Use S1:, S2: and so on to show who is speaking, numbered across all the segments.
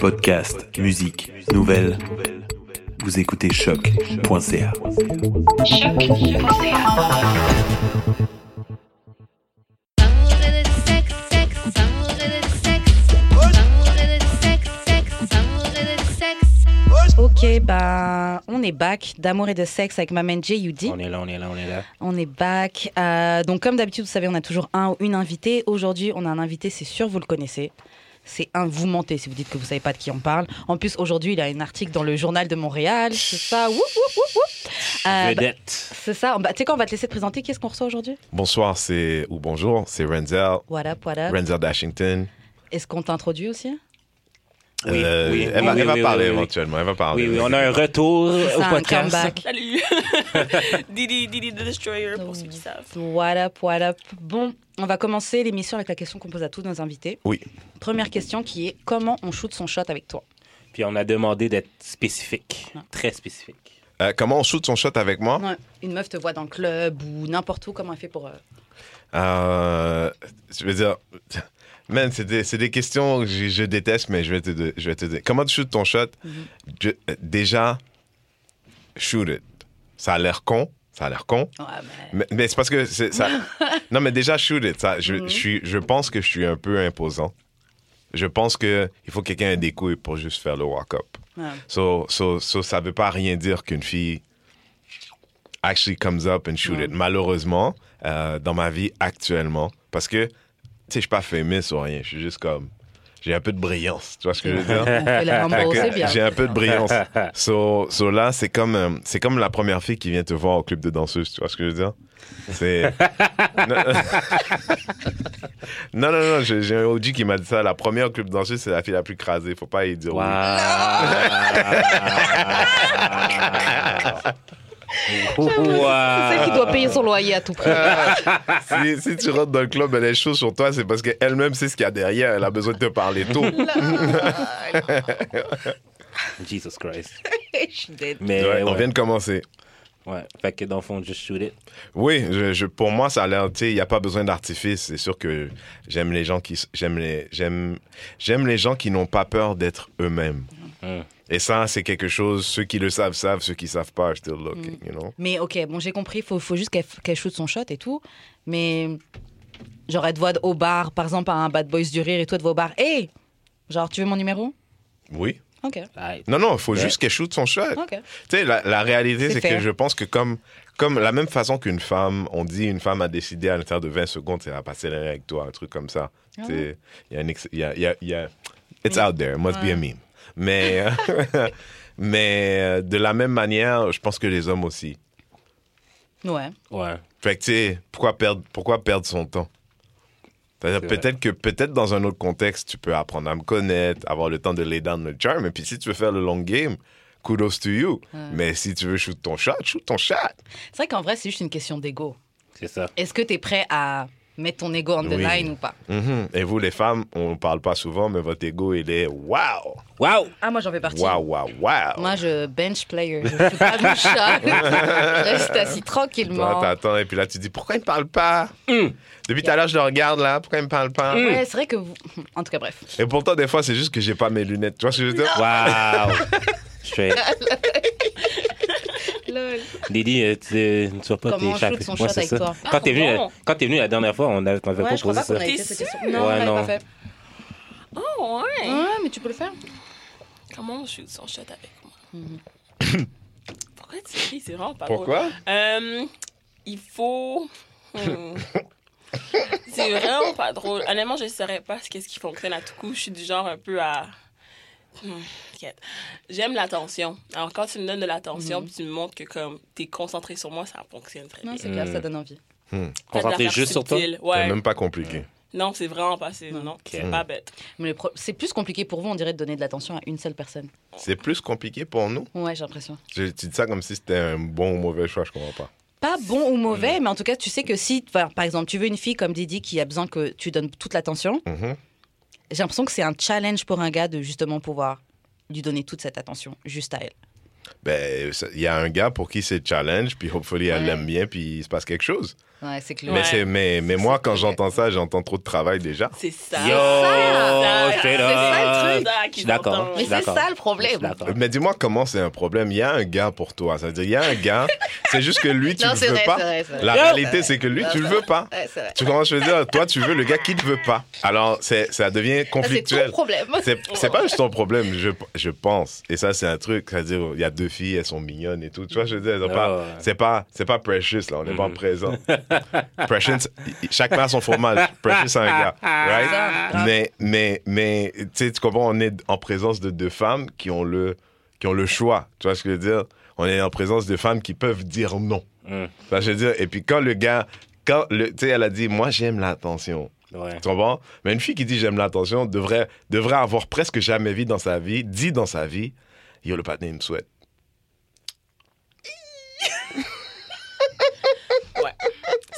S1: Podcast, musique, nouvelles. Vous écoutez choc.ca.
S2: Ok, bah, on est back d'amour et de sexe avec ma man J.U.D.
S3: On est là, on est là, on est là.
S2: On est back. Euh, donc, comme d'habitude, vous savez, on a toujours un ou une invitée. Aujourd'hui, on a un invité, c'est sûr, vous le connaissez. C'est un, vous mentez si vous dites que vous savez pas de qui on parle. En plus, aujourd'hui, il y a un article dans le Journal de Montréal. C'est ça, wouh, wouh, wouh, wouh. Euh, bah,
S3: Vedette.
S2: c'est ça. Bah, tu sais quoi, on va te laisser te présenter. Qu'est-ce qu'on reçoit aujourd'hui
S4: Bonsoir, c'est ou bonjour, c'est Renzel,
S2: What up,
S3: Ah.
S2: what up.
S4: Renzel Dashington.
S2: Est-ce qu'on t'introduit aussi
S3: Oui,
S4: Euh,
S3: oui,
S4: elle va,
S3: oui,
S4: elle va
S3: oui,
S4: parler
S3: oui, oui.
S4: éventuellement, elle va parler.
S3: Oui, oui, on a un retour
S2: C'est
S3: au
S2: ça, un comeback.
S3: podcast.
S5: Salut! Didi, Didi the Destroyer, pour ceux qui savent.
S2: What up, what up. Bon, on va commencer l'émission avec la question qu'on pose à tous nos invités.
S4: Oui.
S2: Première question qui est comment on shoot son shot avec toi
S3: Puis on a demandé d'être spécifique,
S2: Ouais.
S3: très spécifique.
S4: Euh, comment on shoot son shot avec moi
S2: Ouais, Une meuf te voit dans le club ou n'importe où, comment elle fait pour. euh,
S4: Euh, Je veux dire, man, c'est des, c'est des questions que je, je déteste, mais je vais te, de- je vais te dire. Comment tu shootes ton shot
S3: Mhm.
S4: Je- euh, Déjà, shoot it. Ça a l'air con, ça a l'air con,
S2: ouais, mais-
S4: mais, mais c'est parce que c'est- ça. non, mais déjà shoot it. Ça, je, je suis, je pense que je suis un peu imposant. Je pense que il faut que quelqu'un ait des couilles pour juste faire le walk-up.
S2: ouais.
S4: So, so, so, ça veut pas rien dire qu'une fille actually comes up and shoot
S2: Ouais.
S4: it. Malheureusement, euh, dans ma vie actuellement, parce que, tu sais, je suis pas féministe ou rien, je suis juste comme, j'ai un peu de brillance, tu vois ce que je veux dire?
S2: On fait la
S4: Fait
S2: mambo,
S4: Ah, que
S2: Oh, c'est bien.
S4: J'ai un peu de brillance. So, so là, c'est comme, euh, c'est comme la première fille qui vient te voir au club de danseuse, tu vois ce que je veux dire? C'est. non, non, non, non, j'ai j'ai un OG qui m'a dit ça. La première au club de danseuse, c'est la fille la plus crasée. Faut pas y dire oui.
S3: Wow.
S2: C'est celle qui doit payer son loyer à tout prix.
S4: si, si tu rentres dans le club, elle est chaude sur toi, c'est parce qu'elle-même sait ce qu'il y a derrière. Elle a besoin de te parler tôt.
S3: Jesus Christ.
S2: Je suis dead.
S3: Mais
S4: Ouais, On
S3: ouais.
S4: vient de commencer.
S3: Ouais. Fait que dans le fond, just shoot it.
S4: Oui, je, je- pour moi, ça a l'air. Tu sais, il n'y a pas besoin d'artifice. C'est sûr que j'aime les gens qui s- j'aime les j'aime j'aime les gens qui n'ont pas peur d'être eux-mêmes.
S3: Mm.
S4: Et ça, c'est quelque chose. Ceux qui le savent savent. Ceux qui savent pas, are still looking. You know.
S2: Mais ok, bon, j'ai compris, faut, faut juste qu'elle f- qu'elle shoot son shot et tout. Mais genre, elle te voit au bar, par exemple, à un Bad Boys du Rire et toi, de vos bars. Hey Genre, tu veux mon numéro
S4: Oui.
S2: Ok.
S3: Right.
S4: Non, non, il faut
S3: Ouais.
S4: juste qu'elle shoot son shot.
S2: Ok.
S4: Tu sais, la, la réalité,
S2: C'est
S4: c'est
S2: fair.
S4: que je pense que comme, comme la même façon qu'une femme, on dit une femme a décidé à l'intérieur de 20 secondes, ah, elle va passer l'air avec toi, un truc comme ça. Tu sais, il y a une ex- il y a, il y a- il y a- It's out there, it must be a meme. Mais, mais euh, de la même manière, je pense que les hommes aussi.
S2: Ouais.
S3: Ouais.
S4: Fait que tu sais, pourquoi perdre, pourquoi perdre son temps C'est-à-dire,
S3: C'est vrai.
S4: peut-être que peut-être dans un autre contexte, tu peux apprendre à me connaître, avoir le temps de lay down le charm. Et puis si tu veux faire le long game, kudos to you. Mais si tu veux shoot ton shot, shoot ton shot.
S2: C'est vrai qu'en vrai, c'est juste une question d'ego.
S3: C'est ça.
S2: Est-ce que t'es prêt à mettre ton ego on the
S4: Oui.
S2: line ou pas
S4: Mhm. Et vous, les femmes, on parle pas souvent, mais votre ego, il est wow,
S3: Wow!
S2: Ah, moi, j'en fais partie.
S4: wow, wow, wow.
S2: Moi, je bench player. Je suis pas mon chat. je reste assis
S4: Toi,
S2: tranquillement.
S4: t'attends, et puis là, tu dis, pourquoi il me parle pas Depuis tout à l'heure, je le regarde là, pourquoi il me parle pas
S2: Ouais, c'est vrai que vous. En tout cas, bref.
S4: Et pourtant, des fois, c'est juste que j'ai pas mes lunettes. Tu vois ce que je veux dire
S3: Wow! Straight.
S2: Lol.
S3: Didi, euh, tu, euh, tu vois pas
S2: Comment
S3: tes
S2: on shoot son shot
S3: c'est
S2: avec
S3: ça.
S2: toi?
S3: Quand
S5: Ah,
S3: t'es venu, la-
S5: bon.
S3: quand t'es venu la dernière fois, on avait, on avait
S2: Ouais, je crois
S3: proposé
S2: pas
S3: ça.
S2: qu'on a
S5: T'es
S2: été cette
S5: sûr
S2: question. Non,
S3: Ouais,
S2: on l'avait
S3: non.
S2: pas fait.
S5: Oh, ouais!
S2: Ouais, mais tu peux le faire.
S5: Comment on shoot son shot avec moi?
S2: Mm-hmm.
S5: Pourquoi tu ris? C'est vraiment pas drôle.
S4: Pourquoi
S5: Euh, il faut. Hmm. c'est vraiment pas drôle. Honnêtement, je saurais pas ce qu'est-ce qui fonctionne à tout coup. Je suis du genre un peu à. Hmm, t'inquiète. J'aime l'attention. Alors, quand tu me donnes de l'attention, puis tu me montres que comme t'es concentré sur moi, ça fonctionne très
S2: Mm-hmm. Non,
S5: bien.
S2: c'est clair,
S3: Hmm.
S2: ça donne envie.
S5: Faites
S3: Concentré
S5: l'affaire
S3: juste sur toi?
S5: subtile.
S4: C'est
S5: Ouais.
S4: même pas compliqué.
S5: Non, c'est vraiment pas. c'est- Non, c'est pas bête.
S2: Mais le pro- c'est plus compliqué pour vous, on dirait, de donner de l'attention à une seule personne.
S4: C'est plus compliqué pour nous.
S2: Ouais, j'ai l'impression.
S4: Je- tu dis ça comme si c'était un bon ou mauvais choix, je comprends pas.
S2: Pas bon ou
S3: Hmm.
S2: mauvais, mais en tout cas, tu sais que si, enfin, par exemple, tu veux une fille comme Didi qui a besoin que tu donnes toute l'attention,
S4: Mhm.
S2: j'ai l'impression que c'est un challenge pour un gars de justement pouvoir lui donner toute cette attention juste à elle.
S4: Ben, ça- il y a un gars pour qui c'est challenge, puis hopefully elle
S2: Ouais.
S4: l'aime bien, puis il se passe quelque chose.
S2: Ouais, c'est que le-
S4: Mais,
S5: Ouais.
S4: c'est- mais, mais moi, quand
S2: vrai.
S4: j'entends ça, j'entends trop de travail déjà.
S5: C'est ça.
S3: Yo,
S5: ça.
S3: straight
S2: ça,
S5: C'est
S2: le
S3: up.
S5: C'est ça
S3: Je
S5: qu'ils
S3: suis d'accord.
S5: entendent.
S3: je
S2: Mais
S3: suis
S2: c'est
S3: d'accord.
S2: ça, le
S3: Je suis
S2: problème.
S3: d'accord.
S4: Euh, Mais dis-moi comment c'est un problème. Il y a un gars pour toi. Ça veut dire, il y a un gars, c'est juste que lui, tu
S2: Non,
S4: le
S2: c'est
S4: veux
S2: vrai,
S4: pas.
S2: c'est vrai, c'est vrai.
S4: La
S2: Ouais,
S4: réalité,
S2: vrai.
S4: c'est que lui,
S2: Ouais,
S4: tu le
S2: c'est
S4: veux pas.
S2: vrai. Ouais, c'est vrai.
S4: Tu commences à dire, toi, tu veux le gars qui ne veut pas. Alors, c'est- ça devient
S2: Ça, C'est ton
S4: conflictuel.
S2: problème.
S4: C'est c'est pas juste ton problème, je, je pense. Et ça, c'est un truc. C'est-à-dire, il y a deux filles, elles sont mignonnes et tout. Tu vois, je veux dire, elles ont
S3: Ah
S4: pas-
S3: ouais.
S4: c'est pas, c'est pas precious, là. On n'est pas en
S3: Mhm.
S4: présent. precious, chaque part son fromage. Precious, un gars. Right?
S3: Ah.
S2: Grave.
S4: Mais, mais, mais, tu sais, tu comprends, on est en présence de deux femmes qui ont le, qui ont le choix. Tu vois ce que je veux dire? On est en présence de femmes qui peuvent dire non.
S3: Mm.
S4: Tu vois ce que je veux dire? Et puis quand le gars, quand le, tu sais, elle a dit, moi, j'aime l'attention.
S3: Ouais.
S4: Tu comprends? Mais une fille qui dit j'aime l'attention devrait, devrait avoir presque jamais vu dans sa vie, dit dans sa vie, yo, le patin, il me souhaite.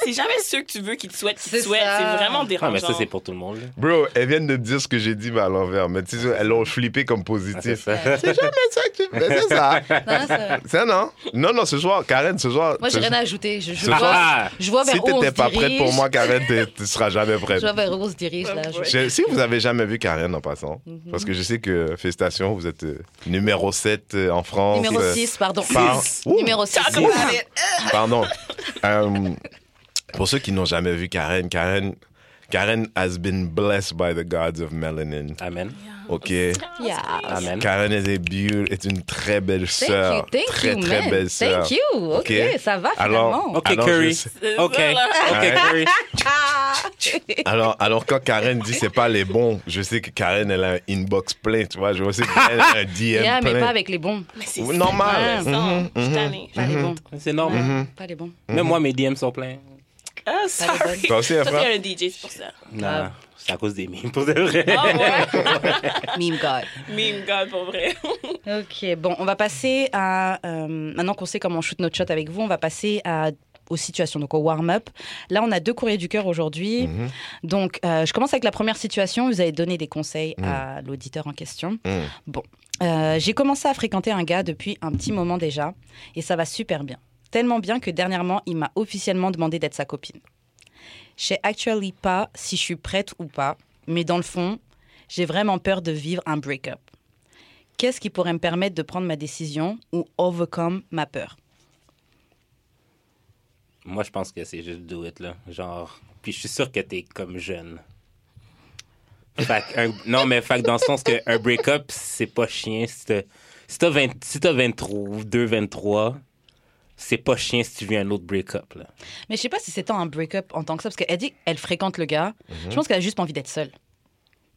S5: C'est jamais ceux que tu veux qui te souhaitent, qui te
S2: C'est
S5: souhaitent.
S2: ça.
S5: C'est vraiment
S3: Ah,
S5: dérangeant.
S3: mais ça, c'est pour tout le monde. là.
S4: Bro, elles viennent de dire ce que j'ai dit, mais à l'envers. Mais tu sais, elles l'ont flippé comme
S3: Ah, c'est
S4: positif.
S3: ça.
S4: c'est jamais ça que tu fais, c'est ça.
S2: Non, c'est vrai.
S4: C'est non? Non, non, ce soir, Karen, ce soir.
S2: Moi,
S4: ce-
S2: j'ai rien à ajouter. Je, je
S4: Ce
S2: vois,
S3: Ah,
S2: je vois vers
S4: si
S2: où on se
S4: t'étais pas prête
S2: dirige.
S4: pour moi, Karen, t'es- tu seras jamais prête.
S2: Je vois vers où on se dirige, là. Je-
S5: Ouais.
S4: Je- si vous avez jamais vu Karen en passant,
S2: Mhm.
S4: parce que je sais que, félicitations, vous êtes euh, numéro 7 euh, en France.
S2: Numéro
S4: euh,
S2: 6, pardon.
S4: par- Ouh.
S2: Numéro 6.
S5: Ah, comment ça va?
S4: Pardon. Euh, pour ceux qui n'ont jamais vu Karen, Karen, Karen has been blessed by the gods of melanin.
S3: Amen.
S4: Ok.
S2: Yeah.
S3: Amen.
S4: Karen est, a beaut- est une très belle
S2: Thank
S4: sœur.
S2: you, thank
S4: très,
S2: you,
S4: très
S2: man.
S4: belle sœur.
S2: Thank you. OK,
S4: Ok.
S2: ça va,
S4: Alors-
S2: finalement.
S3: OK,
S4: Alors,
S3: Curry.
S4: je-
S5: C'est ça,
S3: OK. OK,
S5: là.
S3: Curry.
S2: Ah.
S4: Alors, alors quand Karen dit c'est pas les bons, je sais que Karen elle a un inbox plein, tu vois. Je sais qu'elle a un DM
S2: Yeah, mais
S4: plein.
S2: pas avec les bons.
S5: Mais c'est
S4: Oui, normal.
S5: ça,
S4: Mhm,
S5: Je suis tannée.
S2: Pas les bons.
S3: C'est normal.
S2: Pas les bons.
S4: Mm-hmm.
S3: Même moi, mes DM sont pleins.
S5: Ah,
S2: Pas les
S5: sorry.
S4: Toi aussi, un
S5: Toi,
S4: frère.
S5: t'es un DJ, c'est pour ça.
S2: Ah.
S3: Non, c'est à cause des mimes, pour de vrai.
S5: Ah ouais?
S2: Meme God.
S5: Meme God, pour vrai.
S2: Ok, bon, on va passer à. euh, maintenant qu'on sait comment on shoot notre shot avec vous, on va passer à aux situations, donc au warm-up. Là, on a deux courriers du cœur aujourd'hui.
S4: Mhm.
S2: Donc, euh, je commence avec la première situation. Vous avez donné des conseils à l'auditeur en question.
S4: Mm.
S2: Euh, J'ai commencé à fréquenter un gars depuis un petit moment déjà, et ça va super bien. Tellement bien que dernièrement, il m'a officiellement demandé d'être sa copine. Je sais actually pas si je suis prête ou pas, mais dans le fond, j'ai vraiment peur de vivre un break-up. Qu'est-ce qui pourrait me permettre de prendre ma décision ou overcome ma peur
S3: Moi, je pense que c'est juste do it, là. Genre, puis je suis sûr que t'es comme jeune. Fait que un- non, mais fait que dans le sens qu'un break-up, c'est pas chien. Si t'as si t'as 20 si t'as 22, 23, c'est pas chien si tu vis un autre break-up, là.
S2: Mais je sais pas si c'est tant un break-up en tant que ça, parce qu'elle dit qu'elle fréquente le gars.
S4: Mhm.
S2: Je pense qu'elle a juste pas envie d'être seule.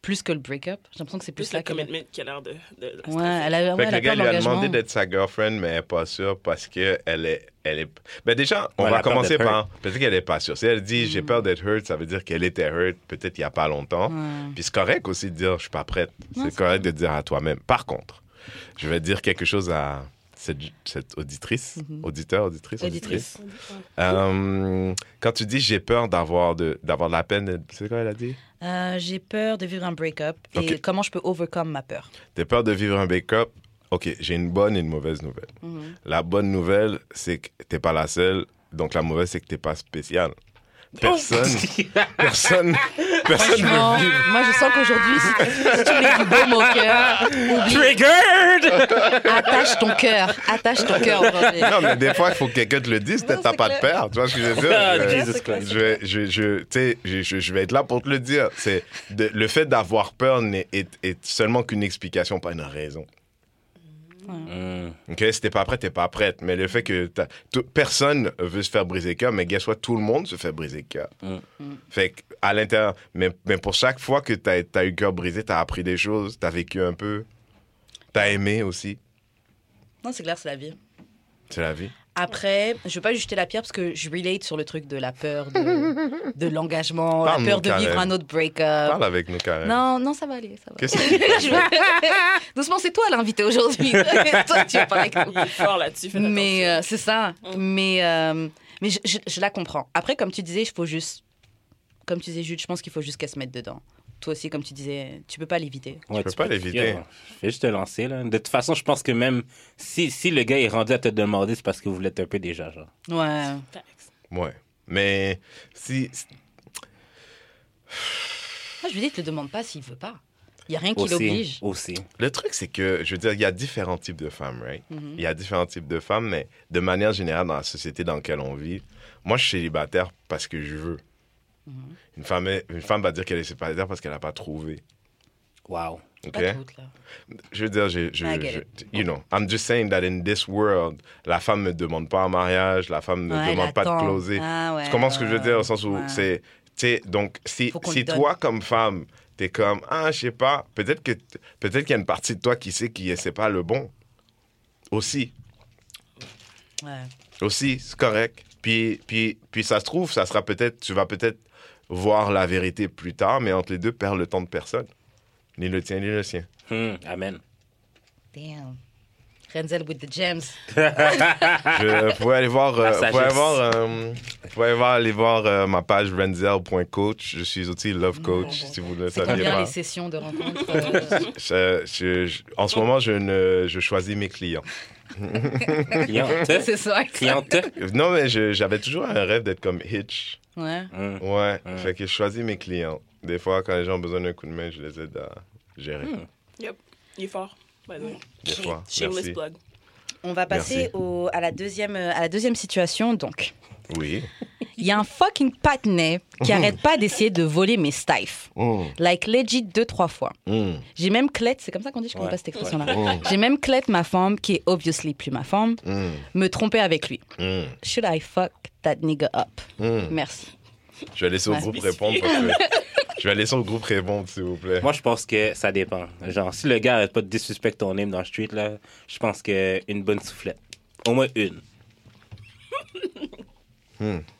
S2: Plus que le break-up. J'ai l'impression que c'est plus
S5: Plus le
S2: là que le...
S5: commitment qui a l'air de. de- de-
S2: Ouais, elle a, ouais,
S4: Fait
S2: elle
S4: que le
S2: a peur de
S4: gars lui a
S2: l'engagement.
S4: demandé d'être sa girlfriend, mais elle n'est pas sûre parce qu'elle est, elle est. Ben déjà, on
S3: Ouais, elle
S4: va
S3: a peur
S4: commencer
S3: d'être
S4: par. Peut-être qu'elle n'est pas sûre. Si elle dit j'ai peur d'être hurt, ça veut dire qu'elle était hurt peut-être il n'y a pas longtemps.
S2: Ouais.
S4: Puis c'est correct aussi de dire je suis pas prête.
S2: Ouais,
S4: C'est
S2: c'est
S4: correct de dire à toi-même. Par contre, je vais dire quelque chose à cette, cette auditrice, auditeur, auditrice,
S2: Mm-hmm. Auditrice.
S4: Euh, quand tu dis j'ai peur d'avoir de, d'avoir de la peine, c'est quoi elle a dit
S2: Euh, J'ai peur de vivre un break-up et
S4: Ok.
S2: comment je peux overcome ma peur.
S4: T'as peur de vivre un break-up? OK, j'ai une bonne et une mauvaise nouvelle.
S2: Mm-hmm.
S4: La bonne nouvelle, c'est que t'es pas la seule. Donc la mauvaise, c'est que t'es pas spéciale. Personne, personne, personne
S2: Oh! Franchement, moi je sens qu'aujourd'hui, si si tu mets du baume au cœur, oublie,
S3: Triggered!
S2: attache ton cœur, attache ton cœur aujourd'hui.
S4: Non, mais des fois, il faut que quelqu'un te le dise. T'as
S2: Non,
S4: t'as
S2: c'est
S4: pas de
S2: clair.
S4: père. Tu vois ce que je veux
S3: Ah,
S4: dire?
S3: Jesus
S4: Je-
S3: Christ.
S4: Je, vais- je, je, tu sais, je, je- je vais être là pour te le dire. C'est de- le fait d'avoir peur n'est est, est seulement qu'une explication, pas une raison.
S3: Mm.
S4: OK? Si t'es pas prête, t'es pas prête. Mais le fait que t'as- tout- personne veut se faire briser le cœur, mais guess what? Tout le monde se fait briser le cœur.
S3: Mm.
S4: Fait que, à l'intérieur, mais, mais pour chaque fois que t'as as eu le cœur brisé, t'as appris des choses, t'as vécu un peu, t'as aimé aussi.
S2: Non, c'est clair, c'est la vie.
S4: C'est la vie.
S2: Après, je veux pas lui jeter la pierre parce que je relate sur le truc de la peur de, de l'engagement, la
S4: Parle-nous,
S2: peur de vivre
S4: Karen.
S2: un autre break-up.
S4: Parle avec nous, Karen.
S2: Euh, Non, non, ça va aller, ça va.
S4: Euh, Qu'est-ce que-
S2: Je- Doucement, c'est toi l'invité aujourd'hui. toi, tu vas parler avec nous.
S5: Il est fort là-dessus. faites
S2: Mais
S5: attention.
S2: euh, c'est ça.
S5: Mm.
S2: Mais, euh, mais je, je- je la comprends. Après, comme tu disais, il faut juste. Comme tu disais, Jude, je pense qu'il faut juste qu'elle se mette dedans. Toi aussi, comme tu disais, tu peux pas l'éviter.
S3: Ouais,
S4: peux pas l'éviter.
S3: Yo, Je vais juste te lancer, là. De toute façon, je pense que même si, si le gars est rendu à te demander, c'est parce que vous l'êtes un peu déjà, genre.
S2: Ouais.
S5: Facts.
S4: Ouais. Mais si. si-
S2: Moi, je lui dis, te le demande pas s'il veut pas. Il y a rien qui
S3: Aussi.
S2: l'oblige.
S3: Aussi.
S4: Le truc, c'est que, je veux dire, il y a différents types de femmes, right?
S2: Mhm.
S4: Il y a différents types de femmes, mais de manière générale, dans la société dans laquelle on vit, moi, je suis célibataire parce que je veux.
S2: Mm-hmm.
S4: Une, femme est- une femme va dire qu'elle est célibataire parce qu'elle n'a pas trouvé.
S3: Wow.
S4: OK?
S2: Pas toutes, là.
S4: Je veux dire, je, je-
S2: I get
S4: je- you know, I'm just saying that in this world, la femme ne demande pas en mariage, la femme ne
S2: Ouais, elle
S4: demande pas
S2: attend.
S4: de closer.
S2: Ah ouais,
S4: tu comprends ce que je veux
S2: ouais,
S4: dire au sens où
S2: ouais.
S4: c'est, tu sais, donc si,
S2: Faut qu'on lui
S4: si
S2: donne.
S4: toi comme femme, t'es comme ah je sais pas, peut-être que t- peut-être qu'il y a une partie de toi qui sait qui c'est pas le bon aussi,
S2: Ouais.
S4: aussi c'est correct. Puis puis puis ça se trouve, ça sera peut-être, tu vas peut-être voir la vérité plus tard, mais entre les deux, perds le temps de personne, ni le tien ni le sien.
S3: Hmm, Amen.
S2: Damn. Renzel with the gems.
S4: Je pouvais aller voir, euh,
S3: Ah. La sagesse.
S4: vous pouvez voir, euh, vous pouvez avoir- aller voir euh, ma page renzel.coach. Je suis aussi love coach si vous ne le
S2: Mm. C'est
S4: saviez
S2: combien
S4: pas.
S2: les sessions de rencontre euh,
S4: Je- je- je- en ce moment, je ne, je choisis mes clients.
S3: Cliente.
S2: C'est ça.
S3: Cliente.
S4: Non, mais je- j'avais toujours un rêve d'être comme Hitch.
S2: Ouais.
S3: Hmm.
S4: Ouais,
S3: Mm.
S4: fait que je choisis mes clients. Des fois, quand les gens ont besoin d'un coup de main, je les aide à gérer.
S3: Mm.
S5: Il est fort. by the way.
S4: Des fois,
S5: Shameless
S4: merci.
S5: plug.
S2: On va passer
S4: Merci.
S2: au, à, la deuxième, euh, à la deuxième situation. Donc,
S4: Oui.
S2: il y a un fucking patinet qui arrête pas d'essayer de voler mes stifes.
S3: Mmh,
S4: Mm,
S2: Like legit deux, trois fois.
S4: mm,
S2: J'ai même clette, c'est comme ça qu'on dit, je connais
S3: Ouais.
S2: pas cette expression-là.
S4: Ouais. Oh.
S2: J'ai même clette ma femme, qui est obviously plus ma femme,
S3: mmh,
S4: mm,
S2: me tromper avec lui.
S4: mm,
S2: Should I fuck that nigga up?
S4: mm.
S2: Merci.
S4: Je vais laisser au
S2: Ouais.
S4: groupe répondre. parce que- Je vais laisser au groupe répondre, s'il vous plaît.
S3: Moi, je pense que ça dépend. Genre, si le gars arrête pas de disrespect ton name dans le street, là, je pense qu'une bonne soufflette. Au moins une.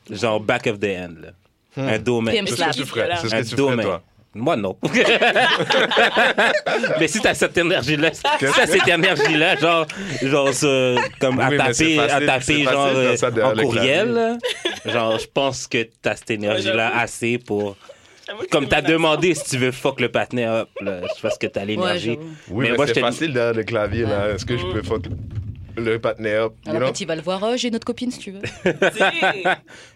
S3: Genre, back of the hand, là. Un dos main.
S2: Pimp
S4: Hmm. C'est ce
S2: slap.
S4: que tu ferais. C'est ce
S3: Un
S4: que tu ferais,
S3: domaine.
S4: toi.
S3: Moi, non. mais si t'as cette énergie-là, si
S4: Qu'est-ce
S3: t'as
S4: que-
S3: cette énergie-là, genre, genre ce- comme à
S4: Oui, mais c'est
S3: taper, à
S4: facile-
S3: taper
S4: c'est
S3: genre
S4: facile de faire
S3: euh,
S4: ça
S3: en
S4: derrière le
S3: courriel, là, genre, je pense que t'as cette énergie-là
S5: j'avoue.
S3: assez pour.
S5: J'avoue que
S3: Comme
S5: c'est
S3: t'as
S5: menaçant.
S3: demandé si tu veux fuck le patinet, hop, là, je pense que t'as l'énergie.
S2: j'avoue.
S4: Oui, mais,
S3: je
S4: c'est
S3: te-
S4: facile derrière le clavier, là. Est-ce que je peux fuck le patinet up? you
S2: Alors,
S4: know?
S2: quand il va le voir, oh, j'ai une autre copine si tu veux.
S5: C'est-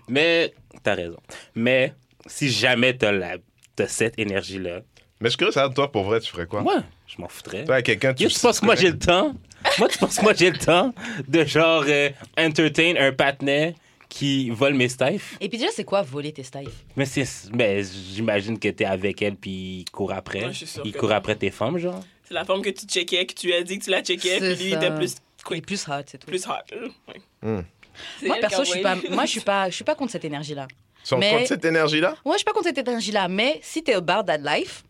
S3: Mais t'as raison. Mais si jamais t'as la t'as cette énergie-là,
S4: Mais je suis curieux, ça, toi, pour vrai, tu ferais quoi?
S3: moi, je m'en foutrais.
S4: Toi, quelqu'un, tu.
S3: Yo, tu penses que moi j'ai le temps? Moi, tu penses que moi j'ai le temps de genre euh, entertain un patinet qui vole mes staffs?
S2: Et puis déjà, c'est quoi voler tes stifes?
S3: Mais c'est mais j'imagine que t'es avec elle puis il court après.
S5: Ouais, je suis sûr
S3: il
S5: que
S3: court
S5: non.
S3: après tes femmes, genre.
S5: C'est la forme que tu checkais, que tu as dit que tu la checkais,
S2: C'est
S5: puis lui,
S2: ça.
S5: il était plus,
S2: Il est plus hot, c'est tout.
S5: plus hot. Ouais.
S4: Hmm.
S5: C'est
S2: Moi,
S5: elle
S2: perso,
S5: qui
S2: je
S5: a
S2: suis pas,
S5: envoyé.
S2: moi, je suis pas, je suis pas contre cette énergie-là.
S4: Sans
S2: Mais-
S4: compte cette énergie-là?
S2: Ouais, je suis pas contre cette énergie-là, mais si t'es about that life,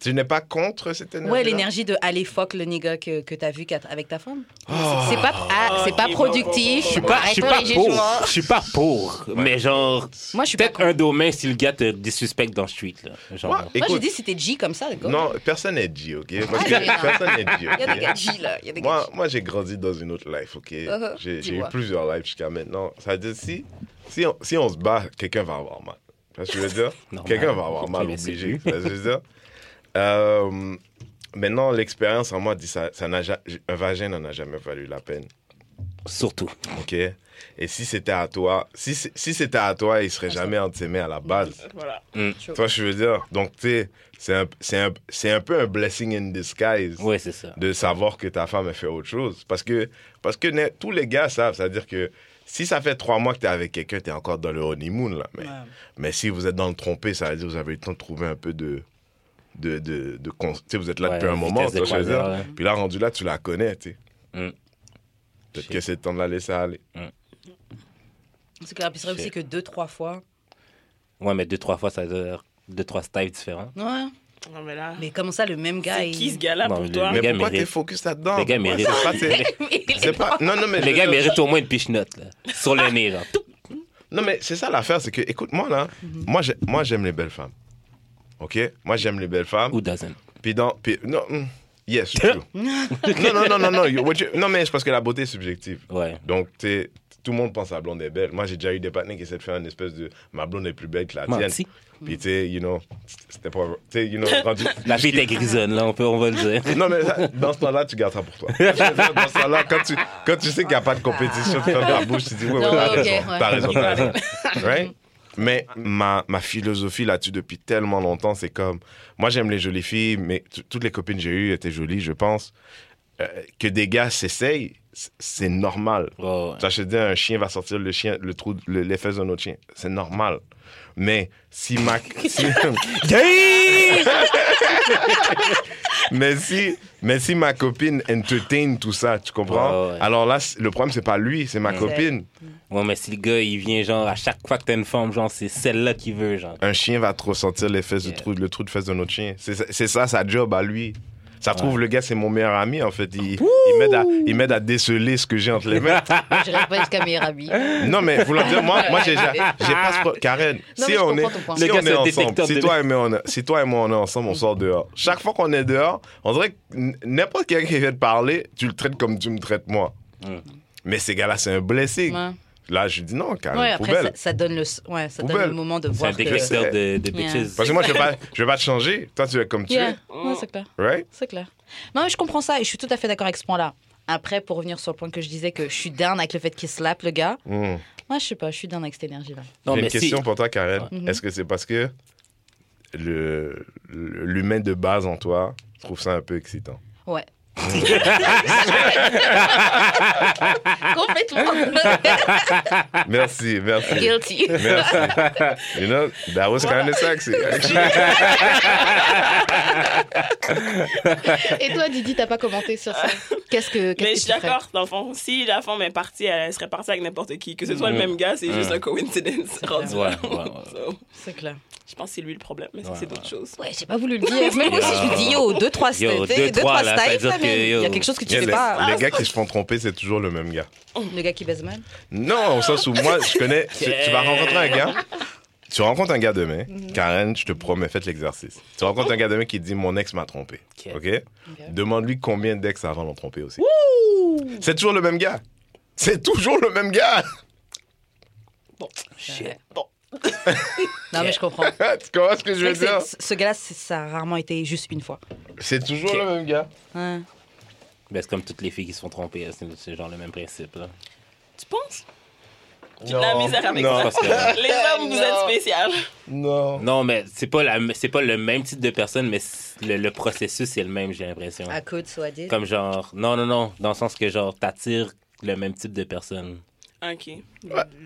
S4: Tu n'es pas contre cette énergie?
S2: ouais, l'énergie de aller fuck le nigga que, que t'as vu qu'à- avec ta femme, c'est pas, ah, c'est pas
S5: ok,
S2: productif.
S5: bon, bon, bon, bon.
S3: Oh. Pas- je
S5: Je suis
S3: suis
S2: Arrêtons
S3: pas
S2: les
S3: pour.
S2: jugements.
S3: Je suis pas pour. Mais genre,
S2: Moi, je suis pas
S3: peut-être
S2: contre.
S3: un domaine si le gars te dissuspecte dans le street, là. Genre.
S4: Moi,
S2: Moi, j'ai
S4: écoute,
S2: dit, si t'es G comme ça, go.
S4: non, personne n'est dit, OK? Parce
S2: Allez, non.
S4: que personne n'est dit,
S2: Ah, Il y a des gars
S4: OK?
S2: G, là. Il y a des gars
S4: Moi,
S2: G.
S4: moi j'ai grandi dans une autre life, OK?
S2: Uh-huh,
S4: J'ai j'ai eu
S2: dis-moi.
S4: plusieurs lives jusqu'à maintenant. Ça veut dire, si, si, on, si on se bat, quelqu'un va avoir mal. Tu vois ce que je veux dire?
S3: Normal.
S4: Quelqu'un va avoir mal,
S3: Mais c'est
S4: obligé. Tu vois ce que je veux dire? Euh, maintenant, l'expérience en moi dit ça, ça n'a ja- un vagin n'en a jamais valu la peine.
S3: Surtout.
S4: OK? Et si c'était à toi, si, c'est- si c'était à toi, il
S3: Ah,
S4: serait jamais entre tes mains à la
S3: Mm,
S4: base.
S5: Voilà.
S4: Tu vois, ce que je veux dire, donc, tu sais, c'est un, c'est un, c'est un peu un blessing in disguise
S3: Ouais, c'est ça.
S4: de savoir que ta femme a fait autre chose. Parce que, parce que ne- tous les gars savent, c'est-à-dire que si ça fait trois mois que tu es avec quelqu'un, tu es encore dans le honeymoon, là. Mais, mais si vous êtes dans le trompé, ça veut dire que vous avez eu le temps de trouver un peu de. de, de, de cons- tu sais, vous êtes là
S3: Ouais,
S4: depuis un moment, tu
S3: vitesse de
S4: vois, ce que je veux
S3: croisière,
S4: dire.
S3: ouais.
S4: Puis là, rendu là, tu la connais, tu sais.
S3: Mm.
S4: Peut-être que c'est le temps de la laisser aller.
S2: C'est clair, puis c'est vrai aussi
S3: Shit.
S2: que deux, trois fois.
S3: Ouais, mais deux, trois fois, ça veut dire deux, trois styles différents.
S2: Ouais.
S5: Non, mais là.
S2: Mais comment ça, le même gars
S5: C'est
S2: il-
S5: qui ce gars-là
S3: Non,
S5: pour
S3: mais
S5: toi?
S3: Les
S4: Mais
S3: gars
S4: pourquoi
S3: méritent.
S4: t'es focus là-dedans?
S3: Les gars
S4: Pourquoi
S3: méritent.
S4: c'est pas tes- c'est pas- Non, non, mais
S3: Les
S4: je-
S3: gars méritent au moins une pichenote, là. Sur le nez, genre.
S4: Non, mais c'est ça l'affaire, c'est que, écoute, moi, là, moi, j'ai- moi, j'aime les belles femmes. OK? Moi, j'aime les belles femmes.
S3: Who doesn't?
S4: Puis dans. Puis, non, mm, yes, true. non, non, non, non, non. you- what you- non, mais c'est parce que la beauté est subjective.
S3: Ouais.
S4: Donc, tu sais, Tout le monde pense à la blonde est belle. Moi, j'ai déjà eu des partenaires qui essaient de faire une espèce de ma blonde est plus belle que la tienne.
S3: Menti.
S4: Puis, tu sais, you know, c'était pas. Tu sais, you know, quand tu-
S3: La fille était grisonne, là, on, peut, on va le dire.
S4: Non, mais ça, dans ce temps-là, tu gardes ça pour toi. Je veux dire, dans ce temps-là, quand tu, quand tu sais qu'il n'y a pas de compétition, tu fermes ta bouche, tu dis, oui, oui,
S2: Non,
S4: t'as
S2: ok,
S4: raison,
S2: ouais.
S4: t'as raison, t'as raison. Right? Mais ma, ma philosophie là-dessus depuis tellement longtemps, c'est comme, moi j'aime les jolies filles, mais t- toutes les copines que j'ai eues étaient jolies, je pense. Euh, que des gars s'essayent, c- c'est normal.
S3: Oh, ouais.
S4: Ça, je te dis, un chien va sortir le chien, le trou, le- les fesses d'un autre chien. C'est normal. Mais si ma. si- mais, si, mais si ma copine entertain tout ça, tu comprends?
S3: Ouais, ouais.
S4: Alors là, c- le problème, c'est pas lui, c'est ma copine.
S3: Ouais, mais si le gars, il vient, genre, à chaque fois que t'as une femme, genre, c'est celle-là qu'il veut, genre.
S4: Un chien va trop sentir les fesses du
S3: Yeah.
S4: trou, le trou de fesses d'un autre chien. C'est ça- c'est ça, sa job à lui. Ça trouve, le gars, c'est mon meilleur ami, en fait. Il, il m'aide à, il m'aide à déceler ce que j'ai entre les mains.
S6: Je reste pas jusqu'à meilleur ami.
S3: Ah,
S4: Non, mais vous dire, moi, moi j'ai j'ai pas ce pro- Karen,
S6: Non,
S4: si
S6: mais je
S4: on est,
S6: comprends ton point.
S4: si
S3: Le
S4: on
S3: gars,
S4: est
S3: c'est le
S4: ensemble,
S3: détecteur
S4: si
S3: de-
S4: toi, et moi, on est- si toi et moi on est ensemble, on sort dehors. Chaque fois qu'on est dehors, on dirait que n- n'importe quelqu'un qui vient te parler, tu le traites comme tu me traites moi.
S3: Mm.
S4: Mais ces gars-là, c'est un blessing.
S2: Ouais.
S4: Là, je dis non, Karen,
S2: Ouais, après,
S4: poubelle.
S2: ça, ça donne le, s- ouais, ça donne
S4: Poubelle.
S2: le moment de
S3: C'est un
S2: voir que.
S3: détecteur de, de
S2: Yeah.
S3: bitches.
S4: Parce que moi, je vais pas, je vais pas te changer. Toi, tu es comme tu
S2: Yeah.
S4: es.
S5: Oh.
S2: Ouais, c'est clair.
S4: Right?
S2: C'est clair. Non, mais je comprends ça et je suis tout à fait d'accord avec ce point-là. Après, pour revenir sur le point que je disais que je suis down avec le fait qu'il slappe le gars,
S4: Mm.
S2: moi je sais pas, je suis down avec cette énergie-là.
S3: Non,
S4: J'ai
S3: mais
S4: une question
S3: si.
S4: pour toi, Karen.
S2: Mhm.
S4: Est-ce que c'est parce que le- le- l'humain de base en toi trouve ça un peu excitant?
S2: Ouais.
S6: Complètement
S4: Merci, merci.
S6: guilty.
S4: Merci. You know, that was kind of sexy, actually.
S6: Et toi, Didi, t'as pas commenté sur ça Qu'est-ce que qu'est-ce
S5: Mais
S6: que
S5: je suis
S6: tu ferais
S5: d'accord, dans le fond. Si la femme est partie, elle serait partie avec n'importe qui. Que ce soit le
S3: Mm.
S5: même gars, c'est
S3: Mm.
S5: juste un coincidence. rendu là.
S3: Ouais, ouais, ouais.
S5: So,
S2: C'est clair.
S5: je pense que c'est lui le problème, mais ça,
S3: Ouais,
S5: c'est d'autres choses.
S2: Ouais, j'ai pas voulu le dire. Même moi aussi, je lui dis yo, deux, trois styles.
S3: Yo,
S2: t'sais,
S3: deux,
S2: Deux,
S3: trois,
S2: trois
S3: là, ça veut
S2: styles.
S3: dire
S2: quand même.
S3: que,
S2: Il
S3: yo.
S2: y a quelque chose que tu
S4: Yeah,
S2: sais
S4: les,
S2: pas. hein.
S4: les gars qui se font tromper, c'est toujours le même gars.
S2: Le gars qui baise mal.
S4: Non, au sens où moi, je connais. Tu, tu vas rencontrer un gars. Tu rencontres un gars demain, Karen, je te promets, faites l'exercice. Tu rencontres un gars demain qui te dit Mon ex m'a trompé.
S3: Ok.
S4: OK, Demande-lui combien d'ex avant l'ont trompé aussi. C'est toujours le même gars. C'est toujours le même gars.
S3: Shit.
S2: Non, mais je comprends.
S4: tu comprends ce que je
S2: C'est
S4: veux
S2: vrai que
S4: dire
S2: c'est- ce gars-là, c'est- ça a rarement été juste une fois. hein.
S4: C'est toujours le même gars.
S2: Ouais.
S3: Ben, c'est comme toutes les filles qui se font tromper, hein, c'est c'est genre le même principe, là.
S5: Tu penses? J'ai de la
S4: Non.
S5: misère avec
S4: Non.
S5: ça.
S3: Parce que-
S5: Les hommes, vous êtes
S4: Non.
S5: spécial.
S4: Non.
S3: non, mais c'est pas, la- c'est pas le même type de personne, mais c'est- le, le processus est le même, j'ai
S2: Ah,
S3: l'impression.
S6: À code, soit dit.
S3: Comme genre, non, non, non, dans le sens que genre, t'attires le même type de personne.
S5: OK.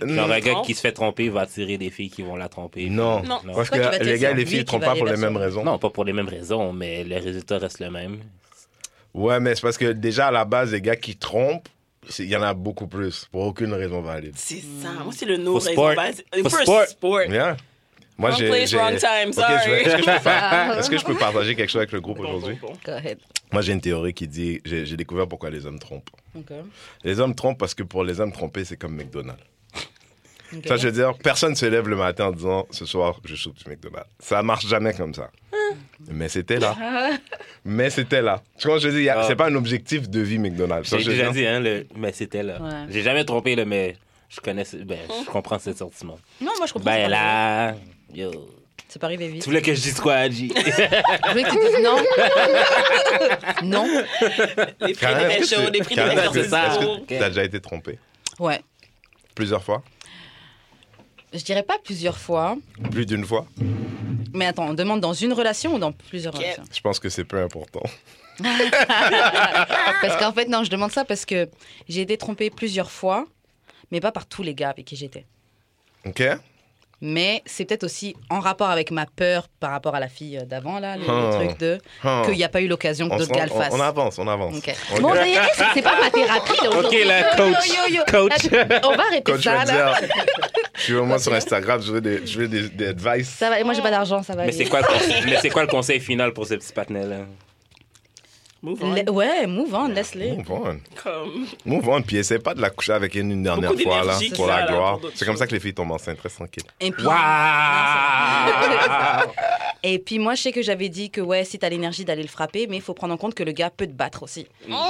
S3: Genre, un gars
S5: Trompe.
S3: qui se fait tromper il va attirer des filles qui vont la tromper.
S4: Non.
S5: Non.
S3: Non.
S4: Parce
S2: C'est toi qui
S4: que
S2: vas
S4: les
S2: te
S4: gars et
S2: dire,
S4: les
S2: lui
S4: filles ne
S2: qui
S4: trompent
S2: va
S4: pas
S2: aller
S4: pour les
S2: vers
S4: mêmes raisons.
S3: Non, pas pour les mêmes raisons, mais le résultat reste le même.
S4: Ouais, mais c'est parce que déjà à la base, les gars qui trompent, c'est- il y en a beaucoup plus pour aucune raison valide.
S5: C'est ça. Moi, c'est le no
S3: For sport.
S5: raison.
S3: For
S5: First
S3: sport.
S5: sport.
S4: Bien. Moi,
S5: Wrong
S4: j'ai.
S5: place,
S4: j'ai-
S5: wrong time.
S4: Ok,
S5: Sorry.
S4: je vais- Est-ce que, je peux faire- est-ce que je peux partager quelque chose avec le groupe
S5: Bon, bon,
S4: aujourd'hui
S5: bon.
S2: Go ahead.
S4: Moi, j'ai une théorie qui dit j'ai j'ai découvert pourquoi les hommes trompent.
S2: Ok.
S4: Les hommes trompent parce que pour les hommes trompés, c'est comme McDonald's.
S2: Ok.
S4: Ça, je veux dire, personne se lève le matin en disant ce soir, je soupe du McDonald's. Ça marche jamais comme ça.
S5: Hein.
S4: Mais c'était là. Mais c'était là. Tu vois, je veux dire, il y a-
S3: Ah.
S4: c'est pas un objectif de vie McDonald's. Ça,
S3: J'ai
S4: je veux
S3: déjà
S4: dire-
S3: dit, hein, le... mais c'était là.
S2: Ouais.
S3: J'ai jamais trompé, là, mais je connais, ce- ben, je comprends ce sentiment.
S2: Non, moi je comprends. c'est
S3: Ben
S2: pas arrivé.
S3: là, yo.
S2: C'est pas arrivé vite.
S3: Tu voulais que je dise quoi, Adji?
S6: Je voulais que tu dises non. non.
S5: Les prix
S4: Karen,
S5: étaient
S4: est-ce que
S5: chauds,
S4: tu-
S5: les prix
S4: Karen,
S5: étaient
S4: est-ce que-
S3: c'est ça.
S5: chauds.
S4: est-ce que t'as déjà été trompé
S2: Ouais.
S4: Plusieurs fois
S2: Je dirais pas plusieurs fois.
S4: Plus d'une fois
S2: Mais attends, on demande dans une relation ou dans plusieurs
S5: Ok.
S2: relations
S4: Je pense que c'est peu important.
S2: Parce qu'en fait, non, je demande ça parce que j'ai été trompée plusieurs fois, mais pas par tous les gars avec qui j'étais.
S4: OK Hein.
S2: Mais c'est peut-être aussi en rapport avec ma peur par rapport à la fille d'avant, là, le, le
S4: Ah.
S2: truc de
S4: Hein.
S2: qu'il n'y a pas eu l'occasion que
S4: on, se
S2: d'autres gars le
S4: rend- on-
S2: fassent.
S4: on avance, on avance.
S2: Ok.
S4: Ok.
S2: Bon, d'ailleurs, est-ce que c'est pas ma thérapie là,
S3: ok,
S2: aujourd'hui
S3: là,
S2: Yo, yo,
S3: coach.
S2: yo, yo.
S3: Coach.
S2: On va arrêter
S4: Coach
S2: ça, là.
S4: Renzer, je suis vraiment sur Instagram, je veux des, je veux des, des advice.
S2: Ça va, et moi, j'ai pas d'argent, ça va.
S3: Mais
S2: aller.
S3: c'est quoi, le conse- mais c'est quoi le conseil final pour ce petit patinet-là?
S5: Move on.
S2: Le- Ouais, move on, laisse-les.
S4: Move on.
S5: Comme...
S4: Move on, puis essaie pas de la coucher avec une, une dernière
S5: Beaucoup
S4: fois, là,
S5: d'énergie
S4: pour
S5: que ça,
S4: la
S5: là,
S4: gloire.
S5: pour d'autres
S4: C'est comme ça
S5: choses.
S4: que les filles tombent enceintes, reste tranquille.
S2: Et puis,
S3: Waouh!
S2: Et puis moi, je sais que j'avais dit que ouais, si t'as l'énergie d'aller le frapper, mais il faut prendre en compte que le gars peut te battre aussi.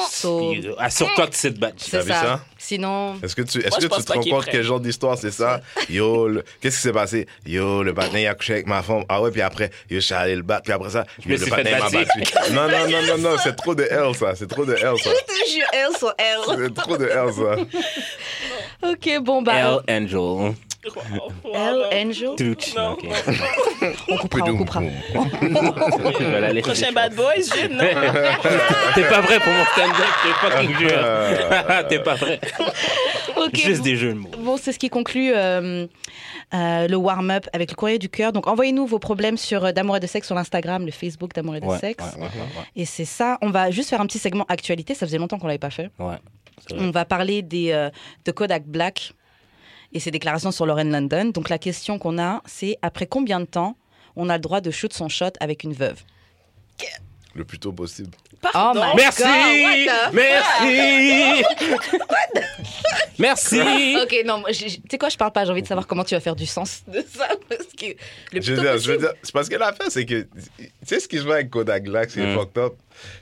S2: So,
S3: Puis, euh, Assure-toi que c'est de battre.
S2: c'est
S4: Mmh. vu
S2: ça.
S4: ça
S2: Sinon,
S4: Est-ce que tu, est
S5: Moi, je
S4: que tu
S5: pense
S4: te
S5: pas
S4: rends
S5: qu'il est
S4: compte
S5: prêt.
S4: quel genre d'histoire c'est ça? Yo, le- qu'est-ce qui s'est passé? Yo, le patin, il a couché avec ma femme. Ah ouais, puis après, yo, je suis allé le battre. Puis après ça, yo,
S3: me
S4: le
S3: suis
S4: patin
S3: fait
S4: il m'a
S3: battre.
S4: battu. Non, non, non, non, non, c'est trop de L, ça. C'est trop de L, ça.
S2: je jure, elle soit elle.
S4: C'est trop de L, ça.
S2: Ok, bon bah.
S3: Elle Angel.
S5: Wow, wow,
S2: Elle,
S5: wow.
S2: Angel.
S3: Touch.
S5: Non.
S3: Ok.
S2: On
S3: Ah,
S2: coupera, on coupera.
S3: Je vais la laisser.
S5: Prochain Bad Boys, Jude, non?
S3: T'es pas vrai pour mon stand-up, t'es
S4: Ah,
S3: fucking jure. T'es pas vrai.
S2: Ok.
S3: Juste
S2: bon.
S3: des jeux de mots.
S2: Bon, c'est ce qui conclut euh, euh, le warm-up avec le courrier du cœur. Donc, envoyez-nous vos problèmes sur euh, d'amour et de sexe sur l'Instagram, le Facebook d'amour et de
S3: Ouais,
S2: sexe.
S3: ouais, ouais, ouais,
S2: Et c'est ça. On va juste faire un petit segment actualité. Ça faisait longtemps qu'on l'avait pas fait.
S3: ouais. Ouais. C'est vrai.
S2: On va parler des, euh, de Kodak Black et ses déclarations sur Lauren London. Donc, la question qu'on a, c'est après combien de temps on a le droit de shoot son shot avec une veuve
S4: Le plus tôt possible.
S5: Pardon.
S2: my-
S3: Merci!
S2: Oh God, what the
S3: Merci! Merci!
S2: Ok, non, moi, j'ai- j'ai- tu sais quoi, je parle pas. J'ai envie de savoir comment tu vas faire du sens de ça. Parce que le
S4: Je
S2: plus
S4: veux
S2: tôt
S4: dire, je veux
S2: possible.
S4: dire, c'est parce que l'affaire, c'est que, tu sais ce qui se voit avec Kodak Black, c'est
S3: Mm.
S4: fucked up.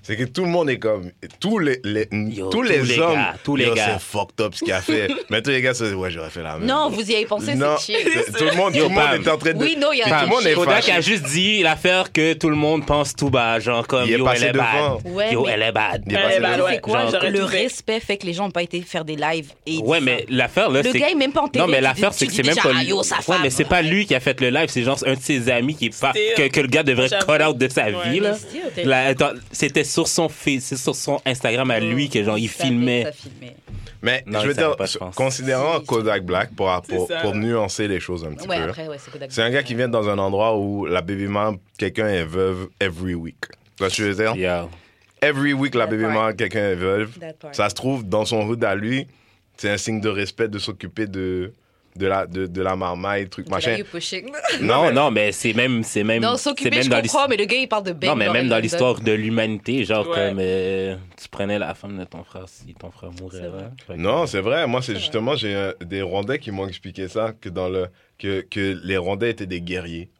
S4: C'est que tout le monde est comme, tous les, les-
S3: Yo,
S4: tous les,
S3: tous les
S4: hommes,
S3: gars, tous les
S4: yo,
S3: gars.
S4: c'est fucked up ce qu'il a fait. Mais tous les gars se disent, ouais, j'aurais fait la même.
S2: Non, vous y avez pensé,
S4: Non,
S2: c'est chill.
S4: tout le monde, tout
S3: Yo,
S4: le monde
S3: Pam.
S4: est en train de.
S2: Oui, non, il y a
S4: Puis tout le monde est
S3: Kodak
S4: fâché.
S3: a juste dit l'affaire que tout le monde pense tout bas, genre comme
S4: Il est
S3: yo elle
S4: passé
S3: est bad,
S4: devant.
S2: Ouais,
S3: yo
S2: mais-
S3: elle est bad.
S4: Il est passé
S5: Eh ben,
S4: devant.
S5: ouais.
S2: C'est quoi
S3: Genre,
S5: J'aurais
S2: Le
S5: tout fait.
S2: respect fait que les gens n'ont pas été faire des lives. Et
S3: Ouais,
S2: ça.
S3: mais l'affaire là,
S2: Le
S3: c'est
S2: gars est même pas enterré,
S3: Non, mais
S2: tu
S3: l'affaire
S2: dis-
S3: c'est
S2: tu dis
S3: que c'est même
S2: déjà,
S3: pas
S2: ah,
S3: lui.
S2: yo, sa
S3: Ouais,
S2: femme.
S3: mais c'est pas lui qui a fait le live, c'est genre un de ses amis qui est pas
S5: C'était-
S3: que, que le gars devrait
S5: J'avoue.
S3: cut out de sa
S5: Ouais.
S3: vie là.
S2: Mais c'est- t'es-
S3: La- attends, C'était sur son face- c'est sur son Instagram à lui que genre il
S2: Ça Euh, fait, ça
S3: filmait.
S2: filmait.
S4: Mais
S3: Non,
S4: je
S3: il
S4: veux
S3: savait
S4: dire,
S3: pas, je pense.
S4: considérant
S2: Si.
S4: Kodak Black pour, pour,
S5: C'est ça.
S4: pour nuancer les choses un petit
S2: Ouais,
S4: peu,
S2: après, ouais, c'est Kodak.
S4: c'est un gars qui vient dans un endroit où la baby mom, quelqu'un est veuve every week. Tu vois ce que je veux dire?
S3: Yo.
S4: Every week, la
S2: That
S4: baby
S2: part.
S4: mom, quelqu'un est veuve.
S2: That part.
S4: Ça se trouve, dans son hood à lui, c'est un signe de respect de s'occuper de, de, la, de, de la marmaille, truc,
S2: Machin.
S4: machin.
S3: Non, non, mais c'est même c'est même
S2: Non,
S3: c'est
S2: s'occuper,
S3: même
S2: je
S3: dans
S2: comprends,
S3: l'histoire.
S2: mais le gars, il parle de Ben.
S3: Non, mais même dans
S2: London.
S3: l'histoire de l'humanité, genre
S5: Ouais.
S3: comme euh, tu prenais la femme de ton frère si ton frère mourait.
S2: C'est vrai.
S3: hein. Fait que-
S4: Non, c'est vrai. Moi, c'est justement, j'ai euh, des Rwandais qui m'ont expliqué ça, que, dans le, que, que les Rwandais étaient des guerriers.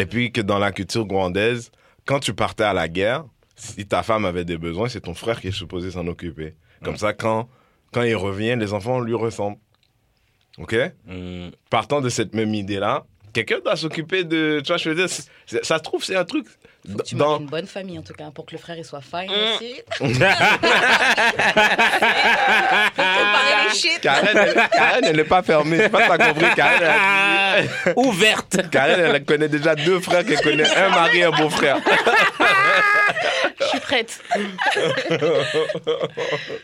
S4: Et puis que dans la culture rwandaise, quand tu partais à la guerre, si ta femme avait des besoins, c'est ton frère qui est supposé s'en occuper. Comme ça, quand, quand il revient, les enfants lui ressemblent. OK
S3: Hmm.
S4: Partant de cette même idée-là, quelqu'un doit s'occuper de... Tu vois, je veux dire, c'est- c'est- ça se trouve, c'est un truc...
S2: Faut que Tu
S4: dans-
S2: manges une bonne famille, en tout cas, pour que le frère, il soit fine
S5: Mm.
S2: aussi. Pareil, les shit.
S4: Karen, elle- Karen, elle n'est pas fermée. Je sais pas si t'as compris, Karen. elle a-
S3: Ah, Ouverte.
S4: Karen, elle connaît déjà deux frères qu'elle connaît un mari et un beau-frère.
S2: Je suis prête.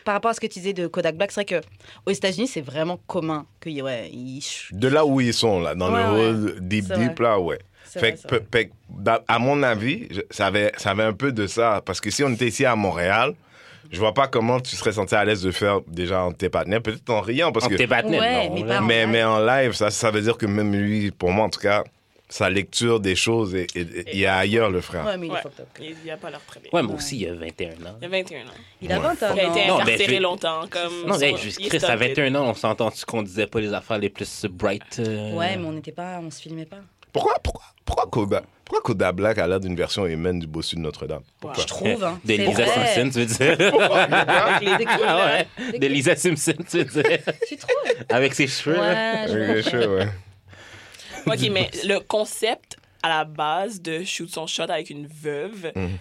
S2: Par rapport à ce que tu disais de Kodak Black, c'est vrai que aux États-Unis, c'est vraiment commun qu'il ouais, il ch-
S4: De là où ils sont, là, dans
S2: Ouais,
S4: le rôle deep,
S2: C'est
S4: deep,
S2: vrai.
S4: là, ouais.
S2: c'est
S4: Fait
S2: vrai,
S4: que
S2: c'est
S4: pe-
S2: vrai.
S4: pe- d'a- à mon avis, je- ça avait, ça avait un peu de ça. Parce que si on était ici à Montréal, je vois pas comment tu serais senti à l'aise de faire déjà en tes partenaires, peut-être en riant, parce
S3: En
S4: que.
S3: Ah, tes partenaires,
S2: Ouais,
S3: non,
S2: mais
S3: là.
S2: pas en
S4: Mais,
S2: live.
S4: mais en live, ça, ça veut dire que même lui, pour moi en tout cas, sa lecture des choses, est- est- est- il est ailleurs, le frère.
S2: Ouais, mais il est
S5: Ouais.
S2: fucked up.
S5: Il n'y a pas l'air très bien.
S3: Ouais, mais aussi, il a 21 ans.
S5: Il a 21 ans.
S2: Il a 20 ans.
S5: Il a été
S4: ben,
S3: Non, mais
S5: incarcéré
S3: je-
S5: longtemps.
S2: Mm.
S5: Comme
S3: Non, mais hey,
S5: son-
S3: juste
S5: il est
S3: Chris, à
S5: stalké.
S3: 21 ans, on s'entend-tu qu'on disait pas les affaires les plus bright? euh,
S2: Ouais, mais on n'était pas, on se filmait pas.
S4: Pourquoi, pourquoi, pourquoi, Koda, pourquoi Koda Black a l'air d'une version humaine du bossu de Notre-Dame
S5: Wow.
S2: Je trouve. Hein.
S3: De
S2: C'est
S3: Lisa
S2: vrai.
S3: Simpson, tu veux dire?
S2: Des couilles, là.
S3: Ah ouais.
S2: Des
S3: De
S2: couilles.
S3: Lisa Simpson, tu veux dire?
S2: Tu trouves
S3: Avec ses cheveux, là.
S2: Ouais, Ah, je-
S4: Ouais, je- ouais.
S5: OK, mais le concept à la base de shoot son shot avec une veuve,
S4: Mhm.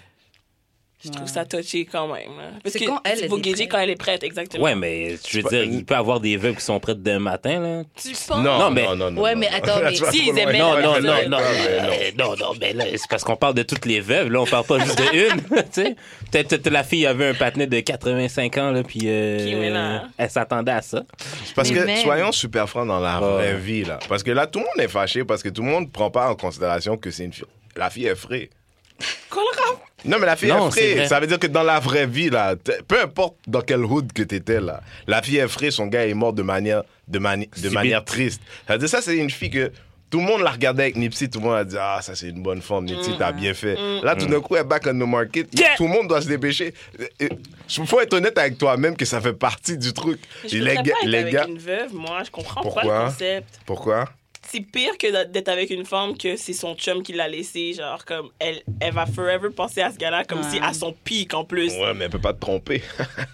S5: je trouve ça touché quand même. hein. Parce
S2: C'est
S5: que
S2: quand elle,
S5: il
S2: elle
S5: faut
S2: est
S5: gager
S2: prête.
S5: quand elle est prête, exactement.
S3: Ouais, mais je veux dire, il peut avoir des veuves qui sont prêtes demain matin, là.
S5: Tu penses?
S4: Non,
S3: Non,
S4: non,
S3: mais-
S4: non, non,
S2: Ouais,
S4: non,
S2: mais
S4: non.
S2: attends,
S4: Là,
S2: mais-
S4: tu vas
S5: S'ils
S4: trop loin.
S5: aimaient
S3: Non,
S5: Ouais,
S3: non,
S5: ouais,
S3: non,
S5: ouais,
S3: non, euh, non, non, mais là, c'est parce qu'on parle de toutes les veuves, là, on parle pas juste de une, tu sais. Peut-être peut-être la fille avait un patinet de 85 ans, là, puis euh,
S5: Qui est là.
S3: elle s'attendait à ça.
S4: C'est Parce
S2: Mais
S4: que
S2: même.
S4: soyons super francs dans la
S3: Ouais.
S4: vraie vie, là. Parce que là, tout le monde est fâché parce que tout le monde prend pas en considération que c'est une fille. La fille est frais.
S5: Quoi, le rap?
S4: Non, mais la fille
S3: Non,
S4: est
S3: c'est vrai.
S4: frais. Ça veut dire que dans la vraie vie, là, t- peu importe dans quel hood que t'étais, là, la fille est frais, son gars est mort de manière, de mani- de
S3: Subite.
S4: manière triste. Ça veut dire, ça, c'est une fille que. Tout le monde la regardait avec Nipsey, tout le monde a dit Ah, ça c'est une bonne forme, Nipsey, t'as
S5: Mm.
S4: bien fait. Là, tout d'un
S3: Mm.
S4: coup, elle est back on the market.
S3: Yeah.
S4: Tout le monde doit se dépêcher. Il faut être honnête avec toi-même que ça fait partie du truc.
S5: Je
S4: les
S5: voudrais
S4: gars-
S5: pas être
S4: les
S5: avec
S4: gars-
S5: une veuve, moi. Je comprends pas
S4: Pourquoi?
S5: le concept.
S4: Pourquoi
S5: c'est pire que d'être avec une femme que c'est son chum qui l'a laissé. Genre, comme, elle, elle va forever penser à ce gars-là comme
S2: Ouais.
S5: si à son pic en plus.
S4: Ouais, mais elle peut pas te tromper.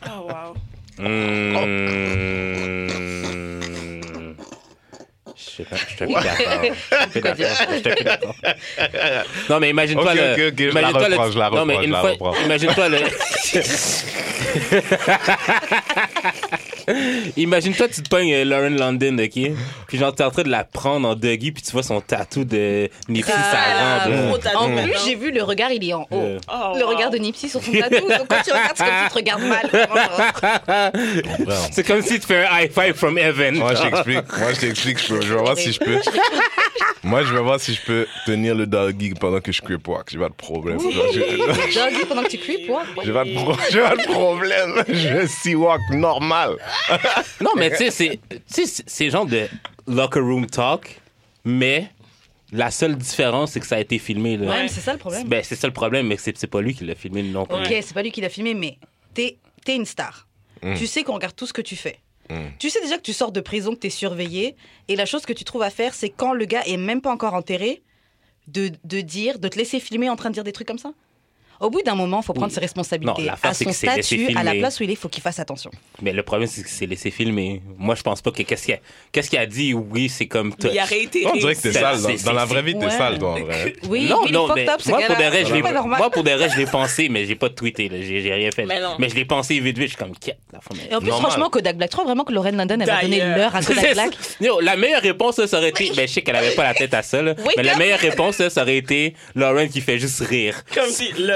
S5: Ah, wow.
S3: Mmh. Je sais pas, je suis plus d'accord. Je suis plus d'accord, je suis plus d'accord. Non, mais imagine-toi
S4: Ok,
S3: le.
S4: ok, ok, je la
S3: imagine-toi le-
S4: reprends, je la
S3: Non, mais
S4: reprends, je
S3: une
S4: la
S3: fois-
S4: reprends.
S3: Imagine-toi le. Imagine-toi, tu te pognes euh, Lauren London, ok? Puis genre, t'es en train de la prendre en Dougie, puis tu vois son tatou de Nipsey
S2: Ah,
S3: Sarrant.
S5: gros
S3: là.
S5: tatou
S2: En plus,
S5: maintenant.
S2: j'ai vu le regard, il est en haut.
S3: Euh.
S5: Oh,
S2: le
S5: wow.
S2: regard de Nipsey sur son tatou. Donc quand tu regardes, c'est comme si tu te regardes mal. Vraiment,
S3: C'est comme si tu fais un high five from heaven.
S4: Moi, je t'explique. Moi, je t'explique. Je, peux- je vais voir si je peux. Moi, je vais voir si je peux tenir le doggy pendant que je crip walk. J'ai pas de problème. Je-
S2: genre, Doggy pendant que tu cuis, quoi.
S4: J'ai pas, de pro- j'ai pas de problème. Je sea walk normal.
S3: Non, mais tu sais, c'est- tu sais, c'est c'est genre de locker room talk, mais la seule différence, c'est que ça a été filmé. Là.
S2: Ouais, mais c'est ça le problème.
S3: Ben, c'est ça le problème, mais c'est c'est pas lui qui l'a filmé non plus.
S2: Ok, c'est pas lui qui l'a filmé, mais t'es t'es une star.
S3: Mm.
S2: Tu sais qu'on regarde tout ce que tu fais. Tu sais déjà que tu sors de prison, que t'es surveillé. Et la chose que tu trouves à faire, c'est quand le gars est même pas encore enterré, de, de dire, de te laisser filmer en train de dire des trucs comme ça. Au bout d'un moment, faut prendre
S3: Oui.
S2: ses responsabilités.
S3: Non, l'affaire,
S2: à
S3: c'est
S2: son
S3: que c'est laissé
S2: statut, à la
S3: filmer.
S2: place où il est, faut qu'il fasse attention.
S3: Mais le problème, c'est que c'est laissé filmer. Moi, je pense pas que qu'est-ce qu'il a, qu'est-ce qu'il a dit, oui, c'est comme touch.
S5: Il a réitéré.
S4: On dirait que t'es
S3: C'est-
S4: sale. Dans,
S3: c'est-
S4: dans la
S3: c'est-
S4: vraie vie, t'es
S2: ouais.
S4: sale, toi, en vrai.
S2: Oui,
S3: non,
S2: il
S3: non,
S2: est
S3: mais
S2: fucked up, ce
S3: moi, pour des
S2: gars-là.
S3: rêves, je
S2: C'est
S3: l'ai-
S2: pas normal.
S3: moi, pour des rêves, je l'ai pensé, mais j'ai pas tweeté, là. J'ai j'ai rien fait. là.
S5: Mais non.
S3: je l'ai pensé vite, vite, je suis comme, quête, la fois, mais-
S2: Et en plus,
S4: Normal.
S2: franchement, Kodak Black, je crois vraiment que Lorraine London, elle va donner
S5: D'ailleurs.
S2: l'heure à Kodak
S3: C'est ça.
S2: Black.
S3: Yo, la meilleure réponse, là, ça aurait été. Ben, je sais qu'elle avait pas la tête à ça, là.
S2: Wake
S3: mais la
S2: up.
S3: meilleure réponse, là, ça aurait été Lauren qui fait juste rire.
S5: Comme si, le-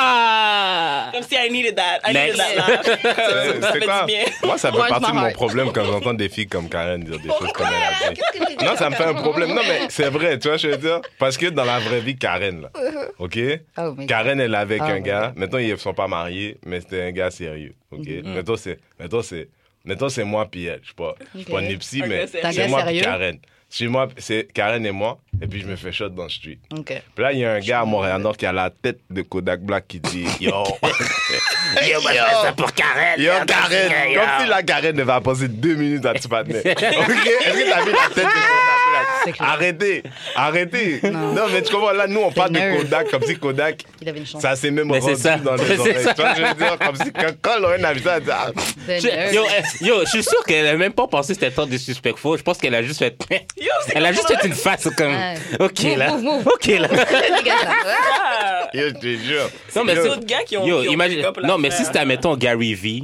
S3: Ah!
S5: comme si I needed that. I
S3: Next.
S5: needed that laugh.
S4: C'est
S5: Ça fait
S4: c'est
S5: du
S4: quoi?
S5: bien.
S4: Moi, ça fait
S6: Right,
S4: partie de
S6: my
S4: mon
S6: heart.
S4: problème quand j'entends des filles comme Karen dire des choses comme elle a dit.
S6: Qu'est-ce que tu dis
S4: Non, ça me fait un problème. Non, mais c'est vrai, tu vois, je veux dire. Parce que dans la vraie vie, Karen, là, OK?
S2: Oh my God.
S4: Karen, elle est avec
S2: Ah,
S4: un
S2: ouais.
S4: gars. Mettons, ils ne sont pas mariés, mais c'était un gars sérieux, OK?
S2: Mm-hmm.
S4: Mettons, c'est... Mettons, c'est... Mettons, c'est moi puis elle. Je ne suis pas, je suis pas
S2: Ok.
S4: Nipsey,
S5: Ok,
S4: mais
S5: c'est-
S2: T'as un
S4: c'est
S2: gars
S4: moi puis
S2: sérieux?
S4: Karen. C'est moi, c'est Karen et moi, et puis je me fais shot dans le street.
S2: Ok.
S4: Puis là, il y a un gars à Montréal-Nord qui a la tête de Kodak Black qui dit Yo,
S3: Yo, moi, je fais ça pour Karen.
S4: yo, Karen
S3: Karen, yo.
S4: Comme si la Karen devait passer deux minutes à Tipatnet. Ok, Est-ce que t'as vu la tête de
S2: C'est
S4: Kodak Black
S2: clair.
S4: Arrêtez Arrêtez non. mais tu comprends, là, nous, on parle de
S2: nerve.
S4: Kodak comme si Kodak.
S2: Il avait une chance.
S4: Ça s'est même
S3: Mais c'est
S4: rendu
S3: ça.
S4: dans
S3: Mais
S4: les
S3: c'est
S4: oreilles.
S3: ça.
S4: Tu vois, je veux dire, comme si quand, quand Lauren a vu ça, elle dit ah,
S2: Ben,
S3: Je- Yo, eh, yo, je suis sûr qu'elle a même pas pensé que c'était tant disrespectful. Je pense qu'elle a juste fait.
S5: Yo, c'est
S3: Elle a juste fait une face comme.
S2: Ouais.
S3: Ok
S2: Move,
S3: là.
S2: move, move.
S3: Ok là.
S2: Dégage, là.
S5: Ah,
S4: Yo, je te jure.
S3: Non mais
S5: les
S3: c'est-
S5: autres gars qui ont.
S3: Yo,
S5: qui ont
S3: imagine.
S5: pick up
S3: Non mais si
S5: l'affaire.
S3: c'était mettons Gary V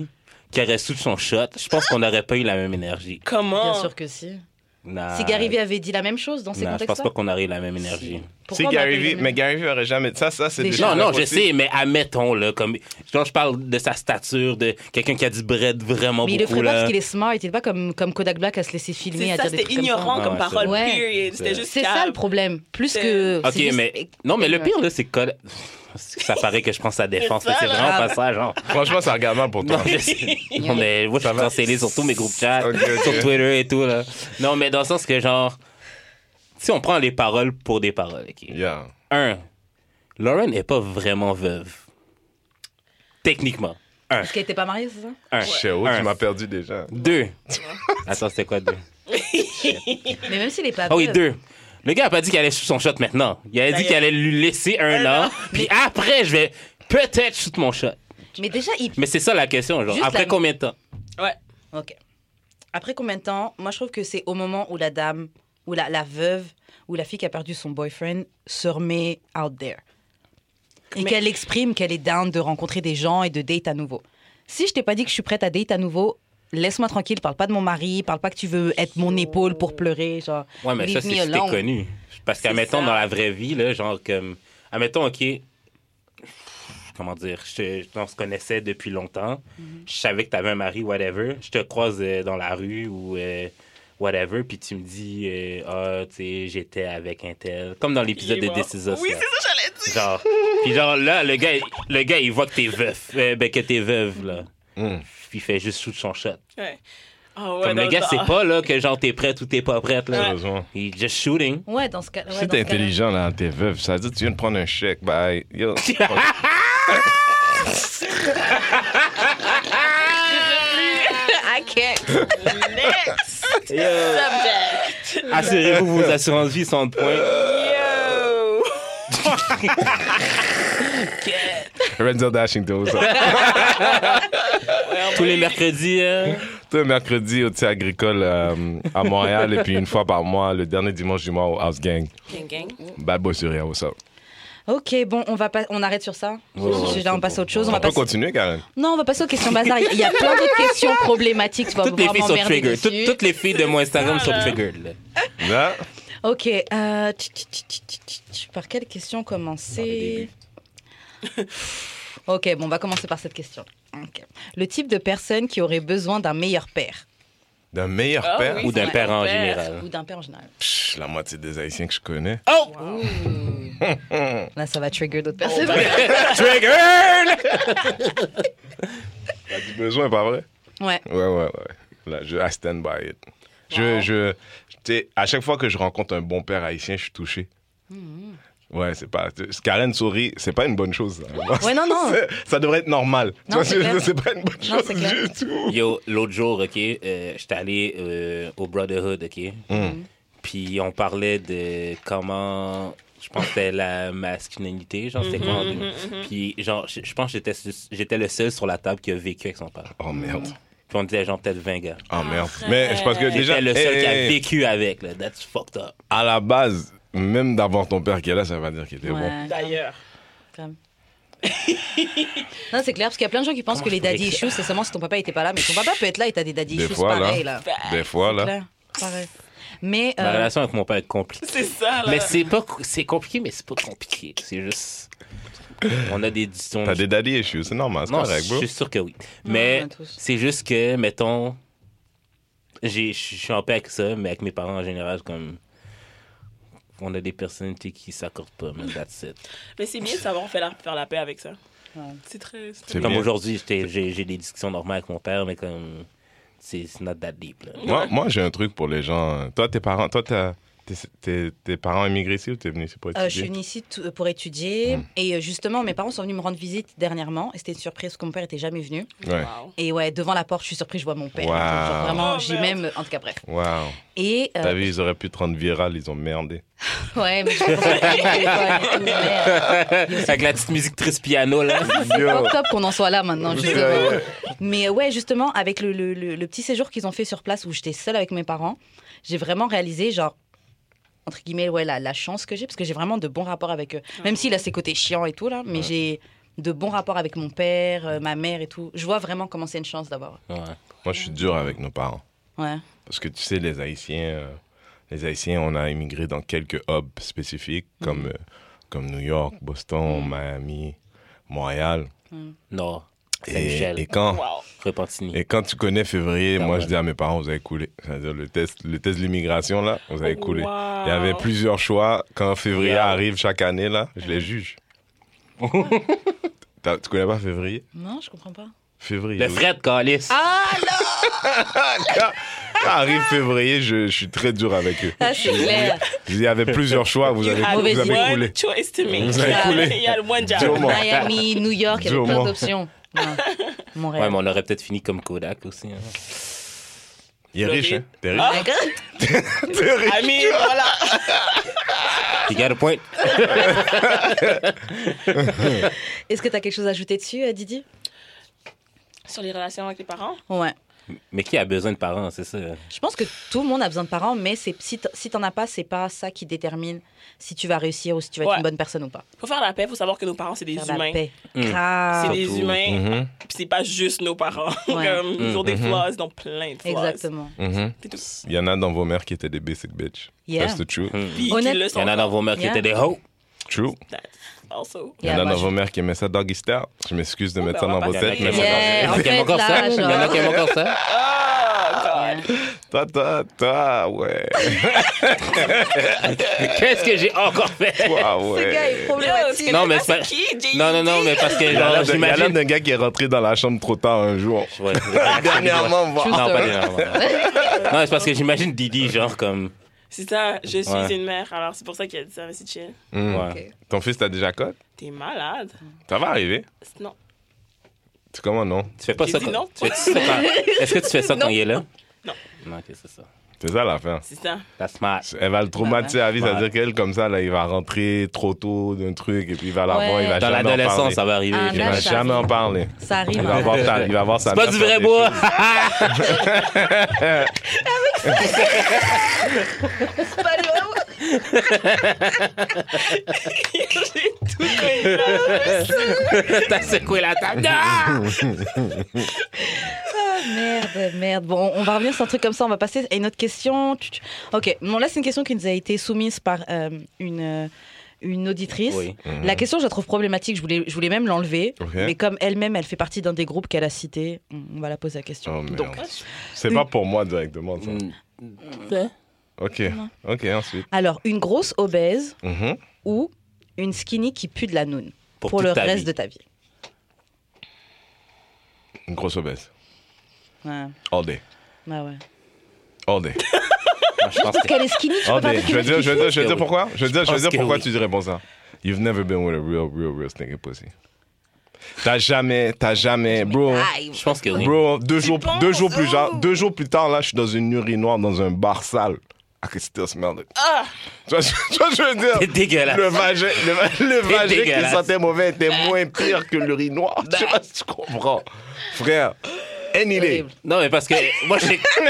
S3: qui aurait su de son shot, je pense qu'on n'aurait pas eu la même énergie.
S5: Comment?
S2: Bien sûr que si.
S3: Nah.
S2: Si Gary Vee avait dit la même chose dans ces
S3: Ah, Non, je pense
S2: contextes-là
S3: pas qu'on aurait eu la même énergie.
S4: Si
S2: Pourquoi on
S4: Gary
S2: appelle les
S4: Vee,
S2: mêmes
S4: mais Gary Vee aurait jamais. Ça, ça, c'est
S2: Des
S4: des
S3: Non,
S4: choses
S3: non, je
S4: impossibles.
S3: sais, mais admettons, là, comme. Genre, je parle de sa stature, de quelqu'un qui a du bread vraiment
S2: Mais il le
S3: beaucoup,
S2: ferait pas
S3: là.
S2: parce qu'il est smart, il est pas comme, comme Kodak Black à se laisser filmer,
S5: C'est
S2: à
S5: ça,
S2: dire des
S5: c'était
S2: trucs comme
S5: ignorant
S2: ça.
S3: Ah
S5: comme
S3: ouais,
S5: parole,
S2: c'est-
S5: period. C'était
S3: C'est-
S5: juste
S2: C'est ça
S5: calme.
S2: le problème. Plus
S5: C'est-
S2: que.
S3: Ok,
S2: c'est juste-
S3: mais. Non, mais le pire, là, c'est que. Kodak- Ça paraît que je prends sa défense,
S5: C'est ça,
S3: mais c'est
S5: là.
S3: vraiment pas ça, genre.
S4: Franchement, c'est regardant pour
S3: Non,
S4: toi.
S3: je sais. Non, mais moi, je suis cancellé sur tous mes groupes chat,
S4: Ok, ok.
S3: sur Twitter et tout, là. Non, mais dans le sens que, genre. Si on prend les paroles pour des paroles, ok.
S4: Yeah.
S3: Un, Lauren n'est pas vraiment veuve. Techniquement. Un.
S2: Parce qu'elle était pas mariée, c'est ça
S3: Un.
S4: Chéo,
S3: Un.
S4: tu m'as perdu déjà.
S3: Deux. Attends, c'était quoi deux?
S2: Mais même s'il est pas.
S3: Ah oui,
S2: veuve,
S3: deux. Le gars a pas dit qu'il allait shoot son shot maintenant. Il a dit
S5: D'ailleurs.
S3: qu'il allait lui laisser un
S5: Un
S3: an. Puis après, je vais peut-être shoot mon shot.
S2: Mais déjà, il.
S3: Mais c'est ça la question, genre.
S2: Juste
S3: après
S2: la-
S3: combien de temps?
S5: Ouais.
S2: Ok. Après combien de temps Moi, je trouve que c'est au moment où la dame, ou la, la veuve, ou la fille qui a perdu son boyfriend se remet out there. Et
S5: Mais-
S2: qu'elle exprime qu'elle est down de rencontrer des gens et de date à nouveau. Si je t'ai pas dit que je suis prête à date à nouveau, laisse-moi tranquille, parle pas de mon mari, parle pas que tu veux être mon épaule pour pleurer. Genre,
S3: Ouais, mais
S2: leave
S3: ça, c'est
S2: me
S3: si t'es
S2: alone.
S3: connu. Parce qu'admettons,
S5: ça.
S3: dans la vraie vie, là, genre, comme. Admettons, OK. Comment dire? je- on se connaissait depuis longtemps.
S5: Mhm.
S3: Je savais que t'avais un mari, whatever. Je te croise euh, dans la rue ou. euh, Whatever, puis tu me dis, euh, ah, tu sais, j'étais avec un tel. Comme dans l'épisode
S5: Il est
S3: de
S5: mort.
S3: This Is Us,
S5: Oui,
S3: là.
S5: c'est ça, que j'allais dire.
S3: Genre, puis genre là, le gars, le gars, il voit que t'es veuf, euh, ben que t'es veuve là.
S4: Mm.
S3: Puis il fait juste shoot son shot.
S5: Ouais. Ah ouais,
S3: Comme le
S5: dans
S3: gars,
S5: temps.
S3: c'est pas là que genre t'es prête ou t'es pas prête là.
S4: Heureusement.
S3: Il just shooting.
S2: Ouais, dans ce cas. ouais,
S4: Si
S2: dans ce
S4: t'es
S2: cas-là.
S4: intelligent, là, t'es veuve, ça veut dire que tu viens de prendre un chèque. Bye. Yo.
S2: I can't.
S5: Next
S3: Yo.
S5: subject.
S3: Assurez-vous que vos assurances vie sont de point.
S5: Yo!
S4: Renzel Dashington, ça.
S3: Tous les mercredis. euh,
S4: Tous les mercredis au thé agricole euh, à Montréal et puis une fois par mois, le dernier dimanche du mois au House Gang.
S5: Gang, gang.
S4: Bad Boy sur Air, what's up?
S2: Ok, bon, on va pas, on arrête sur ça.
S3: Ouais, ouais,
S2: Parce que là, on passe à autre chose. On
S4: On
S2: va
S4: peut
S2: passer-
S4: continuer, Karen?
S2: Non, on va passer aux questions bazar. Il y a plein d'autres questions problématiques. Tu vas
S3: Toutes les
S2: pouvoir
S3: filles sont
S2: m'emmerder
S3: trigger.
S2: dessus.
S3: Toutes, toutes les filles de mon Instagram sont triggered. là.
S4: Là?
S2: Ok. euh, tch, tch, tch, tch, tch, tch. Par quelle question
S3: Dans les débuts.
S2: commencer Ok, bon, on va commencer par cette question. Ok. Le type de personne qui aurait besoin d'un meilleur père
S4: D'un meilleur
S5: Ah
S4: père?
S5: oui.
S3: Ou d'un
S5: Ouais.
S3: père en
S5: Père.
S4: Euh.
S3: général.
S2: ou d'un père en général.
S4: Psh, la moitié des Haïtiens que je connais.
S2: Ah!
S3: Oh!
S2: Là, ça va trigger d'autres
S6: Personne.
S2: personnes.
S4: bah,
S3: Triggered!
S4: T'as du besoin, pas vrai?
S2: Ouais.
S4: Ouais, ouais, ouais. Là, je I stand by it. Je, je, tu sais, à chaque fois que je rencontre un bon père haïtien, je suis touché. Ouais, c'est pas. Karen sourit, c'est pas une bonne chose. ça.
S2: Mm-hmm. Ouais, non, non.
S4: C'est- Ça devrait être normal. Tu
S2: Non,
S4: vois,
S2: c'est clair.
S4: c'est pas une bonne
S2: Non,
S4: chose
S2: c'est clair.
S4: du tout.
S3: Yo, l'autre jour, OK, euh, j'étais allé euh, au Brotherhood, OK? Mm. Puis on parlait de comment... Je pense que c'était la masculinité, genre, c'était quoi? en deux? Puis genre, je je pense que j'étais su- j'étais le seul sur la table qui a vécu avec son père.
S4: Oh merde.
S3: Puis on disait genre peut-être 20 gars.
S4: Oh
S2: Ah,
S4: merde. Mais c'est parce que
S5: J'étais
S4: déjà,
S3: J'étais le seul
S4: hey,
S3: qui
S4: hey,
S3: a vécu avec, là. That's fucked up.
S4: à la base, même d'avoir ton père qui est là, ça va dire qu'il était bon.
S2: Ouais.
S5: D'ailleurs.
S2: Non, c'est clair, parce qu'il y a plein de gens qui pensent que
S3: Comment
S2: les
S3: je pourrais
S2: daddy
S3: écrire
S2: issues, c'est seulement si ton papa était pas là. Mais ton papa peut être là et t'as des daddy
S4: Des
S2: issues
S4: fois, là.
S2: pareil, là.
S4: Des fois, là. Bah,
S2: Clair, pareil. Mais.
S3: Ma
S2: euh,
S3: relation avec mon père est compliquée.
S5: C'est ça, là.
S3: Mais c'est pas co- c'est compliqué, mais c'est pas compliqué. C'est juste. On a des disons.
S4: T'as des daddy issues, c'est normal, c'est
S3: Non,
S4: correct,
S3: je
S4: bro.
S3: suis sûr que oui.
S2: Non,
S3: Mais
S2: on a tous.
S3: c'est juste que, mettons, j'ai- je suis en paix avec ça, mais avec mes parents en général, comme. On a des personnalités qui s'accordent pas, mais that's it.
S5: Mais c'est bien de savoir faire la, faire la paix avec ça.
S2: Ouais.
S5: C'est très. c'est
S4: C'est
S5: très bien.
S3: Comme
S4: bien.
S3: aujourd'hui, j'étais- j'ai j'ai des discussions normales avec mon père, mais comme. C'est it's not that deep, là.
S4: Moi, moi j'ai un truc pour les gens. Toi, tes parents, toi, t'as- tes, tes- tes parents immigrés ici ou t'es venu ici pour étudier Mmh.
S2: Euh, je suis venue ici tout- pour étudier. Et euh, justement, mes parents sont venus me rendre visite dernièrement. Et c'était une surprise parce que mon père était jamais venu.
S4: Ouais.
S5: Wow.
S2: Et ouais, devant la porte, je suis surprise, je vois mon père.
S4: Wow.
S2: Donc, genre, vraiment,
S5: Oh,
S2: j'ai
S5: merde.
S2: même. Ah, En tout cas, bref.
S4: Wow.
S2: Et. euh,
S4: T'as vu, ils auraient pu te rendre viral, ils ont merdé.
S2: ouais, mais je pense que- Mais, euh,
S3: Avec la petite musique triste piano, là.
S2: c'est
S3: Oh.
S2: pas top qu'on en soit là maintenant, justement.
S4: Sérieux?
S2: Mais euh, ouais, justement, avec le, le- le- le petit séjour qu'ils ont fait sur place où j'étais seule avec mes parents, j'ai vraiment réalisé, genre, entre guillemets, ouais, la, la chance que j'ai, parce que j'ai vraiment de bons rapports avec eux. Même s'il a ses côtés chiants et tout, là, mais j'ai de bons rapports avec mon père, euh, ma mère et tout. Je vois vraiment comment c'est une chance d'avoir.
S3: Ouais.
S4: Moi, je suis
S2: Euh,
S4: dur avec nos parents.
S2: Ouais.
S4: Parce que tu sais, les Haïtiens, euh, les Haïtiens, on a immigré dans quelques hubs spécifiques,
S2: Mhm.
S4: comme, euh, comme New York, Boston, Miami, Montréal.
S3: Non. Saint-Michel.
S4: Et, et quand
S5: Wow.
S3: Repentigny.
S4: et quand tu connais février,
S3: Ah
S4: moi
S3: ouais.
S4: je dis à mes parents, vous avez coulé. C'est-à-dire le test, le test de l'immigration là, vous avez
S2: Oh,
S4: coulé.
S5: Wow.
S4: Il y avait plusieurs choix. Quand février
S3: Yeah.
S4: arrive chaque année là, je les juge. T'as- tu connais pas février
S2: Non, je comprends pas.
S4: Février.
S3: Le Fred Calis.
S2: Ah là
S4: Quand quand arrive février, je, je suis très dur avec eux.
S2: Ah, c'est clair.
S4: Il y avait plusieurs choix, vous avez,
S5: had
S4: vous
S2: mauvaise
S4: avez
S5: one
S4: coulé.
S5: choice to make.
S4: Vous avez coulé.
S5: Il y a le one job.
S4: Du moment.
S2: Ah, Miami, New York, il y avait
S4: Durement.
S2: plein d'options. Ouais.
S3: Ouais,
S2: Montréal.
S3: mais on aurait peut-être fini comme Kodak aussi. hein.
S4: Il est riche, hein T'es riche.
S2: D'accord.
S4: T'es riche.
S5: I mean, voilà.
S3: You got a point.
S2: Est-ce que tu as quelque chose à ajouter dessus, euh, Didi
S5: Sur les relations avec les parents.
S2: Ouais.
S3: Mais qui a besoin de parents, c'est ça?
S2: Je pense que tout le monde a besoin de parents, mais c'est, si t- si t'en as pas, c'est pas ça qui détermine si tu vas réussir ou si tu vas être
S5: Ouais.
S2: une bonne personne ou pas.
S5: Faut faire la paix, faut savoir que nos parents, c'est des
S2: Faire la
S5: humains.
S2: paix.
S3: Mm.
S5: C'est
S2: Grave.
S5: des
S3: Surtout. Mm-hmm.
S5: humains,
S4: Mhm,
S5: puis c'est pas juste nos parents.
S2: Ouais.
S5: Comme, ils ont des flaws, ils ont plein de flaws.
S2: Exactement.
S4: mhm.
S5: C'est tout.
S4: Il y en a dans vos mères qui étaient des basic bitch.
S2: Yeah.
S4: That's the truth.
S5: Puis
S2: Honnête-
S5: qu'ils le
S3: Il y
S5: sont
S3: en a dans vos mères qui
S2: Yeah.
S3: étaient des hoes.
S4: True.
S5: also.
S4: Il y
S2: Yeah,
S4: en a
S2: bah,
S4: dans
S2: je-
S4: vos mères qui aimaient ça doggy style. Je m'excuse de
S5: Oh,
S4: mettre ça
S5: ben, on
S4: dans
S5: va
S4: vos
S5: pas
S4: têtes,
S5: dire.
S4: mais
S3: Il y en
S4: c'est
S2: Yeah, en
S3: a qui aiment
S2: fait,
S3: encore ça.
S2: là,
S3: Il y en a qui aiment encore ça.
S5: Oh, God.
S4: toi, toi, toi, ouais,
S3: Qu'est-ce que j'ai encore fait?
S4: toi,
S2: Ce gars est
S4: ouais.
S2: problématique.
S3: Non, mais
S5: c'est
S3: c'est pas-
S5: qui, Jay-Z?
S3: Non, non, non, mais parce que
S4: Il y a
S3: genre,
S4: l'air d'un- il y a l'air
S3: j'imagine.
S4: d'un gars qui est rentré dans la chambre trop tard un jour.
S3: Ouais.
S4: Dernièrement, voir.
S3: Non, pas dernièrement. Non, c'est parce que j'imagine Didi, genre, comme.
S5: C'est ça, je suis
S3: Ouais.
S5: une mère, alors c'est pour ça qu'il a dit ça, mais c'est chill.
S4: Mm.
S3: Ouais.
S4: Ton fils t'a déjà code
S5: T'es malade.
S4: Ça va arriver.
S5: Non.
S4: Tu comment non
S3: Tu fais pas
S5: J'ai
S3: ça
S5: dit
S3: quand.
S5: non.
S3: tu fais- tu fais pas- Est-ce que tu fais ça quand il est là?
S5: Non.
S3: Non, ok, c'est ça.
S4: C'est ça l'affaire.
S5: C'est ça.
S3: That's smart.
S4: Elle va le traumatiser à vie,
S3: Ouais.
S4: c'est-à-dire qu'elle, comme ça, là, il va rentrer trop tôt d'un truc et puis il va l'avoir,
S2: Ouais.
S4: il va
S3: Dans
S4: jamais en
S3: l'adolescence, hein.
S4: parler.
S3: ça va arriver.
S2: Ah,
S4: Il
S2: Là,
S4: va
S2: ça
S4: jamais
S2: arrive.
S4: en parler.
S2: Ça arrive.
S4: Il va avoir,
S2: hein.
S4: ta- il va avoir sa
S3: C'est pas
S4: mère
S3: du
S4: faire
S3: vrai
S4: des
S3: bois.
S2: Bah,
S5: J'ai tout connu.
S3: T'as secoué la table. Non!
S2: Ah, Merde, merde. Bon, on va revenir sur un truc comme ça. On va passer à une autre question. Tch, tch. Ok. Bon, là, c'est une question qui nous a été soumise par euh, une, euh, une auditrice.
S3: Oui.
S2: La question, je la trouve problématique. Je voulais, je voulais même l'enlever.
S4: Mm-hmm. Ok.
S2: Mais comme elle-même, elle fait partie d'un des groupes qu'elle a cité, on va la poser la question.
S4: Oh, merde.
S2: Donc,
S4: C'est pas pour moi directement, ça. Ok, ok, ensuite.
S2: alors, une grosse obèse
S4: Mhm.
S2: ou une skinny qui pue de la noun pour,
S3: toute
S2: le
S3: ta
S2: reste
S3: vie.
S2: de ta vie
S4: Une grosse obèse.
S2: Ouais,
S4: All day.
S2: ouais, ouais.
S4: All day.
S3: Moi, je pense
S6: Parce
S3: que
S6: qu'elle est skinny, tu peux
S4: All
S6: pas
S4: day.
S6: dire
S4: Je veux
S6: qu'elle est
S4: dire, je veux dire, je veux dire
S3: que oui.
S4: pourquoi Je veux dire, je veux
S3: pense
S4: dire
S3: que
S4: pourquoi
S3: oui.
S4: tu dis réponds ça. You've never been with a real, real, real snake pussy. T'as jamais, t'as jamais, bro.
S3: je pense que oui.
S4: Bro, deux jours,
S5: penses?
S4: deux, jours plus ja-
S5: Oh.
S4: deux jours plus tard, là, je suis dans une urinoir, dans un bar sale. I can still smell it.
S5: Ah!
S4: Tu vois, ce- tu vois ce que je veux dire
S3: C'est dégueulasse.
S4: Le vagin, le, va- le
S3: C'est
S4: vagin
S3: dégueulasse.
S4: qui sentait mauvais était moins pire que l'urinoir. Tu vois, tu comprends. Frère, any day.
S2: Horrible.
S3: Non, mais parce que moi, je sais que,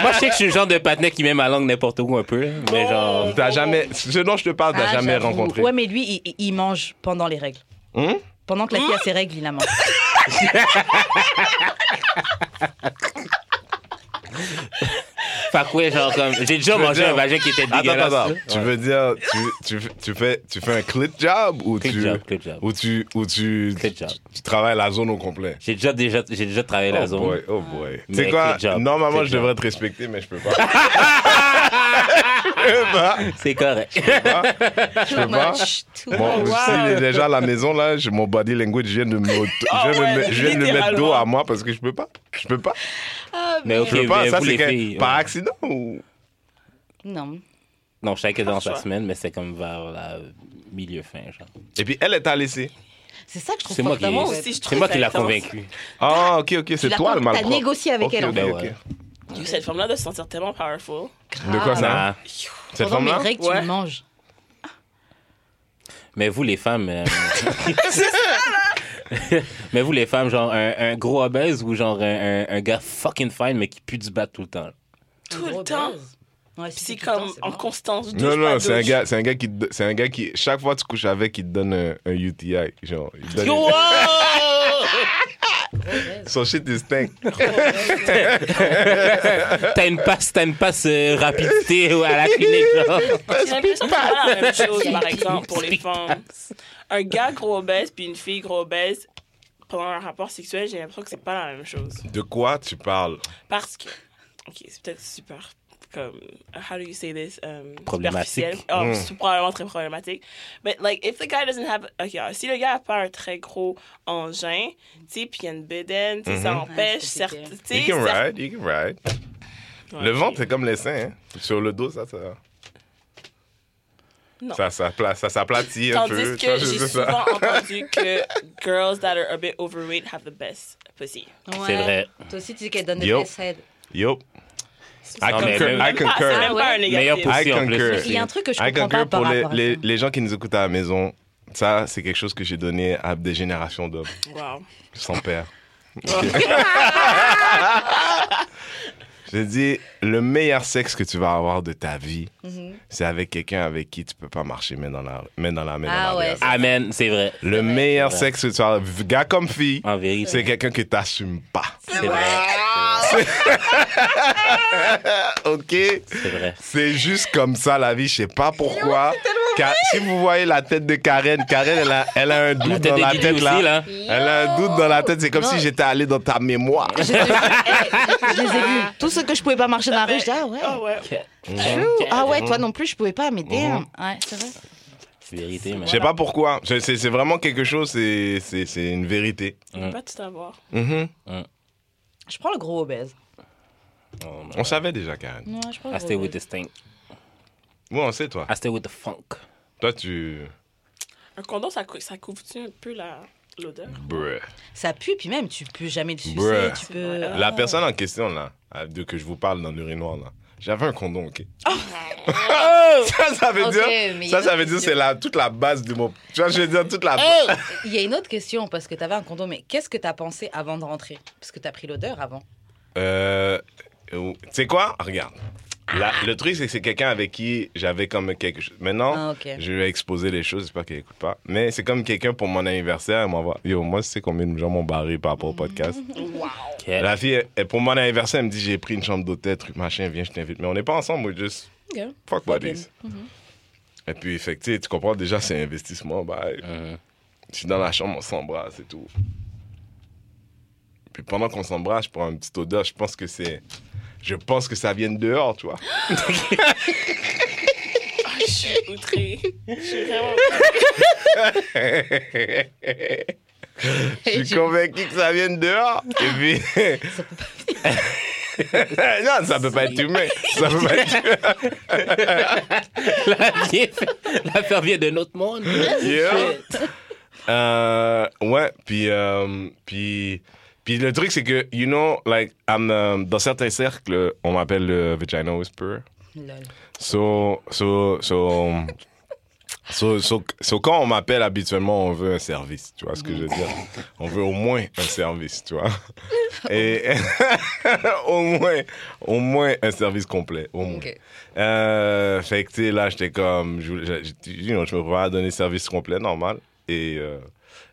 S3: moi, je sais que je suis le genre de patinet qui met ma langue n'importe où un peu. là. Mais
S4: Oh.
S3: genre,
S4: T'as jamais, ce dont je te parle, t'as
S2: Ah,
S4: jamais
S2: j'avoue.
S4: rencontré.
S2: Ouais, mais lui, il, il mange pendant les règles.
S4: Hum?
S2: Pendant que la fille a ses règles, il la mange.
S3: fait que ouais, genre comme. J'ai déjà
S4: Je veux
S3: mangé
S4: dire-
S3: un vagin qui était
S4: Attends,
S3: dégueulasse.
S4: attends,
S3: là.
S4: Tu veux dire, tu, tu, tu, fais, tu fais un clit job ou
S3: Clit
S4: tu.
S3: job, clit job.
S4: Ou tu, ou tu,
S3: Clit
S4: tu,
S3: job.
S4: tu travailles la zone au complet.
S3: J'ai déjà, déjà, j'ai déjà travaillé la
S4: oh
S3: zone.
S4: boy, oh boy. Tu
S3: Mais
S4: sais quoi,
S3: clit job,
S4: normalement
S3: clit
S4: je
S3: job.
S4: devrais te respecter, mais je peux pas. Eh je peux pas.
S3: C'est correct.
S4: Je peux pas.
S3: Oh,
S4: Bon, si les- déjà à la maison, là, j'ai mon body language vient de me,
S3: Ah
S4: je viens de
S5: ouais,
S4: me- je viens de me mettre
S5: littéralement.
S4: dos à moi parce que je peux pas. Je peux pas.
S3: mais ok,
S4: Je peux pas.
S3: mais
S4: Ça,
S3: vous
S4: c'est
S3: les
S4: que-
S3: filles.
S4: par
S3: ouais.
S4: accident ou.
S2: Non.
S3: Non, je savais que dans sa
S5: choix.
S3: semaine, mais c'est comme vers la milieu fin, genre.
S4: Et puis elle, elle t'a laissé.
S2: C'est ça que je trouve
S3: C'est moi
S2: fucked up,
S3: qui-
S2: en
S5: Moi
S2: fait.
S5: aussi, je trouve
S3: C'est moi
S5: ça
S3: qui l'a
S5: intense.
S3: convaincu.
S4: Ah, ok, ok, c'est
S6: l'as
S4: toi le
S6: con- t'as
S4: malpropre.
S6: négocié avec
S4: Ok,
S6: elle, en
S4: ok,
S3: fait.
S4: ok.
S5: Yo, cette femme-là doit se sentir tellement powerful.
S4: De quoi ça
S3: Nah.
S4: Cette
S2: Pendant mes
S4: femme-là
S2: règles, tu
S5: Ouais.
S2: le manges.
S3: Mais vous, les femmes. euh, mais vous, les femmes, genre un, un gros obèse ou genre un, un- un gars fucking fine, mais qui pue du bat tout le temps.
S5: Tout le temps.
S2: Ouais,
S5: Puis
S2: si
S5: c'est
S2: tout le temps,
S5: comme
S2: c'est
S5: en
S2: marrant.
S5: constance.
S4: Non,
S5: douche
S4: non,
S5: pas
S4: c'est un,
S5: douche.
S4: gars, c'est un gars qui, c'est un gars qui, chaque fois que tu couches avec, il te donne un, un UTI. Genre, il te donne
S3: Yo, wow!
S4: son shit is stink.
S3: Euh, T'as une passe, t'as une passe euh, rapidité ouais, à la clinique, genre.
S5: J'ai l'impression que c'est pas la même chose, par exemple, pour les femmes. Un gars gros obèse puis une fille gros obèse pendant un rapport sexuel, j'ai l'impression que c'est pas la même chose.
S4: De quoi tu parles
S5: Parce que, ok, c'est peut-être super, comme, how do you say this? Um,
S3: Problématique.
S5: superficiel.
S4: Mm.
S5: Oh, c'est probablement très problématique. But like, if the guy doesn't have, ok, alors, si le gars a pas un très gros engin, tu sais, puis il y a une bédaine, tu sais,
S4: Mm-hmm.
S5: ça empêche,
S2: c'est compliqué.
S5: certes, tu sais,
S4: You can
S5: certes-
S4: ride, you can ride.
S5: Ouais,
S4: Le
S5: ok.
S4: ventre, c'est comme les seins. Hein. Sur le dos, ça, ça.
S5: Non.
S4: Ça, ça, pla- ça s'aplatit un peu.
S5: Tandis
S4: tu vois,
S5: que j'ai
S4: c'est ça.
S5: souvent entendu que girls that are a bit overweight have the best pussy.
S3: C'est vrai.
S2: Toi aussi, tu dis qu'elle donne
S4: Yo.
S2: des best head.
S4: Yo, I
S3: Non, mais
S4: concur.
S3: même-
S4: I
S5: Même pas, Ah, c'est
S4: concur.
S5: même pas un
S3: Meilleur
S5: négatif.
S3: poussée
S4: I
S3: en plus.
S4: concur.
S2: Il y a un truc que je
S4: I
S2: comprends pas
S4: concur
S2: par
S4: pour les,
S2: rapport à
S4: les,
S2: ça.
S4: les gens qui nous écoutent à la maison. Ça, c'est quelque chose que j'ai donné à des générations d'hommes
S5: Wow.
S4: sans père. J'ai dit, le meilleur sexe que tu vas avoir de ta vie, c'est avec quelqu'un avec qui tu peux pas marcher main dans la main dans la main
S2: Ah
S4: dans la
S2: ouais,
S4: main.
S2: c'est-
S3: Amen, c'est vrai.
S4: Le meilleur sexe que tu as, gars comme fille,
S3: En vérité.
S4: c'est quelqu'un que t'assumes pas.
S3: C'est vrai. C'est vrai.
S4: Ok.
S3: C'est vrai.
S4: C'est juste comme ça la vie, je sais pas pourquoi. Car- si vous voyez la tête de Karen, Karen elle a, elle a un doute
S3: tête
S4: dans
S3: de
S4: la
S3: Guido
S4: tête là.
S3: aussi, là.
S4: Elle a un doute dans la tête, c'est comme
S2: Non.
S4: si j'étais allé dans ta mémoire.
S2: Je, te jure, hey, je les ai vus. Tout ce que je pouvais pas marcher dans la rue, je dis ah ouais.
S5: Ah ouais.
S2: true. Ah ouais, toi non plus, je pouvais pas, mais damn. Ouais, c'est vrai.
S3: C'est vérité, man.
S4: Je sais pas pourquoi. Je- C'est c'est vraiment quelque chose, c'est- c'est c'est une vérité.
S5: On peut pas tout avoir.
S4: Mhm.
S2: Je prends le gros obèse.
S3: Oh, man.
S4: On savait déjà, Karen.
S2: Ouais, je prends
S3: I
S2: le
S3: stay
S2: gros
S3: with
S2: obèse.
S3: the stink.
S4: Moi, on sait, toi.
S3: I stay with the funk.
S4: Toi, tu.
S5: Un condom, ça, cou- ça couvre-tu un peu la... l'odeur.
S4: Bruh.
S2: Ça pue, puis même, tu peux jamais le sucer.
S4: Bruh.
S2: Tu peux... euh,
S4: La personne en question, là, à- de que je vous parle dans l'urinoir, là, j'avais un condom, OK? ça, ça veut
S6: Oh. Ok, mais
S4: dire...
S6: il y a
S4: Ça, ça
S6: une
S4: veut dire c'est la, toute la base du mot. Tu vois, je veux dire toute la...
S2: Il y a une autre question, parce que t'avais un condom, mais qu'est-ce que t'as pensé avant de rentrer Parce que t'as pris l'odeur avant.
S4: Euh, euh, tu sais quoi? Regarde. La- le truc, c'est que c'est quelqu'un avec qui j'avais comme quelque chose. Maintenant,
S2: Ah, ok.
S4: je lui ai exposé les choses, j'espère qu'il écoute pas. Mais c'est comme quelqu'un pour mon anniversaire, elle m'envoie. Yo, moi, tu sais combien de gens m'ont barré par rapport au podcast.
S3: Quel-
S4: La fille, elle- pour mon anniversaire, elle me dit J'ai pris une chambre d'hôtel, truc machin, viens, je t'invite. Mais on n'est pas ensemble, we're just
S2: Yeah.
S4: fuck
S2: Fuck
S4: buddies. Et puis, effectivement, tu comprends déjà, c'est un investissement. Bah,
S3: Mhm.
S4: je suis dans la chambre, on s'embrasse et tout. Puis pendant qu'on s'embrasse, je prends une petite odeur, je pense que c'est. Je pense que ça vient de dehors, tu vois.
S5: Ah, je suis outrée. Je suis vraiment.
S4: je suis convaincu que ça vient de dehors. Et puis. non, ça peut pas être humain. Ça peut pas être
S3: La vie- L'affaire vient d'un autre monde.
S4: Yeah. Euh, ouais, puis, euh, puis, puis le truc, c'est que, you know, like, I'm, um, dans certains cercles, on m'appelle le vagina whisperer.
S2: Lol.
S4: So, so, so, so, so, so quand on m'appelle habituellement, on veut un service, tu vois ce que je veux dire? On veut au moins un service, tu vois? Et au moins, au moins un service complet, au moins.
S2: Ok.
S4: Euh, fait que, tu sais, là, j'étais comme, je, voulais- je, je- you know, je me préparais à donner service complet, normal. Et euh,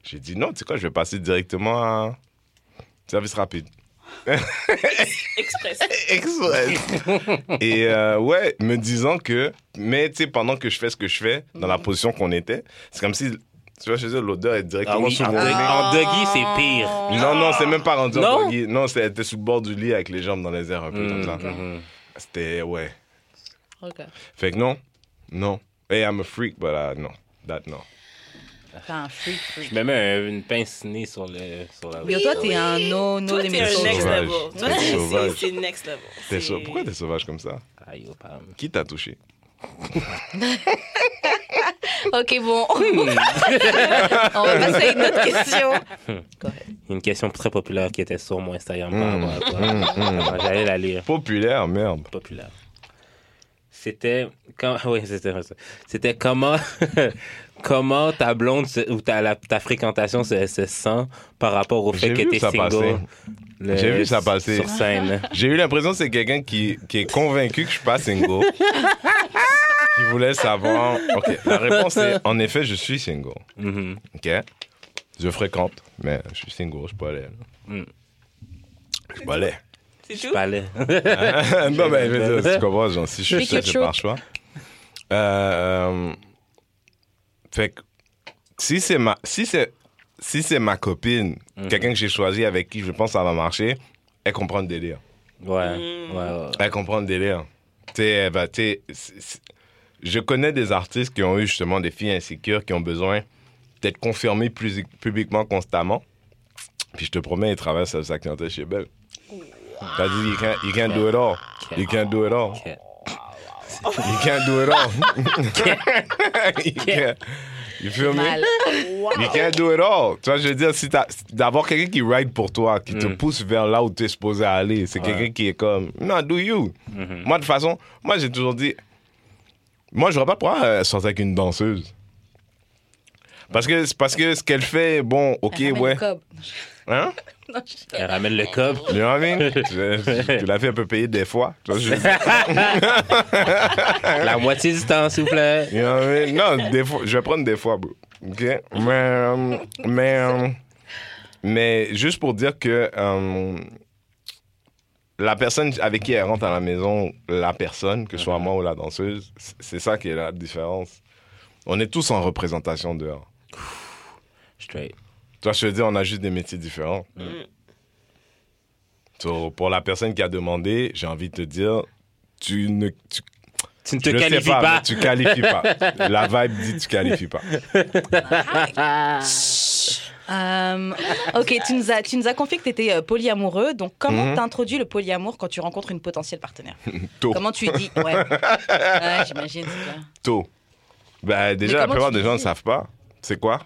S4: j'ai dit, non, tu sais quoi, je vais passer directement à service rapide.
S5: Express.
S4: Express. Et euh, ouais, me disant que, mais tu sais, pendant que je fais ce que je fais, dans la position qu'on était, c'est comme si, tu vois, je veux dire, l'odeur est
S3: Ah
S4: directement
S3: oui,
S4: sur
S3: en,
S4: mon
S3: doggy-
S4: nez.
S3: en doggy, c'est pire.
S4: Non, non, c'est même pas rendu
S3: Non.
S4: en doggy. Non, c'est- elle était sous le bord du lit avec les jambes dans les airs, un peu comme ça.
S3: Mhm.
S4: C'était, ouais.
S2: Ok.
S4: Fait que non, non. Hey, I'm a freak, but uh, no. That, no.
S2: T'as un freak, freak.
S3: Je me mets un- une pince nez sur, le, sur la
S2: Yo, toi, t'es un no, no
S5: Toi, t'es un
S4: sauvage.
S5: next
S2: limit.
S5: level.
S4: Toi,
S5: Toi,
S4: t'es
S5: t'es-
S4: sauvage.
S5: c'est- c'est next level.
S4: T'es sau-
S5: C'est-
S4: Pourquoi t'es sauvage comme ça?
S3: Aïe, oh, yo, pam.
S4: Qui t'a touché?
S2: Ok, bon.
S5: Hmm.
S2: On va passer à une autre question.
S3: Une question très populaire qui était sur mon Instagram
S4: Mm.
S3: par rapport à toi. Alors, J'allais la lire.
S4: Populaire, merde.
S3: Populaire. C'était. Quand... Oui, c'était ça. C'était comment. comment ta blonde se- ou ta, la- ta fréquentation se, se sent par rapport au fait
S4: J'ai
S3: que
S4: vu
S3: t'es
S4: ça
S3: single.
S4: passer.
S3: le-
S4: J'ai vu ça passer.
S3: Sur scène.
S4: J'ai eu l'impression que c'est quelqu'un qui, qui est convaincu que je suis pas single. qui voulait savoir. Ok, la réponse est en effet, je suis single.
S3: Mhm.
S4: Ok? Je fréquente, mais je suis single, je suis pas laid. là.
S3: Mm.
S4: Je suis pas laid.
S5: C'est tout?
S3: Palais.
S4: non, mais je veux dire, tu comprends, genre, si je suis seul, c'est par choix. Euh, euh, fait que, si c'est ma, si c'est, si c'est ma copine, quelqu'un que j'ai choisi avec qui je pense que ça va marcher, elle comprend le délire.
S3: Ouais. ouais, ouais.
S2: Mmh.
S4: Elle comprend le délire. Tu sais, elle va- tu sais, c'est- c'est- je connais des artistes qui ont eu justement des filles insécures qui ont besoin d'être confirmées plus- publiquement constamment. Puis je te promets, ils traversent sa clientèle chez Belle. T'as dit, you can't, you can't do it all. You can't do it all.
S3: Ok.
S4: You can't do it all. you, can't. you feel me?
S2: Mal.
S4: You can't do it all. Tu vois, je veux dire, si t'as- d'avoir quelqu'un qui ride pour toi, qui
S2: Mm.
S4: te pousse vers là où tu es supposé aller, c'est quelqu'un qui est comme, non, do you.
S2: Mm-hmm.
S4: Moi, de toute façon, moi, j'ai toujours dit, moi, je vois pas pourquoi euh, sortir avec une danseuse. Parce que, parce que ce qu'elle fait, bon, ok,
S2: Elle ramène
S4: ouais.
S2: le cob.
S4: Hein?
S2: Non, je-
S3: Elle ramène le cob.
S4: Tu vois, Vin? Tu- Tu l'as fait un peu payer des fois. Tu vois, je veux dire.
S3: La moitié du temps, s'il vous plaît.
S4: You know what I mean? Non, des fois, je vais prendre des fois, bro. OK? Mais, euh, mais, euh, mais juste pour dire que euh, la personne avec qui elle rentre à la maison, la personne, que ce
S3: Uh-huh.
S4: soit moi ou la danseuse, c- c'est ça qui est la différence. On est tous en représentation dehors.
S3: Straight.
S4: Toi, je veux dire, on a juste des métiers différents.
S3: Mm.
S4: So, pour la personne qui a demandé, j'ai envie de te dire, tu ne tu
S3: Tu ne te
S4: je sais
S3: qualifies
S4: pas,
S3: pas.
S4: mais tu qualifies pas. La vibe dit tu qualifies pas.
S2: Euh, ok, tu nous, as, tu nous as confié que tu étais polyamoureux. Donc, comment
S4: Mhm.
S2: t'introduis le polyamour quand tu rencontres une potentielle partenaire
S4: Tôt.
S2: Comment tu dis Ouais, Ouais, j'imagine. c'est clair.
S4: tôt. Ben, déjà,
S2: Mais
S4: la
S2: comment
S4: plupart
S2: tu
S4: des gens ne
S2: dis
S4: savent pas. C'est quoi?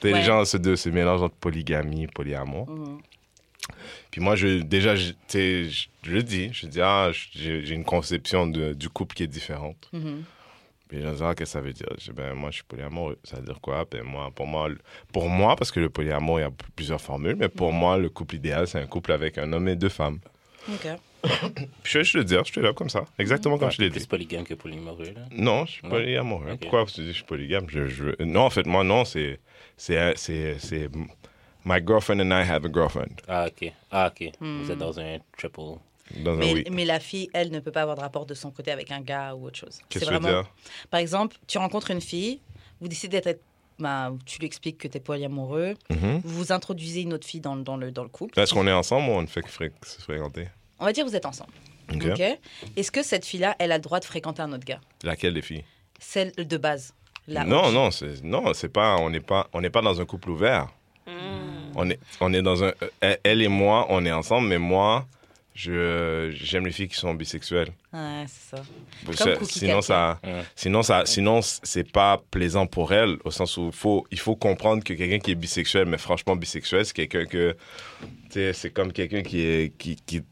S4: T'as
S2: Ouais. Mhm.
S4: les gens, ce, de, ce mélange entre polygamie et polyamour. Puis moi, je, déjà, je, tu sais, je, je le dis. Je dis, ah, j'ai j'ai une conception de- du couple qui est différente.
S2: Mhm.
S4: Puis les gens disent, ah, qu'est-ce que ça veut dire Je dis, ben, moi, je suis polyamoureux. Ça veut dire quoi ben, moi, pour, moi, le- pour moi, parce que le polyamour, il y a p- plusieurs formules, mais
S2: Mhm.
S4: pour moi, le couple idéal, c'est un couple avec un homme et deux femmes.
S2: Ok.
S4: Ah Puis je, je le dis, je te là comme ça, exactement comme je l'ai dit.
S3: plus polygame que polyamoureux, là.
S4: Non, je suis
S3: Non.
S4: polyamoureux.
S3: Ok.
S4: Pourquoi vous dites que je suis polygame je, je veux- Non, en fait, moi, non, c'est. c'est- C'est. c'est- My girlfriend and I have a girlfriend.
S3: Ah, ok. Ah, ok. Vous êtes dans un triple.
S4: Dans un
S2: Mais,
S4: oui.
S2: mais la fille, elle ne peut pas avoir de rapport de son côté avec un gars ou autre chose.
S4: Qu'est-ce que tu veux dire
S2: Par exemple, tu rencontres une fille, vous décidez d'être. Bah, tu lui expliques que t'es polyamoureux,
S4: Mhm.
S2: vous introduisez une autre fille dans, le- dans le, dans le couple.
S4: Est-ce qu'on est ensemble ou on ne fait que fré- se fréquenter
S2: On va dire vous êtes ensemble.
S4: Ok.
S2: ok Est-ce que cette fille-là, elle a le droit de fréquenter un autre gars
S4: Laquelle des filles
S2: Celle de base. la
S4: Non,
S2: haute.
S4: non, c'est- non, c'est pas. On n'est pas. On n'est pas dans un couple ouvert.
S5: Hmm.
S2: Mm.
S4: On est. On est dans un. euh, Elle et moi, on est ensemble, mais moi, je j'aime les filles qui sont bisexuelles.
S2: Ouais, c'est ça.
S4: Ça-
S2: Cookie
S4: sinon
S2: Cat,
S4: ça,
S3: Ouais.
S4: sinon ça, sinon c'est pas plaisant pour elle au sens où faut, il faut comprendre que quelqu'un qui est bisexuel, mais franchement bisexuel, c'est quelqu'un que, tu sais, c'est comme quelqu'un qui est, qui, qui-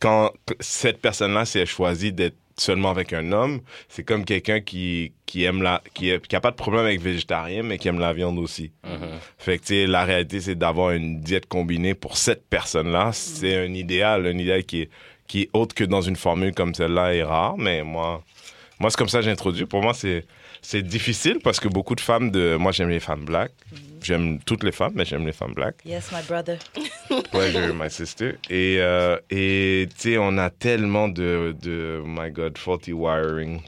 S4: quand cette personne-là, si elle choisit d'être seulement avec un homme, c'est comme quelqu'un qui, qui aime la, qui, est- qui a pas de problème avec végétarien, mais qui aime la viande aussi.
S3: Mhm.
S4: Fait que, tu sais, la réalité, c'est d'avoir une diète combinée pour cette personne-là. C'est un idéal, un idéal qui est, qui est autre que dans une formule comme celle-là est rare, mais moi, moi c'est comme ça que j'introduis. Pour moi, c'est, c'est difficile parce que beaucoup de femmes de. Moi, j'aime les femmes black. J'aime toutes les femmes, mais j'aime les femmes black.
S2: Yes, my brother.
S4: Ouais, j'ai eu ma sister. Et, euh, et tu sais, on a tellement de, de, my God, faulty wiring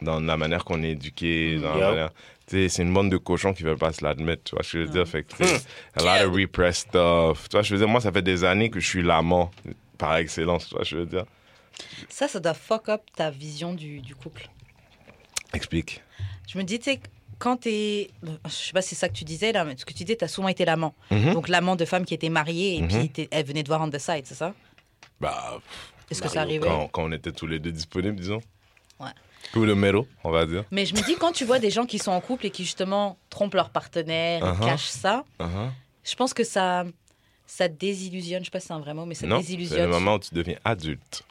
S4: dans la manière qu'on est éduqué, dans
S3: Yep.
S4: la manière... Tu sais, c'est une bande de cochons qui veulent pas se l'admettre, tu vois ce que je veux dire? Fait que, tu sais, a lot of repressed stuff. Tu vois, je veux dire, moi, ça fait des années que je suis l'amant par excellence, tu vois, je veux dire.
S2: Ça, ça doit fuck up ta vision du, du couple.
S4: Explique.
S2: Je me dis, tu sais, quand t'es. Je sais pas si c'est ça que tu disais là, mais ce que tu disais, t'as souvent été l'amant.
S4: Mhm.
S2: Donc l'amant de femme qui était mariée et
S4: Mmh.
S2: puis t'es- elle venait de voir On the Side, c'est ça
S4: Bah,
S2: Est-ce que ça
S3: Mario
S2: arrivait
S4: quand, quand on était tous les deux disponibles, disons.
S2: Ouais.
S4: Coup de méro, on va dire.
S2: Mais je me dis, quand tu vois des gens qui sont en couple et qui justement trompent leur partenaire,
S4: Uh-huh.
S2: cachent ça,
S4: Uh-huh.
S2: je pense que ça, ça désillusionne. Je sais pas si c'est un vrai mot, mais ça
S4: Non, c'est le
S2: désillusionne.
S4: moment où tu deviens adulte.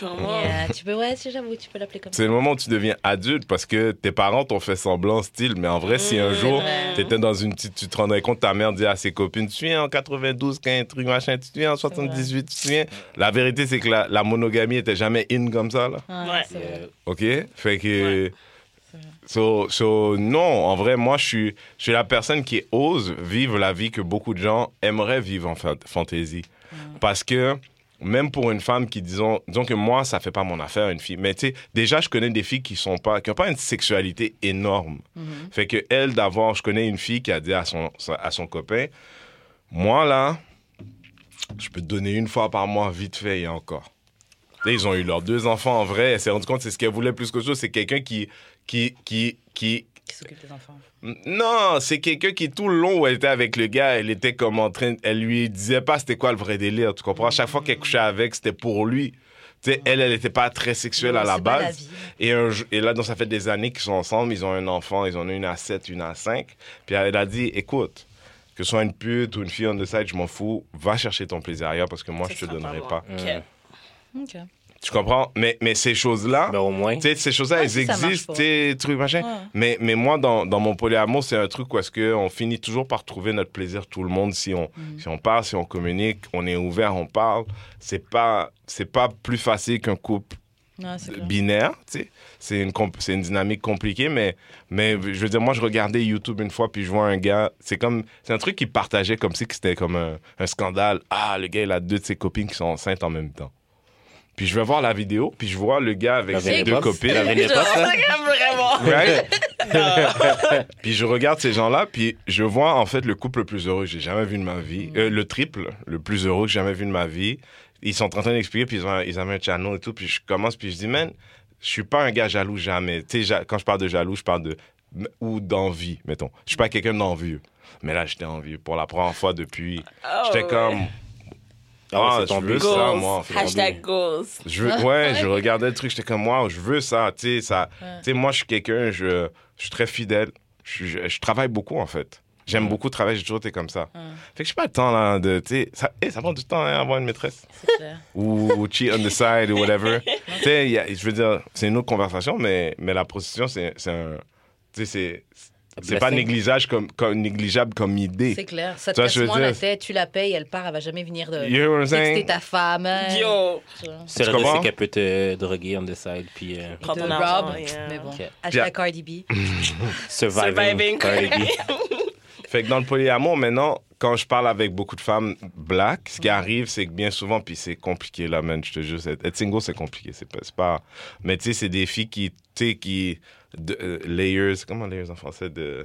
S5: Comment?
S2: Yeah, tu peux, ouais, c'est- j'avoue, tu peux l'appeler comme ça.
S4: C'est le moment où tu deviens adulte parce que tes parents t'ont fait semblant style, mais en vrai, si
S2: Mm.
S4: un jour
S5: Ouais.
S4: t'étais dans une petite, tu te rendrais compte, ta mère dit à ses copines, tu es en 92, qu'un truc machin, tu es en 78, tu es. La vérité, c'est que la, la monogamie était jamais in comme ça, là.
S5: Ouais.
S2: c'est vrai.
S3: Yeah.
S4: OK? Fait que. So, so, non, en vrai, moi, je suis, je suis la personne qui ose vivre la vie que beaucoup de gens aimeraient vivre en fait, fantaisie. Parce que même pour une femme qui, disons, disons que moi, ça fait pas mon affaire, une fille. Mais tu sais, déjà, je connais des filles qui sont pas, qui ont pas une sexualité énorme. Fait que elle, d'avoir, je connais une fille qui a dit à son, à son copain, moi, là, je peux te donner une fois par mois, vite fait, et encore. Tu sais, ils ont eu leurs deux enfants en vrai. Elle s'est rendue compte, c'est ce qu'elle voulait plus que chose. C'est quelqu'un qui, qui, qui, qui.
S2: Qui s'occupe des enfants.
S4: Non, c'est quelqu'un qui, tout le long où elle était avec le gars, elle était comme en train. Elle lui disait pas c'était quoi le vrai délire. Tu comprends? À Chaque fois qu'elle couchait avec, c'était pour lui. Tu sais, elle, elle n'était pas très sexuelle
S2: Non,
S4: à la
S2: c'est pas la
S4: base.
S2: vie.
S4: et, un jou- et là, donc, ça fait des années qu'ils sont ensemble. Ils ont un enfant. Ils en ont une à 7, une à 5. Puis elle a dit écoute, que ce soit une pute ou une fille on the side, je m'en fous. Va chercher ton plaisir ailleurs parce que moi,
S5: Ça
S4: je te
S5: sera
S4: donnerai
S5: moi.
S4: pas.
S5: Ok.
S2: Ok.
S4: Tu comprends? Mais, mais ces choses-là.
S3: Ben, au moins.
S4: Tu sais, ces choses-là,
S2: Ouais,
S4: elles
S2: si ça marche
S4: existent,
S2: pas.
S4: tu sais, trucs, machin.
S2: Ouais.
S4: Mais, mais moi, dans, dans mon polyamour, c'est un truc où est-ce qu'on finit toujours par trouver notre plaisir, tout le monde, si on,
S2: Mm.
S4: si on parle, si on communique, on est ouvert, on parle. C'est pas, c'est pas plus facile qu'un couple
S2: Ouais, c'est clair.
S4: binaire, tu sais. C'est une, comp- c'est une dynamique compliquée, mais, mais je veux dire, moi, je regardais YouTube une fois, puis je vois un gars, c'est comme, c'est un truc qu'il partageait comme si que c'était comme un, un scandale. Ah, le gars, il a deux de ses copines qui sont enceintes en même temps. Puis je vais voir la vidéo, puis je vois le gars avec
S3: Ça
S4: ses
S3: venait
S4: deux
S3: pas.
S4: copines.
S3: Ça venait pas, ça. Ah,
S5: Vraiment.
S4: Right? puis je regarde ces gens-là, puis je vois en fait le couple le plus heureux que j'ai jamais vu de ma vie, Euh, le triple le plus heureux que j'ai jamais vu de ma vie. Ils sont en train d'expliquer, puis ils, ont, ils avaient un channel et tout, puis je commence, puis je dis, man, je suis pas un gars jaloux jamais. Tu sais, ja- quand je parle de jaloux, je parle de. ou d'envie, mettons. Je suis pas quelqu'un d'envieux. Mais là, j'étais envieux pour la première fois depuis.
S5: Ah
S4: J'étais
S5: ouais.
S4: comme.
S3: Ah,
S4: Ah,
S3: c'est
S4: je
S3: ton
S4: veux
S3: but.
S4: ça,
S5: Goals.
S4: moi, en fait.
S5: Hashtag goals.
S4: Je veux- ouais, je regardais le truc, j'étais comme, moi, je veux ça, tu sais, ça. Tu sais, moi, je suis quelqu'un, je, je suis très fidèle. Je je, je- je travaille beaucoup, en fait. J'aime beaucoup travailler, j'ai toujours été comme ça. Fait que j'ai pas le temps, là, de. Tu sais, ça, eh, ça prend du temps, hein, avoir une maîtresse.
S2: C'est clair.
S4: ou cheat on the side ou whatever. tu sais, il y a- je veux dire, c'est une autre conversation, mais, mais la prostitution, c'est c'est un. Tu sais, c'est- c'est pas
S3: Blessing.
S4: négligeable comme, comme, négligeable comme
S2: C'est
S4: idée.
S2: clair. Ça te
S4: Tu vois,
S2: casse
S4: je veux
S2: moins la
S4: dire-
S2: tête, tu la payes, elle part, elle va jamais venir de.
S4: You know what I'm
S2: C'était
S4: saying?
S2: ta femme. hein.
S5: Yo,
S3: C'est
S4: Tu
S3: le risque,
S4: comprends?
S3: c'est qu'elle peut te droguer on the side, puis euh,
S5: prends
S2: de
S5: ton argent.
S2: Rob.
S5: yeah.
S2: Mais bon.
S3: Ok.
S2: Hashtag Cardi B.
S3: surviving.
S5: Surviving.
S3: Cardi B.
S4: Fait que dans le polyamour, maintenant, quand je parle avec beaucoup de femmes black, ce qui arrive, c'est que bien souvent, puis c'est compliqué là, man, je te jure, c'est- être single, c'est compliqué. C'est pas, c'est pas. Mais tu sais, c'est des filles qui. Tu sais, qui. de- euh, layers, comment layers en français de...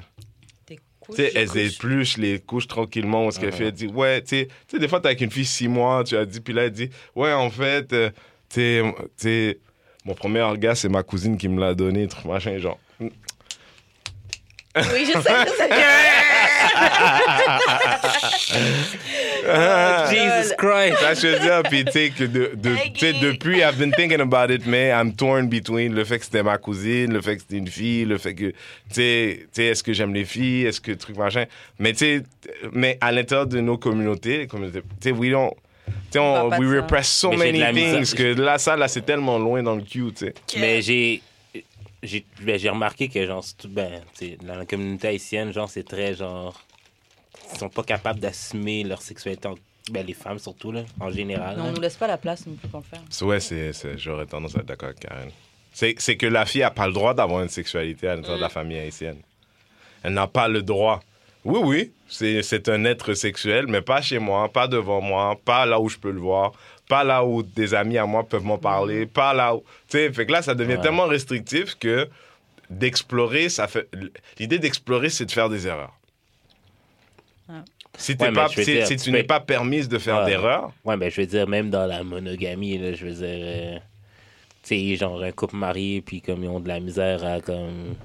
S2: T'es cool.
S4: Tu sais, elles épluchent les couches tranquillement. Où ce qu'elle fait, elle dit, ouais, tu sais, tu sais, des fois, t'es avec une fille six mois, tu as dit, puis là, elle dit, ouais, en fait, euh, tu sais, tu sais, mon premier orgasme, c'est ma cousine qui me l'a donné, truc machin, genre.
S2: Oui, je sais, je sais.
S3: Jesus Christ.
S4: Ça, je veux dire, puis tu sais, que de, de- tu sais, depuis, I've been thinking about it, mais I'm torn between le fait que c'était ma cousine, le fait que c'était une fille, le fait que, tu sais, tu sais, est-ce que j'aime les filles, est-ce que truc machin. Mais tu sais, mais à l'intérieur de nos communautés, les communautés, tu sais, we don't. Tu sais, on,
S2: parle pas de
S4: we
S2: ça.
S4: repress so
S3: Mais j'ai de
S4: many
S3: la
S4: things
S3: misère.
S4: que là, ça, là, c'est tellement loin dans le cul, tu sais.
S3: Mais j'ai. J'ai ben, j'ai remarqué que, genre, c'est tout, ben, tu sais, dans la communauté haïtienne, genre, c'est très, genre. Ils sont pas capables d'assumer leur sexualité. en- ben, les femmes, surtout, là, en général.
S2: Non, on
S3: là.
S2: nous laisse pas la place non plus pour le faire.
S4: So, ouais, c'est, c'est- j'aurais tendance à être d'accord avec Karen. C'est, c'est que la fille n'a pas le droit d'avoir une sexualité à l'intérieur de la famille haïtienne. Elle n'a pas le droit. Oui, oui, c'est, c'est un être sexuel, mais pas chez moi, pas devant moi, pas là où je peux le voir, pas là où des amis à moi peuvent m'en parler, pas là où. Tu sais, fait que là, ça devient
S3: Ouais.
S4: tellement restrictif que d'explorer, ça fait. L'idée d'explorer, c'est de faire des erreurs.
S2: Ouais.
S4: Si, t'es
S3: Ouais, mais
S4: pas,
S3: je veux
S4: si-
S3: dire,
S4: si
S3: tu
S4: tu
S3: peux-
S4: n'es pas permise de faire
S3: Ouais.
S4: d'erreurs,
S3: Ouais, ben je veux dire, même dans la monogamie, là, je veux dire, euh, tu sais, genre un couple marié, puis comme ils ont de la misère à comme.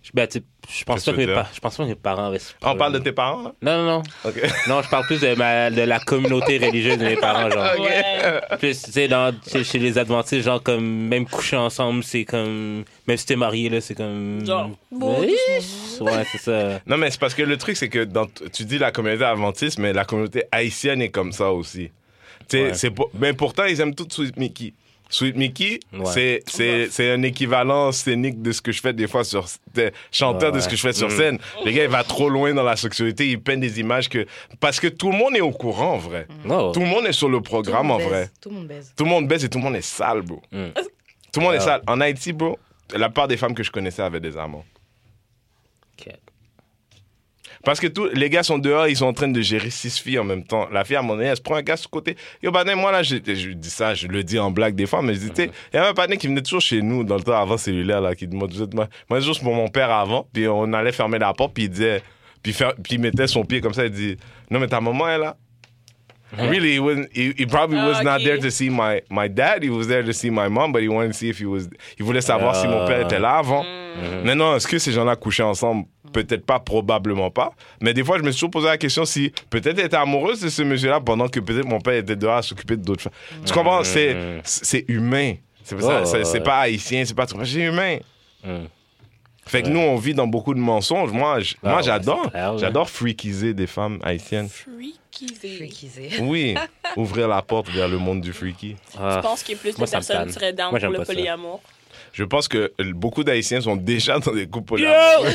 S3: Je- Ben, tu sais,
S4: Qu'est-ce
S3: je pense, pas
S4: que
S3: que
S4: tu
S3: mes
S4: veux dire? Ah,
S3: par- je pense pas que mes parents avaient ce
S4: on parle de
S3: problème.
S4: tes parents, là?
S3: Non, non, non.
S4: OK.
S3: Non, je parle plus de, ma, de la communauté religieuse de mes parents, genre.
S5: Ouais.
S3: Plus, tu sais, dans- chez, chez les adventistes, genre, comme, même coucher ensemble, c'est comme. Même si t'es marié, là, c'est comme.
S5: Genre,
S2: bon,
S3: Oui, Ouais, c'est ça.
S4: Non, mais c'est parce que le truc, c'est que dans, tu dis la communauté adventiste, mais la communauté haïtienne est comme ça aussi. Tu sais,
S3: Ouais.
S4: c'est pour- mais pourtant, ils aiment tout Sweet Mickey. Sweet Mickey,
S3: Ouais.
S4: c'est- c'est c'est un équivalent scénique de ce que je fais des fois sur de- chanteur de ce que je fais sur
S3: Ouais. Mm.
S4: scène. Le gars, il va trop loin dans la sexualité, il peint des images que parce que tout le monde est au courant en vrai.
S3: Non.
S4: Tout le monde est sur
S2: Tout
S4: le
S2: le
S4: programme
S2: monde
S4: en
S2: baise,
S4: vrai.
S2: Tout le monde baise.
S4: Tout le monde baisse et tout le monde est sale, bro.
S3: Mm.
S4: Tout le monde est
S3: Ah.
S4: sale. En Haïti, bro, la part des femmes que je connaissais avaient des amants.
S3: Ok.
S4: Parce que tous les gars sont dehors, ils sont en train de gérer six filles en même temps. La fille, à mon avis, elle se prend un gars sur le côté. Yo, pané, moi, là, je, je dis ça, je le dis en blague des fois, mais je dis, tu sais, il y avait un pané qui venait toujours chez nous dans le temps avant cellulaire, là, qui demande, vous êtes ma- moi, juste pour mon père avant, puis on allait fermer la porte, puis il disait, puis, fer- puis il mettait son pied comme ça, il dit, non, mais ta maman est là. Really, he, wasn't, he, he probably
S5: Ah,
S4: was not
S5: ok.
S4: there to see my, my dad. He was there to see my mom, but he wanted to see if he was. Il voulait savoir si mon père
S3: Ah.
S4: était là avant.
S5: Mm.
S3: Mhm.
S4: Mais non, est-ce que ces gens-là couchaient ensemble Peut-être pas, probablement pas. Mais des fois, je me suis toujours posé la question si peut-être elle était amoureuse de ce monsieur-là pendant que peut-être mon père était dehors à s'occuper d'autres femmes. Tu comprends C'est c'est humain. C'est pas, ça,
S3: Oh,
S4: c'est- c'est
S3: Mhm. ouais.
S4: pas haïtien, c'est pas trop. C'est humain.
S3: Mm.
S4: Fait que nous, on vit dans beaucoup de mensonges. Moi, j-
S3: Ah
S4: moi
S3: ouais,
S4: j'adore.
S3: c'est clair, ouais.
S4: J'adore freakiser des femmes haïtiennes.
S5: freaky.
S2: Freaky.
S4: Oui, ouvrir la porte vers le monde du freaky.
S5: Je
S3: Ah.
S5: pense que plus de
S3: Moi, ça me
S5: personnes
S3: tanne.
S5: seraient down
S3: Moi,
S5: pour
S3: j'aime
S5: le
S3: pas ça.
S5: polyamour.
S4: Je pense que euh, beaucoup d'Haïtiens sont déjà dans des couples
S3: Yo!
S4: polyamoureux.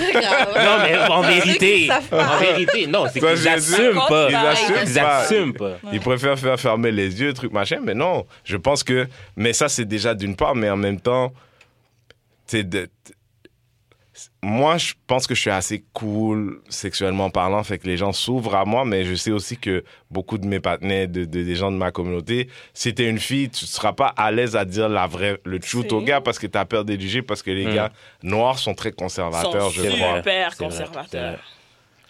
S3: Non, mais en vérité.
S2: savent pas.
S3: En vérité, non, c'est
S4: Ça,
S3: qu'ils
S4: je l'ai dit.
S3: n'assument pas.
S5: Ils
S4: assument
S3: Ils
S4: pas.
S3: assument pas.
S4: Ils préfèrent faire fermer les yeux, truc machin. Mais non, je pense que. Mais ça, c'est déjà d'une part, mais en même temps, t'es de. t- Moi, je pense que je suis assez cool sexuellement parlant, fait que les gens s'ouvrent à moi, mais je sais aussi que beaucoup de mes partenaires, de, de- des gens de ma communauté, si t'es une fille, tu ne seras pas à l'aise à dire la vraie, le truth
S5: C'est-
S4: aux gars parce que t'as peur des juger, parce que les
S3: Hmm.
S4: gars noirs sont très
S5: Ils sont
S4: conservateurs, je crois.
S5: super
S3: C'est vrai,
S5: conservateurs.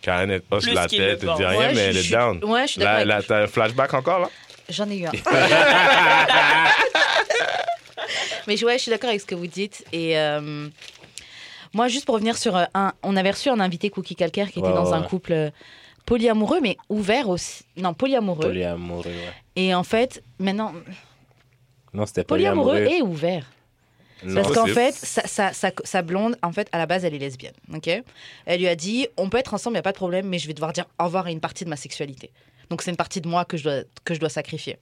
S4: Karen, elle hoche
S5: Plus
S4: la
S5: qu'il le
S4: tête, elle dit
S5: pense.
S4: rien,
S2: Ouais,
S4: mais
S2: je
S4: elle est
S2: suis-
S4: down.
S2: ouais, je suis d'accord
S4: Là,
S2: avec
S4: là, t'as un flashback encore, là?
S2: J'en ai eu un. Mais je- ouais, je suis d'accord avec ce que vous dites. Et euh, moi, juste pour revenir sur euh, un. On avait reçu un invité Cookie Calcaire qui était
S3: Ouais,
S2: dans
S3: ouais,
S2: un
S3: ouais.
S2: couple euh, polyamoureux, mais ouvert aussi. Non, polyamoureux.
S3: Polyamoureux, ouais.
S2: Et en fait, maintenant,
S3: Non, c'était
S2: polyamoureux
S3: polyamoureux.
S2: et ouvert.
S3: Non.
S2: Parce qu'en
S4: c'est-
S2: fait, sa, sa- sa- sa blonde, en fait, à la base, elle est lesbienne. ok elle lui a dit on peut être ensemble, il n'y a pas de problème, mais je vais devoir dire au revoir à une partie de ma sexualité. Donc, c'est une partie de moi que je, dois, que je dois sacrifier.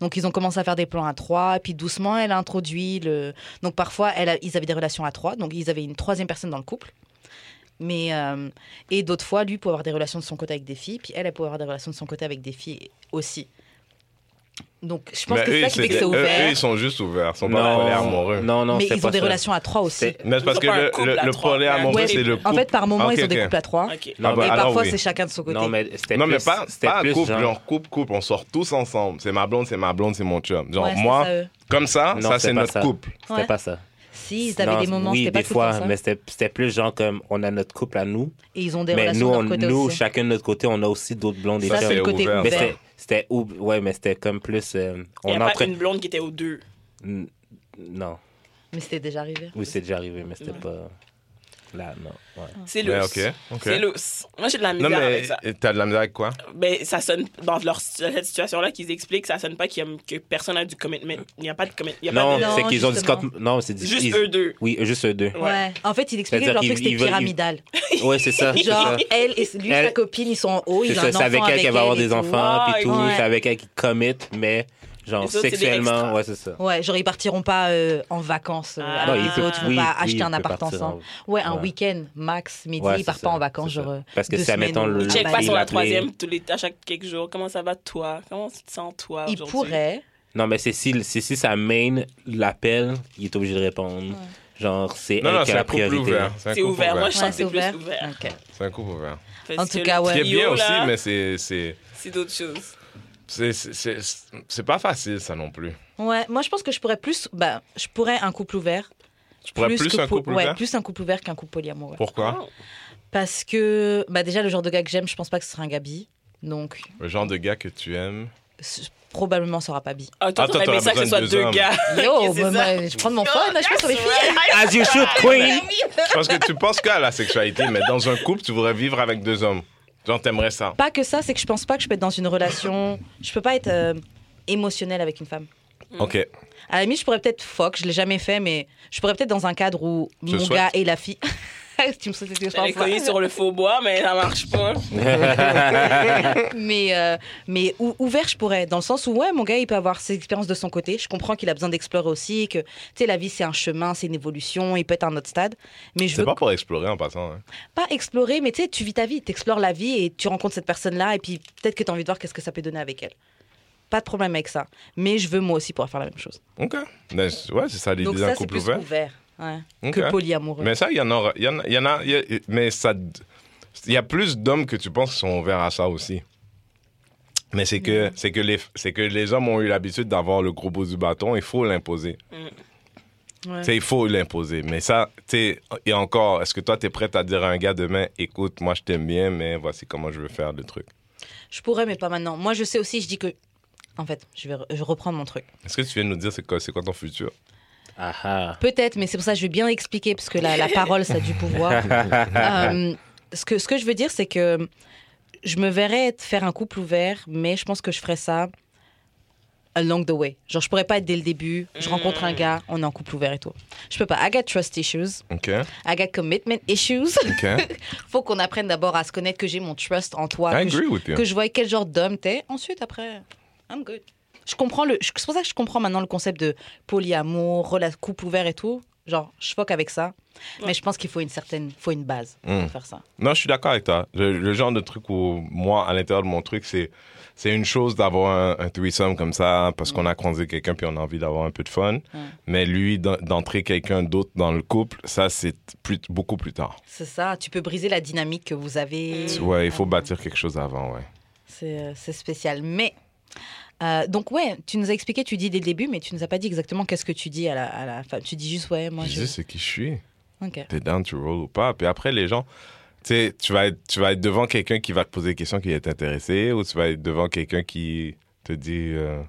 S2: Donc, ils ont commencé à faire des plans à trois, puis doucement, elle a introduit le. Donc, parfois, elle a- ils avaient des relations à trois, donc ils avaient une troisième personne dans le couple. Mais, euh, et d'autres fois, lui peut avoir des relations de son côté avec des filles, puis elle, elle peut avoir des relations de son côté avec des filles aussi. Donc, je pense
S4: Mais
S3: Bah,
S2: que c'est
S4: eux,
S2: ça qui fait que c'est
S4: eux, eux,
S2: ouvert.
S4: ils sont juste ouverts. Ils sont pas polyamoureux.
S3: non, non, euh, non,
S2: mais
S3: c'est
S2: ils
S3: pas
S2: ont des
S3: ça.
S2: relations à trois aussi.
S3: C'est-
S4: Mais c'est parce
S5: Ils
S4: que
S5: sont pas
S4: le,
S5: un couple
S4: le-
S5: à
S4: le
S5: trois.
S4: polyamoureux,
S5: Ouais.
S4: c'est le couple.
S2: En fait, par moment,
S4: Ah, ok,
S2: ils sont des
S4: ok.
S2: couples à trois.
S5: OK.
S3: Non,
S4: Ah
S3: mais,
S4: bah,
S2: et
S4: alors
S2: parfois,
S4: oui.
S2: c'est chacun de son côté.
S3: non, mais c'était
S4: non,
S3: plus,
S4: mais pas,
S3: c'était
S4: pas un
S3: plus
S4: couple,
S3: genre-
S4: genre... couple, couple. On sort tous ensemble. C'est ma blonde, c'est ma blonde, c'est mon chum. Genre,
S2: Ouais, c'est
S4: moi,
S2: ça, eux.
S4: comme ça,
S3: Non,
S4: ça,
S3: c'est
S4: c'est
S3: pas
S4: notre
S3: ça.
S4: couple.
S3: C'était
S2: Ouais.
S3: pas ça.
S2: Si, ils avaient
S3: Non,
S2: des moments,
S3: oui,
S2: c'était pas
S3: des
S2: tout
S3: fois,
S2: ça.
S3: mais c'était c'était plus genre comme on a notre couple à nous,
S2: Et ils ont des
S3: mais
S2: relations
S3: nous, on,
S2: de leur côté
S3: nous
S2: aussi.
S3: chacun de notre côté, on a aussi d'autres blondes et
S2: Ça,
S4: c'est
S2: c'est le côté
S4: ouvert.
S2: ouvert.
S3: Mais c'était- c'était ou- ouais, mais c'était comme plus euh,
S5: Il n'y
S3: on
S5: a
S3: entre
S5: pas une blonde qui était aux deux.
S3: N- Non,
S2: Mais c'était déjà arrivé.
S3: oui, c'est déjà arrivé, mais c'était
S5: Ouais.
S3: pas là, non. ouais.
S5: C'est
S4: Ouais,
S5: lousse.
S4: ok. ok.
S5: C'est lousse. Moi, j'ai de la
S4: Non,
S5: misère
S4: mais
S5: avec ça.
S4: t'as de la misère avec quoi?
S5: Ben, ça sonne dans leur, cette situation-là qu'ils expliquent, ça sonne pas qu'il y a- que personne a du commitment. Il n'y a pas de commitment. Il y a
S3: Non,
S5: pas
S2: Non,
S3: c'est qu'ils ont du
S2: justement.
S3: Scott. Non, c'est du-
S5: de... Juste
S3: ils-
S5: eux deux.
S3: Oui, juste eux deux.
S5: Ouais.
S2: Ouais. En fait, il expliquait
S3: C'est-à-dire
S2: leur truc
S3: qu'ils-
S2: que c'était
S3: ils veulent-
S2: pyramidal.
S3: Ouais, c'est ça. c'est
S2: Genre,
S3: ça.
S2: elle et lui,
S3: Elle-
S2: sa copine, ils sont en haut,
S3: C'est
S2: ils ont
S3: ça,
S2: un
S3: c'est
S2: enfant
S3: avec elle qu'elle va avoir
S2: et
S3: des
S2: tout.
S3: enfants,
S5: Ah,
S3: puis tout.
S2: ouais.
S3: C'est avec elle qui commit, mais genre
S5: Les autres, c'est des
S3: sexuellement,
S5: extras.
S3: ouais, c'est ça.
S2: Ouais, genre ils partiront pas euh, en vacances euh,
S5: Ah.
S2: avec
S5: Non, ils
S2: les autres, ils vont
S5: peuvent-
S2: pas acheter
S3: oui, oui,
S2: un
S3: ils peuvent
S2: appart
S3: partir en-
S2: ensemble. Ouais, un
S3: Ouais.
S2: week-end max, midi,
S3: Ouais,
S2: ils
S3: c'est
S2: partent
S3: ça,
S2: pas en vacances,
S3: c'est ça.
S2: genre. euh,
S3: Parce que
S2: deux
S3: c'est,
S2: semaines
S3: admettons,
S2: ou-
S3: le-
S5: Ils checkent
S2: Ah,
S5: pas
S2: bah,
S5: sur la
S3: il-
S5: troisième tous les, à chaque quelques jours. Comment ça va toi? Comment tu te sens toi
S2: Ils
S5: aujourd'hui?
S2: pourraient.
S3: Non, mais c'est si, c'est si ça main l'appel, il est obligé de répondre. Genre, c'est
S4: Non,
S3: elle
S4: non,
S3: qui
S4: c'est
S3: a
S4: un
S3: la
S4: couple
S3: priorité.
S4: ouvert. un
S5: C'est
S4: couple
S5: ouvert. Moi, je
S2: Ouais,
S5: sens que
S2: c'est
S5: c'est
S2: ouvert.
S5: plus ouvert.
S2: Ok.
S4: C'est un couple ouvert.
S5: Parce
S2: En tout
S5: que
S2: cas,
S5: le
S2: ouais.
S4: Ce qui est bien
S5: trio, là,
S4: aussi, mais c'est- c'est.
S5: C'est d'autres choses.
S4: c'est- c'est- C'est c'est pas facile, ça non plus.
S2: Ouais, moi je pense que je pourrais plus, bah, je pourrais un couple ouvert.
S4: Tu pourrais plus,
S2: que
S4: un
S2: pou-
S4: couple
S2: ouais,
S4: ouvert?
S2: plus un couple ouvert qu'un couple polyamoureux.
S4: Pourquoi?
S2: Parce que, bah, déjà le genre de gars que j'aime, je pense pas que ce sera un gars bi. Donc
S4: Le genre de gars que tu aimes.
S2: c- probablement ça sera pas bi.
S5: Ah, toi,
S4: Attends,
S5: t'aurais aimé
S4: t'aurais
S5: ça que ce
S4: besoin
S5: soit
S4: de deux
S5: deux
S4: hommes.
S5: gars.
S2: Yo,
S5: Ok, c'est
S2: bah,
S5: ça.
S2: bah, je prends de mon fun, là, je suis sur les filles.
S3: As you should,
S2: Ah, ben
S3: queen!
S4: Je pense que tu penses qu'à la sexualité, mais dans un couple, tu voudrais vivre avec deux hommes. Genre, t'aimerais ça.
S2: Pas que ça, c'est que je pense pas que je peux être dans une relation. Je peux pas être euh, émotionnelle avec une femme.
S4: Ok.
S2: À la limite, Mm. je pourrais peut-être fuck, je l'ai jamais fait, mais je pourrais peut-être dans un cadre où
S4: Je
S2: mon
S4: souhaite.
S2: gars et la fille. tu me souhaites quelque
S5: Je l'ai connu
S2: chose
S5: sur le faubois, mais ça marche pas.
S2: mais euh, mais ou- ouvert je pourrais dans le sens où ouais mon gars il peut avoir ses expériences de son côté je comprends qu'il a besoin d'explorer aussi que tu sais la vie c'est un chemin c'est une évolution il peut être à un autre stade mais je
S4: C'est
S2: veux
S4: pas
S2: pas,
S4: pour explorer en passant. hein.
S2: explorer mais tu sais tu vis ta vie t'explores la vie et tu rencontres cette personne là et puis peut-être que t'as envie de voir qu'est-ce que ça peut donner avec elle pas de problème avec ça mais je veux moi aussi pouvoir faire la même chose
S4: Ok. Mais c- ouais, c'est ça
S2: donc
S4: l'idée d'un
S2: ça c'est
S4: couple
S2: plus
S4: ouvert.
S2: ouvert, ouais,
S4: Ok.
S2: que polyamoureux
S4: Mais ça, il y en aura. Il y en a. il y en a- il y a- mais ça. Il y a plus d'hommes que tu penses qui sont ouverts à ça aussi. Mais c'est
S2: Mm.
S4: que, c'est que, les, c'est que les hommes ont eu l'habitude d'avoir le gros bout du bâton. Il faut l'imposer.
S2: Ouais.
S4: Tu sais, il faut l'imposer. Mais ça, tu sais, et encore, est-ce que toi, tu es prête à dire à un gars demain, écoute, moi, je t'aime bien, mais voici comment je veux faire le truc.
S2: je pourrais mais pas maintenant moi je sais aussi je dis que en fait je vais re- je reprends mon truc
S4: Est-ce que tu viens de nous dire c'est quoi, c'est quoi ton futur?
S3: Ah ah.
S2: Peut-être, mais c'est pour ça que je vais bien expliquer, parce que la, la parole, ça a du pouvoir. Euh, ce, que, ce que je veux dire, c'est que je me verrais être- faire un couple ouvert, mais je pense que je ferais ça along the way. Genre, je pourrais pas être dès le début, je rencontre un gars, on est en couple ouvert et tout. Je peux pas. I got trust issues,
S4: OK.
S2: I got commitment issues.
S4: OK.
S2: Faut qu'on apprenne d'abord à se connaître, que j'ai mon trust en toi,
S4: I
S2: que je,
S4: agree with you.
S2: que je vois quel genre d'homme t'es. Ensuite, après, I'm good. Je comprends le. je- C'est pour ça que je comprends maintenant le concept de polyamour, rela- couple ouvert et tout. Genre, je foque avec ça. Mais je pense qu'il faut une certaine, faut une base
S4: Mm.
S2: pour faire ça.
S4: Non, je suis d'accord avec toi. Le, le genre de truc où, moi, à l'intérieur de mon truc, c'est, c'est une chose d'avoir un, un threesome comme ça, parce qu'on a croisé quelqu'un puis on a envie d'avoir un peu de fun. Mais lui, d'en- d'entrer quelqu'un d'autre dans le couple, ça, c'est plus, beaucoup plus tard.
S2: C'est ça. Tu peux briser la dynamique que vous avez.
S4: Mm. Ouais, il faut bâtir quelque chose avant, ouais.
S2: C'est euh, c'est spécial. Mais. euh, donc ouais, tu nous as expliqué, tu dis dès le début, mais tu nous as pas dit exactement qu'est-ce que tu dis à la, à la femme. Tu dis juste ouais, moi
S4: je
S2: je.
S4: sais qui je suis.
S2: Ok.
S4: T'es down to roll ou pas. Puis après, les gens, tu sais, tu vas être, tu vas être devant quelqu'un qui va te poser des questions qui est intéressé ou tu vas être devant quelqu'un qui te dit, euh,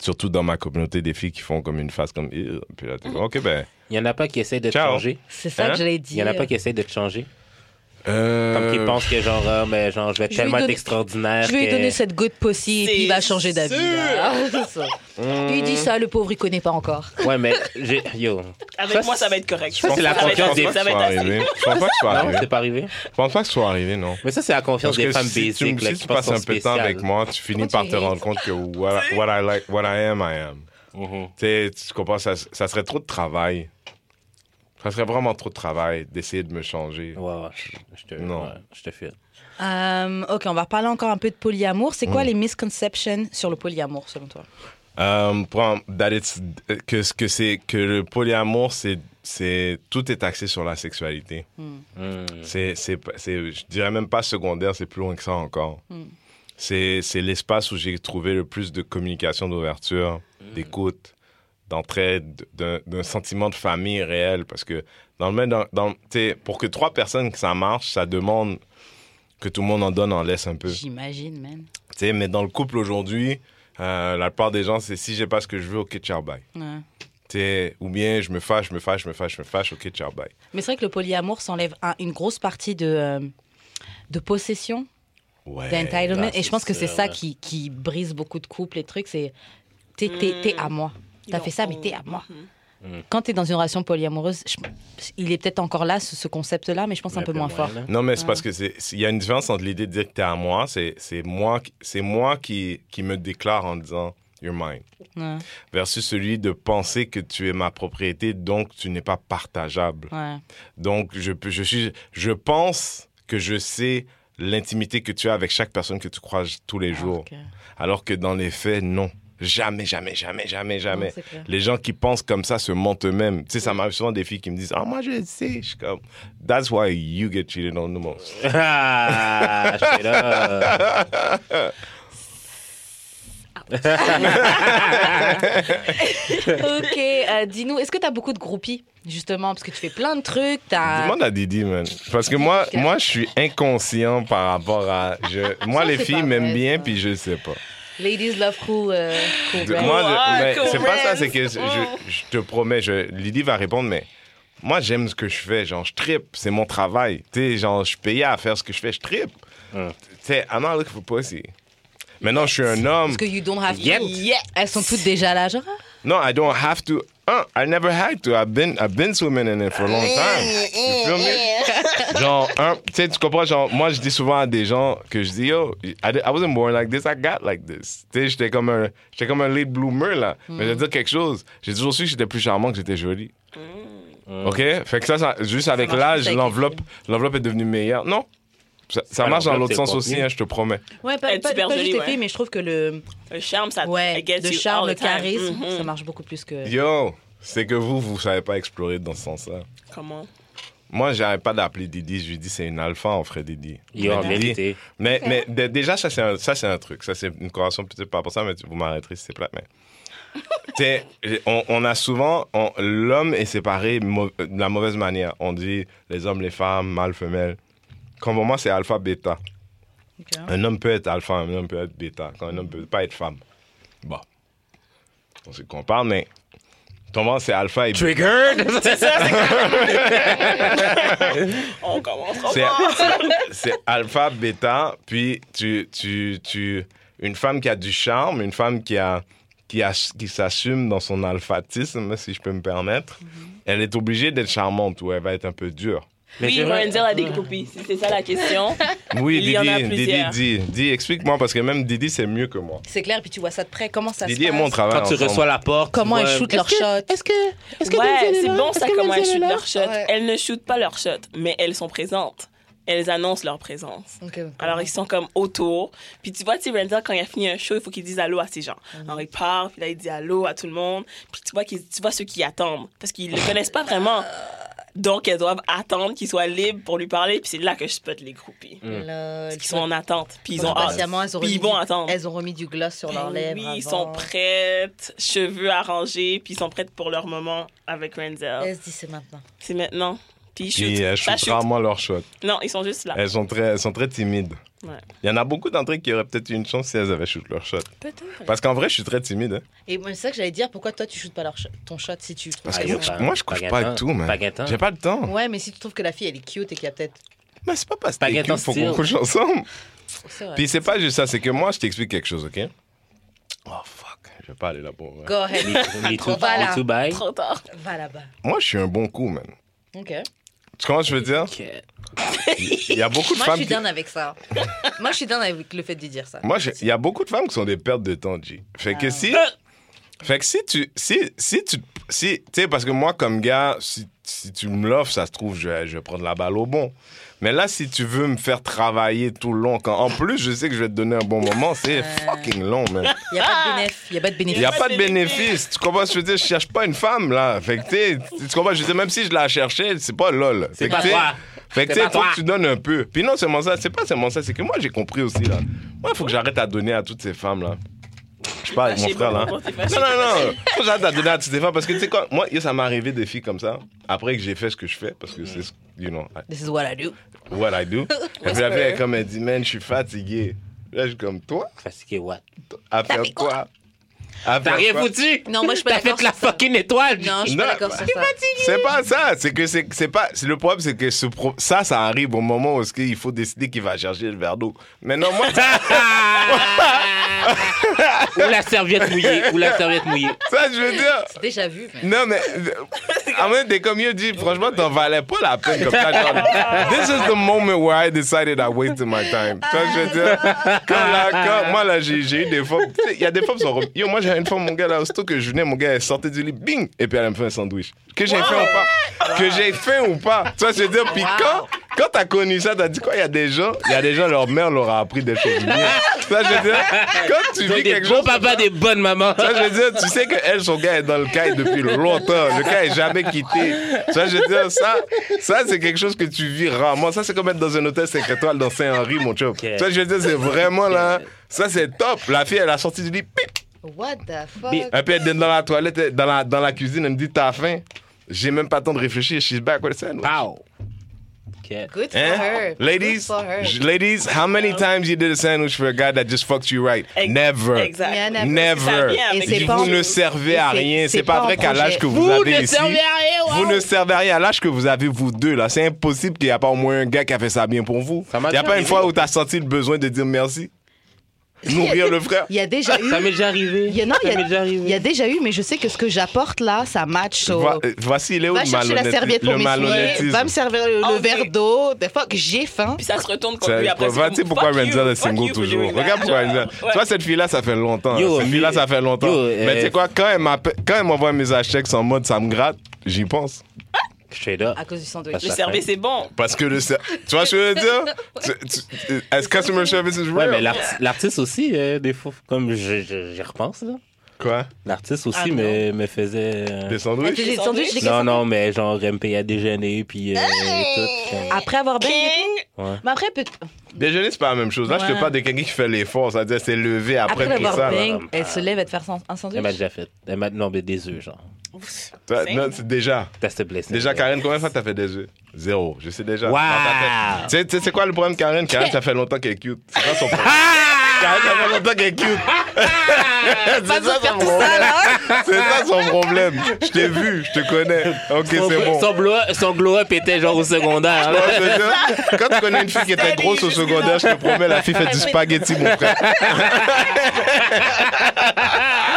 S4: surtout dans ma communauté, des filles qui font comme une face comme, Ew. puis là, t'es comme, ok, ben.
S3: Il y en a pas qui essayent de te
S4: Ciao.
S3: changer.
S2: C'est ça
S4: Hein
S2: que j'allais dire.
S3: Il y en a pas qui essayent de te changer.
S4: Euh,
S3: Comme qu'ils pensent que genre, ah, mais genre, je vais
S2: Je vais
S3: tellement
S2: donner-
S3: être extraordinaire.
S2: Je vais lui
S3: que-
S2: donner cette goutte pussy et puis il va
S5: C'est
S2: changer d'avis.
S5: sûr.
S2: là. C'est ça. Lui il dit ça, le pauvre il connaît pas encore.
S3: Ouais, mais j'ai- yo.
S5: Avec
S3: Ça,
S5: moi, ça va être correct.
S4: je pense
S3: c'est la
S4: pas- je
S3: confiance
S4: pense
S3: des-
S4: pas que
S5: Ça va
S4: ce
S5: être
S4: soit
S5: assez.
S4: arrivé. Je pense pas que ce soit
S3: Non,
S4: arrivé.
S3: c'est pas arrivé.
S4: Je pense pas que ce soit arrivé, non.
S3: Mais ça, c'est la confiance
S4: Ah, Parce que
S3: des femmes
S4: si tu,
S3: basiques, là,
S4: si
S3: qui
S4: tu
S3: pensent
S4: passes un
S3: sont
S4: peu de temps avec
S3: spéciales.
S4: moi, tu finis
S6: Comment tu
S4: par te
S6: hates?
S4: rendre compte que what, what I like, what I am, I am.
S3: Mhm.
S4: Tu sais, tu comprends, ça, ça serait trop de travail. Ça serait vraiment trop de travail d'essayer de me changer.
S3: Ouais, ouais, je- je te.
S4: Non.
S3: ouais, je te file.
S2: Euh, ok, on va reparler encore un peu de polyamour. C'est quoi les misconceptions sur le polyamour selon toi
S4: Euh, prends- that it's- que, ce que, c'est- que le polyamour, c'est, c'est, tout est axé sur la sexualité.
S3: Mm.
S4: C'est, c'est, pas- c'est- je dirais même pas secondaire, c'est plus loin que ça encore.
S2: Mm.
S4: C'est, c'est l'espace où j'ai trouvé le plus de communication, d'ouverture, d'écoute, d'entraide, d'un, d'un sentiment de famille réel. Parce que dans le même, dans, dans- tu sais, pour que trois personnes que ça marche, ça demande que tout le monde en donne, en laisse un peu.
S2: J'imagine même.
S4: Tu sais, mais dans le couple aujourd'hui, euh, la plupart des gens, c'est si j'ai pas ce que je veux, ok, ciao, bye.
S2: Ouais.
S4: Tu sais, ou bien je me fâche, je me fâche, je me fâche, je me fâche, ok, ciao, bye.
S2: Mais c'est vrai que le polyamour s'enlève un- une grosse partie de, euh, de possession,
S4: Ouais.
S2: d'entitlement.
S3: bah,
S2: et je pense que
S3: c'est
S2: c'est ça
S3: ça, ouais.
S2: qui, qui brise beaucoup de couples et de trucs. C'est t'es t'es- t'es à moi. T'as fait ça, mais t'es à moi.
S5: Mm-hmm.
S2: Quand t'es dans une relation polyamoureuse, je- il est peut-être encore là, ce, ce concept-là, mais je pense un peu moins fort.
S3: là.
S4: Non, mais c'est
S2: Ouais.
S4: parce que c'est- c'est- il y a une différence entre l'idée de dire que t'es à moi, c'est c'est moi, qui- c'est moi qui, qui me déclare en disant you're mine,
S2: Ouais,
S4: versus celui de penser que tu es ma propriété, donc tu n'es pas partageable.
S2: ouais.
S4: Donc je peux- je suis, je pense que je sais l'intimité que tu as avec chaque personne que tu croises tous les
S2: Alors
S4: jours,
S2: que-
S4: alors que dans les faits, non, jamais, jamais, jamais, jamais, jamais.
S2: Non, c'est clair.
S4: Les gens qui pensent comme ça se mentent eux-mêmes. Tu sais, ça m'arrive souvent des filles qui me disent Ah, moi, je le sais. Je suis comme That's why you get cheated on the most.
S3: Ah, j'étais là.
S2: Ok, euh, dis-nous, est-ce que t'as beaucoup de groupies, justement Parce que tu fais plein de trucs,
S6: Ah,
S2: t'as.
S4: Demande à Didi, man. Parce que moi, moi, je suis inconscient par rapport à. je- moi,
S6: Ça,
S4: les
S6: c'est
S4: filles
S6: pas
S4: m'aiment
S6: vrai,
S4: bien,
S6: ça.
S4: puis je sais pas.
S2: Ladies love cool. euh, cool
S4: De-
S2: rap.
S4: moi,
S5: Ah,
S4: je- mais c'est pas
S5: correct.
S4: ça, c'est que je, je- je te promets, je, Lydie va répondre, mais moi, j'aime ce que je fais. Genre, je tripe, c'est mon travail. Tu sais, genre, je suis payé à faire ce que je fais, je tripe.
S3: Hum.
S4: Tu sais, I'm not looking for pussy. Maintenant, je suis un homme.
S2: Parce que you don't have to.
S3: Yet.
S2: Elles sont toutes déjà là, genre. ah,
S4: No, I don't have to. Uh, I never had to. I've been, I've been swimming in it for a long time. You feel me? Genre, un, tu sais, tu comprends, genre, moi, je dis souvent à des gens que je dis, yo, I, I wasn't born like this, I got like this. Tu sais, j'étais comme un, j'étais comme un late bloomer, là. Mais je vais dire quelque chose. J'ai toujours su que j'étais plus charmant que j'étais joli. OK? Fait que ça, ça juste avec
S2: marche plus
S4: l'âge,
S2: avec
S4: l'enveloppe, l'enveloppe est devenue meilleure. Non. Ça, ça
S3: Ah,
S4: marche dans
S3: l'enveloppe,
S4: l'autre
S3: c'est le
S4: sens aussi,
S3: contenu.
S4: hein, je te promets.
S2: Ouais,
S5: Elle
S2: pas,
S5: est
S2: pas,
S5: super
S2: pas juste
S5: jolie,
S2: les
S5: ouais.
S2: filles, mais je trouve que le,
S5: Le charme, ça
S2: ouais,
S5: I get
S2: le
S5: you
S2: charme,
S5: all
S2: le
S5: the time.
S2: charisme,
S5: Mhm.
S2: ça marche beaucoup plus que.
S4: Yo, c'est que vous, vous savez pas explorer dans ce sens-là.
S5: Comment?
S4: Moi, j'arrête pas d'appeler Didi. Je lui dis, c'est une alpha, on ferait Didi.
S3: Yo,
S4: Mais
S3: en
S4: Didi-
S3: vérité.
S4: Mais, mais dé- déjà, ça, c'est un, ça, c'est un truc. Ça, c'est une corrélation peut-être pas pour ça, mais tu- vous m'arrêterez si c'est plat. Mais... T'sais, on, on a souvent. on- L'homme est séparé mau- de la mauvaise manière. On dit les hommes, les femmes, mâle, femelle. Quand pour moi, c'est alpha, bêta.
S2: Ok.
S4: Un homme peut être alpha, un homme peut être bêta. Quand un homme peut pas être femme. Bon. On sait qu'on parle, mais. Comment c'est alpha et bêta?
S3: Triggered!
S5: On commence.
S4: C'est- C'est alpha, bêta, puis tu, tu, tu, une femme qui a du charme, une femme qui, a, qui, a, qui s'assume dans son alphatisme, si je peux me
S5: Mm-hmm.
S4: permettre, elle est obligée d'être charmante ou elle va être un peu dure.
S3: Mais
S5: Oui,
S3: j'ai-
S5: Randall a des groupies. Si c'est ça la question.
S4: Oui,
S5: Il y en a
S4: Didi, Didi,
S5: plusieurs.
S4: dis, dis, explique-moi, parce que même Didi, c'est mieux que moi.
S2: C'est clair, puis tu vois ça de près. Comment ça se
S4: Didi et
S2: passe
S4: moi, on travaille
S3: Quand tu
S4: ensemble.
S3: reçois la porte.
S2: Comment
S3: tu
S2: elles
S3: vois-
S2: shootent leurs shots
S6: Est-ce que. Est-ce que
S5: ouais,
S6: Denzel est
S5: c'est
S6: là
S5: bon
S6: Est-ce
S5: ça
S6: que
S5: comment
S6: Denzel
S5: elles
S6: est
S5: shootent
S6: là
S5: leurs shots.
S6: Ouais.
S5: Elles ne shootent pas leurs shots, mais elles sont présentes. Elles annoncent leur présence.
S6: Ok.
S5: Alors, ils sont comme autour. Puis tu vois, tu sais, Randall, quand il a fini un show, il faut qu'il dise allô à ses gens.
S2: Mhm.
S5: Alors, il parle, puis là, il dit allô à tout le monde. Puis tu vois, qu'ils- tu vois ceux qui attendent. Parce qu'ils ne le connaissent pas vraiment. Donc, elles doivent attendre qu'il soit libre pour lui parler. Puis c'est là que je spot les groupies.
S2: Lol,
S5: Parce qu'ils sont en attente. Puis ils ont hâte.
S2: patiemment, elles ont
S5: Puis
S2: remis
S5: ils vont
S2: du-
S5: attendre.
S2: Elles ont remis du gloss sur leurs
S5: Ben
S2: lèvres.
S5: Oui, ils
S2: avant.
S5: sont prêtes, cheveux arrangés, puis ils sont prêtes pour leur moment avec Renzel.
S2: Elles se disent c'est maintenant.
S5: C'est maintenant. Puis ils shootent.
S4: Puis euh, elles
S5: Ça
S4: shootent
S5: shoot.
S4: rarement leurs shots.
S5: Non, ils sont juste là.
S4: Elles sont très, elles sont très timides.
S5: Ouais.
S4: Il y en a beaucoup d'entre elles qui auraient peut-être eu une chance si elles avaient shoot leurs shots.
S2: Peut-être.
S4: Parce qu'en vrai, je suis très timide. hein.
S2: Et moi, c'est ça que j'allais dire. Pourquoi toi, tu shootes pas leur shot- ton shot si tu trouves
S4: Parce
S3: Ah,
S4: que
S3: yo,
S4: moi, je-
S3: pas-
S4: moi, je
S3: pas
S4: couche
S3: gain
S4: pas
S3: de temps.
S4: et tout, man.
S3: Pas gain de temps.
S4: J'ai pas le temps.
S2: Ouais, mais si tu trouves que la fille, elle est cute et qu'il y a peut-être.
S4: Mais c'est pas parce que
S3: Spaghetti
S4: t'es cute, faut
S3: style.
S4: qu'on couche ensemble.
S2: C'est vrai.
S4: Puis c'est pas juste ça, c'est que moi, je t'explique quelque chose, OK? Oh, fuck. Je vais pas aller là pour...
S2: Go ahead.
S3: Me too,
S2: Trop bas, là.
S3: me too bye.
S5: Trop tard.
S2: Va là-bas.
S4: Moi, je suis un bon coup, man.
S2: Ok.
S4: Tu comprends ce que je veux dire? Il y a beaucoup de
S2: Moi, je
S4: femmes...
S2: suis
S4: qui-
S2: dingue avec ça. Moi, je suis dingue avec le fait de dire ça.
S4: Moi, je- il y a beaucoup de femmes qui sont des pertes de temps, G. Fait
S2: Ah.
S4: que si.
S2: Euh.
S4: Fait que si tu. Si, si tu. Si, tu sais, parce que moi, comme gars, si, si tu me l'offres, ça se trouve, je, vais- je vais prendre la balle au bon. Mais là, si tu veux me faire travailler tout le long, quand en plus, je sais que je vais te donner un bon moment, c'est
S2: Euh.
S4: fucking long, man.
S2: Il n'y a pas de bénéfice. Il n'y a pas de
S4: Il
S2: bénéfice.
S4: n'y a pas de bénéfice. Tu comprends ce que je veux dire? Je cherche pas une femme, là. Fait que, tu sais, tu comprends? Je veux dire, même si je la cherchais, c'est pas lol.
S3: C'est
S4: Fait que,
S3: pas
S4: tu sais,
S3: toi.
S4: fait que tu
S3: C'est
S4: sais,
S3: pas
S4: faut
S3: toi.
S4: que tu donnes un peu. Puis non seulement ça, c'est pas seulement ça, c'est que moi j'ai compris aussi là. Moi il faut que j'arrête à donner à toutes ces femmes là. Je parle avec mon
S5: Fâché,
S4: frère là.
S5: bon,
S4: Non
S5: t'es fâché,
S4: non non, faut que j'arrête à donner à toutes ces femmes parce que tu sais quoi, moi yo, ça m'est arrivé des filles comme ça après que j'ai fait ce que je fais parce que c'est ce- you know I-
S2: This is what I do.
S4: what I do. Et puis la fille elle, comme elle dit man je suis fatigué. Là je suis comme toi
S3: Fatigué, what?
S4: à faire
S2: fait quoi
S4: quoi? À
S3: T'as
S4: faire
S3: rien
S4: quoi?
S3: foutu?
S2: Non, moi, je suis pas
S3: T'as
S2: d'accord
S3: fait la
S2: sur ça.
S3: fucking étoile.
S2: Non, je suis pas
S4: Non,
S2: d'accord
S4: bah,
S2: sur ça.
S4: C'est pas ça, c'est que c'est c'est pas c'est le problème c'est que ce pro- ça ça arrive au moment où est-ce qu'il faut décider qu'il va chercher le verre d'eau. Mais non moi
S3: ou la serviette mouillée, ou la serviette mouillée.
S4: ça je veux dire
S2: C'est déjà vu. mais-
S4: non mais en même temps comme il dit franchement t'en valais pas la peine comme ça. genre, This is the moment where I decided I wasted my time. Tu vois ce que je veux dire comme là quand- moi là j'ai j'ai eu des femmes, tu sais, il y a des femmes qui sont rem- yo moi j'avais une femme mon gars là aussitôt que je venais mon gars elle sortait du lit bing et puis elle me fait un sandwich. Que j'ai faim ou pas Que j'ai faim ou pas Tu vois ce que je veux dire puis quand quand t'as connu ça, t'as dit quoi? Il y a des gens, il y a des gens, leur mère leur a appris des choses bien. Tu vois, ce que je veux dire, quand tu vis
S3: Des
S4: quelque
S3: bons
S4: chose,
S3: papas, des bonnes mamans.
S4: ça, je veux dire, tu sais que elle, son gars est dans le caille depuis longtemps. Le gars est jamais quitté. Ça, je veux dire, ça, ça c'est quelque chose que tu vis rarement. Ça, c'est comme être dans un hôtel 5 étoiles dans Saint-Henri, mon chum. Ça, je veux dire, c'est vraiment là. Ça, c'est top. La fille, elle a sorti du lit, pip.
S6: What the fuck?
S3: Mais-
S4: Et puis, elle est dans la toilette, elle- dans la, dans la cuisine, elle me dit, t'as faim? J'ai même pas le temps de réfléchir. She's back with a sandwich.
S3: Pow. OK.
S6: Ah. Good for
S4: Hein?
S6: her. Good
S4: Ladies,
S6: for her.
S4: j- ladies, how many times you did a sandwich for a guy that just fucked you right? Never.
S5: Exact.
S6: Il y en a-
S4: Never.
S5: Ça vient avec
S6: Et c'est
S5: les
S6: pas
S4: vous
S6: en-
S4: ne servez à
S6: et c'est-
S4: rien.
S6: c'est
S4: C'est pas
S6: pas
S4: vrai
S6: en
S4: qu'à l'âge
S6: projet.
S4: que vous,
S3: Vous
S4: avez
S3: ne
S4: ici.
S3: servez à rien, wow.
S4: Vous ne servez à rien. À l'âge que vous avez, vous deux, là, c'est impossible qu'il n'y ait pas au moins un gars qui a fait ça bien pour vous.
S3: Ça
S4: Il
S3: m'a
S4: n'y a
S3: déjà
S4: pas une
S3: arrivé.
S4: fois où tu as senti le besoin de dire merci. Nourrir le frère.
S6: Il y a déjà eu.
S3: Ça m'est déjà arrivé.
S6: Il y a, non,
S3: ça
S6: il y a-
S3: m'est déjà arrivé.
S6: il y a déjà eu, mais je sais que ce que j'apporte là, ça match. so-
S4: Vo- euh, Voici, il est où
S6: Va
S4: le
S6: chercher la
S4: malhonnêti-
S6: serviette pour
S4: le
S6: m'essuyer, va me
S4: malhonnêtisme?
S6: servir le, le
S5: Oh,
S6: verre
S5: mais-
S6: d'eau. Des fois que j'ai faim.
S5: Puis ça se retourne contre
S4: Ça-
S5: lui après. c'est
S4: Tu sais
S5: comme,
S4: pourquoi
S5: fuck you,
S4: Renzel est
S5: fuck you
S4: single
S5: for
S4: toujours?
S5: doing that.
S4: Regarde pourquoi Renzel.
S5: Ouais.
S4: Tu vois, cette fille-là, ça fait longtemps.
S3: Yo,
S4: Cette fille-là,
S3: mais-
S4: ça fait longtemps.
S3: Yo, euh,
S4: Mais tu sais quoi, quand elle m'appelle- quand elle m'envoie un message texte en mode ça me gratte, j'y pense.
S3: Straight up.
S2: À cause du sandwich.
S3: Parce
S5: Le
S3: que-
S5: service est bon.
S4: Parce que le. ser- Tu vois ce que je veux dire? Tu- tu- Est-ce customer service is
S3: Ouais, mais
S4: real?
S3: l'arti- l'artiste aussi, euh, des fois, comme je- je- j'y repense, là.
S4: Quoi?
S3: L'artiste
S2: Ah,
S3: aussi
S2: non.
S3: me, me faisait. euh,
S4: Des
S2: Elle
S4: sandwichs?
S2: faisait des sandwichs, des
S3: Non,
S2: questions.
S3: non, mais genre, elle me payait à déjeuner, puis euh, et tout. puis, euh,
S2: Après avoir baigné.
S5: King.
S2: Mais après, peut-
S4: Déjeuner, c'est pas la même chose. Là, je te
S2: Ouais.
S4: parle de quelqu'un qui fait l'effort, c'est-à-dire c'est levé après,
S2: après
S4: tout
S2: avoir
S4: ça. là.
S2: baigné,
S3: là. Eh ben,
S2: elle se lève et te faire san- un
S3: Elle m'a
S2: sandwich.
S3: déjà fait. Elle m'a non, mais des œufs, genre.
S4: Toi, non, c'est déjà.
S3: T'as cette blessé.
S4: Déjà, Karen, combien de fois t'as fait des œufs? Zéro. Je sais déjà.
S3: Wow!
S4: Dans ta tête. Tu sais- Tu sais, c'est quoi le problème, Karen? Karen, ça fait longtemps qu'elle est cute. C'est ça son problème. Karen, ça fait longtemps qu'elle est cute. c'est ça, son problème. C'est ça son problème. Je t'ai vu, je te connais. Ok,
S3: Son,
S4: c'est bon.
S3: son glow- son glow-up était genre au secondaire.
S4: Quand
S3: là.
S4: je te dis, quand tu connais une fille qui était grosse au secondaire, je te promets, la fille fait du spaghetti, mon frère.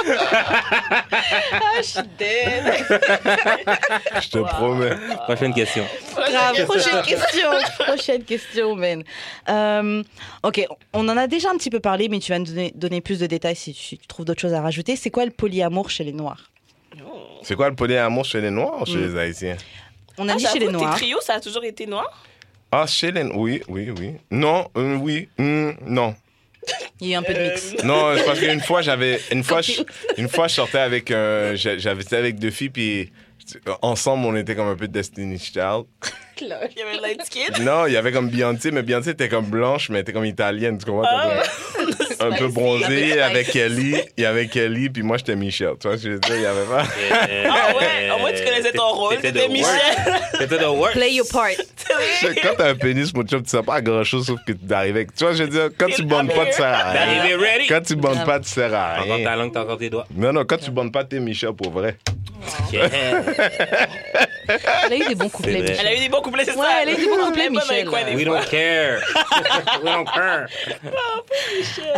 S5: Ah, je suis dead.
S4: Je te promets.
S3: Prochaine question.
S2: Grave. Prochaine question. Prochaine question, man. Euh, ok, on en a déjà un petit peu parlé, mais tu vas nous donner, donner plus de détails si tu, tu trouves d'autres choses à rajouter. C'est quoi le polyamour chez les Noirs
S4: C'est quoi le polyamour chez les Noirs ou chez les Haïtiens?
S2: On a
S5: Ah,
S2: dit chez les
S5: j'avoue, Tes
S2: Noirs.
S5: trios, ça a toujours été noir.
S4: Ah, chez les... Oui, oui, oui. Non, euh, oui, hum, non.
S2: Il y a eu un peu de mix.
S4: Non, c'est parce qu'une fois, j'avais... Une fois, je, une fois, je sortais avec... euh, j'a- j'avais été avec deux filles, puis... euh, Ensemble, on était comme un peu Destiny Child.
S5: Il y avait le light skin.
S4: Non, il y avait comme Beyoncé, mais Beyoncé était comme blanche, mais elle était comme italienne, tu comprends?
S5: Ah.
S4: T'es comme un peu bronzée avec Kelly. Il y avait Kelly, puis moi, j'étais Michel. Tu vois ce que je veux dire? Il y avait pas...
S5: Ah ouais, au moins tu connaissais ton rôle. C'était Michel.
S3: C'était the worst.
S2: Play your part.
S4: Tu sais, Quand t'as un pénis, mon chum, tu sais pas grand chose sauf que tu arrives avec. Tu vois, je veux dire, quand tu bandes pas, tu sers à rien.
S3: T'arrivais ready.
S4: Quand tu bandes pas, tu sers à
S3: T'as encore
S4: rien.
S3: ta langue, t'as encore tes doigts.
S4: Non, non, quand tu bandes pas, t'es Michel pour vrai.
S3: Yeah.
S2: Elle a eu des bons couplets,
S3: vrai.
S2: Michel.
S5: Elle a eu des bons couplets, c'est
S2: Ouais,
S5: ça?
S2: elle a eu des bons couplets,
S5: est bonne
S2: Michel.
S5: avec quoi, des
S3: We
S5: fois.
S3: don't care. We don't care.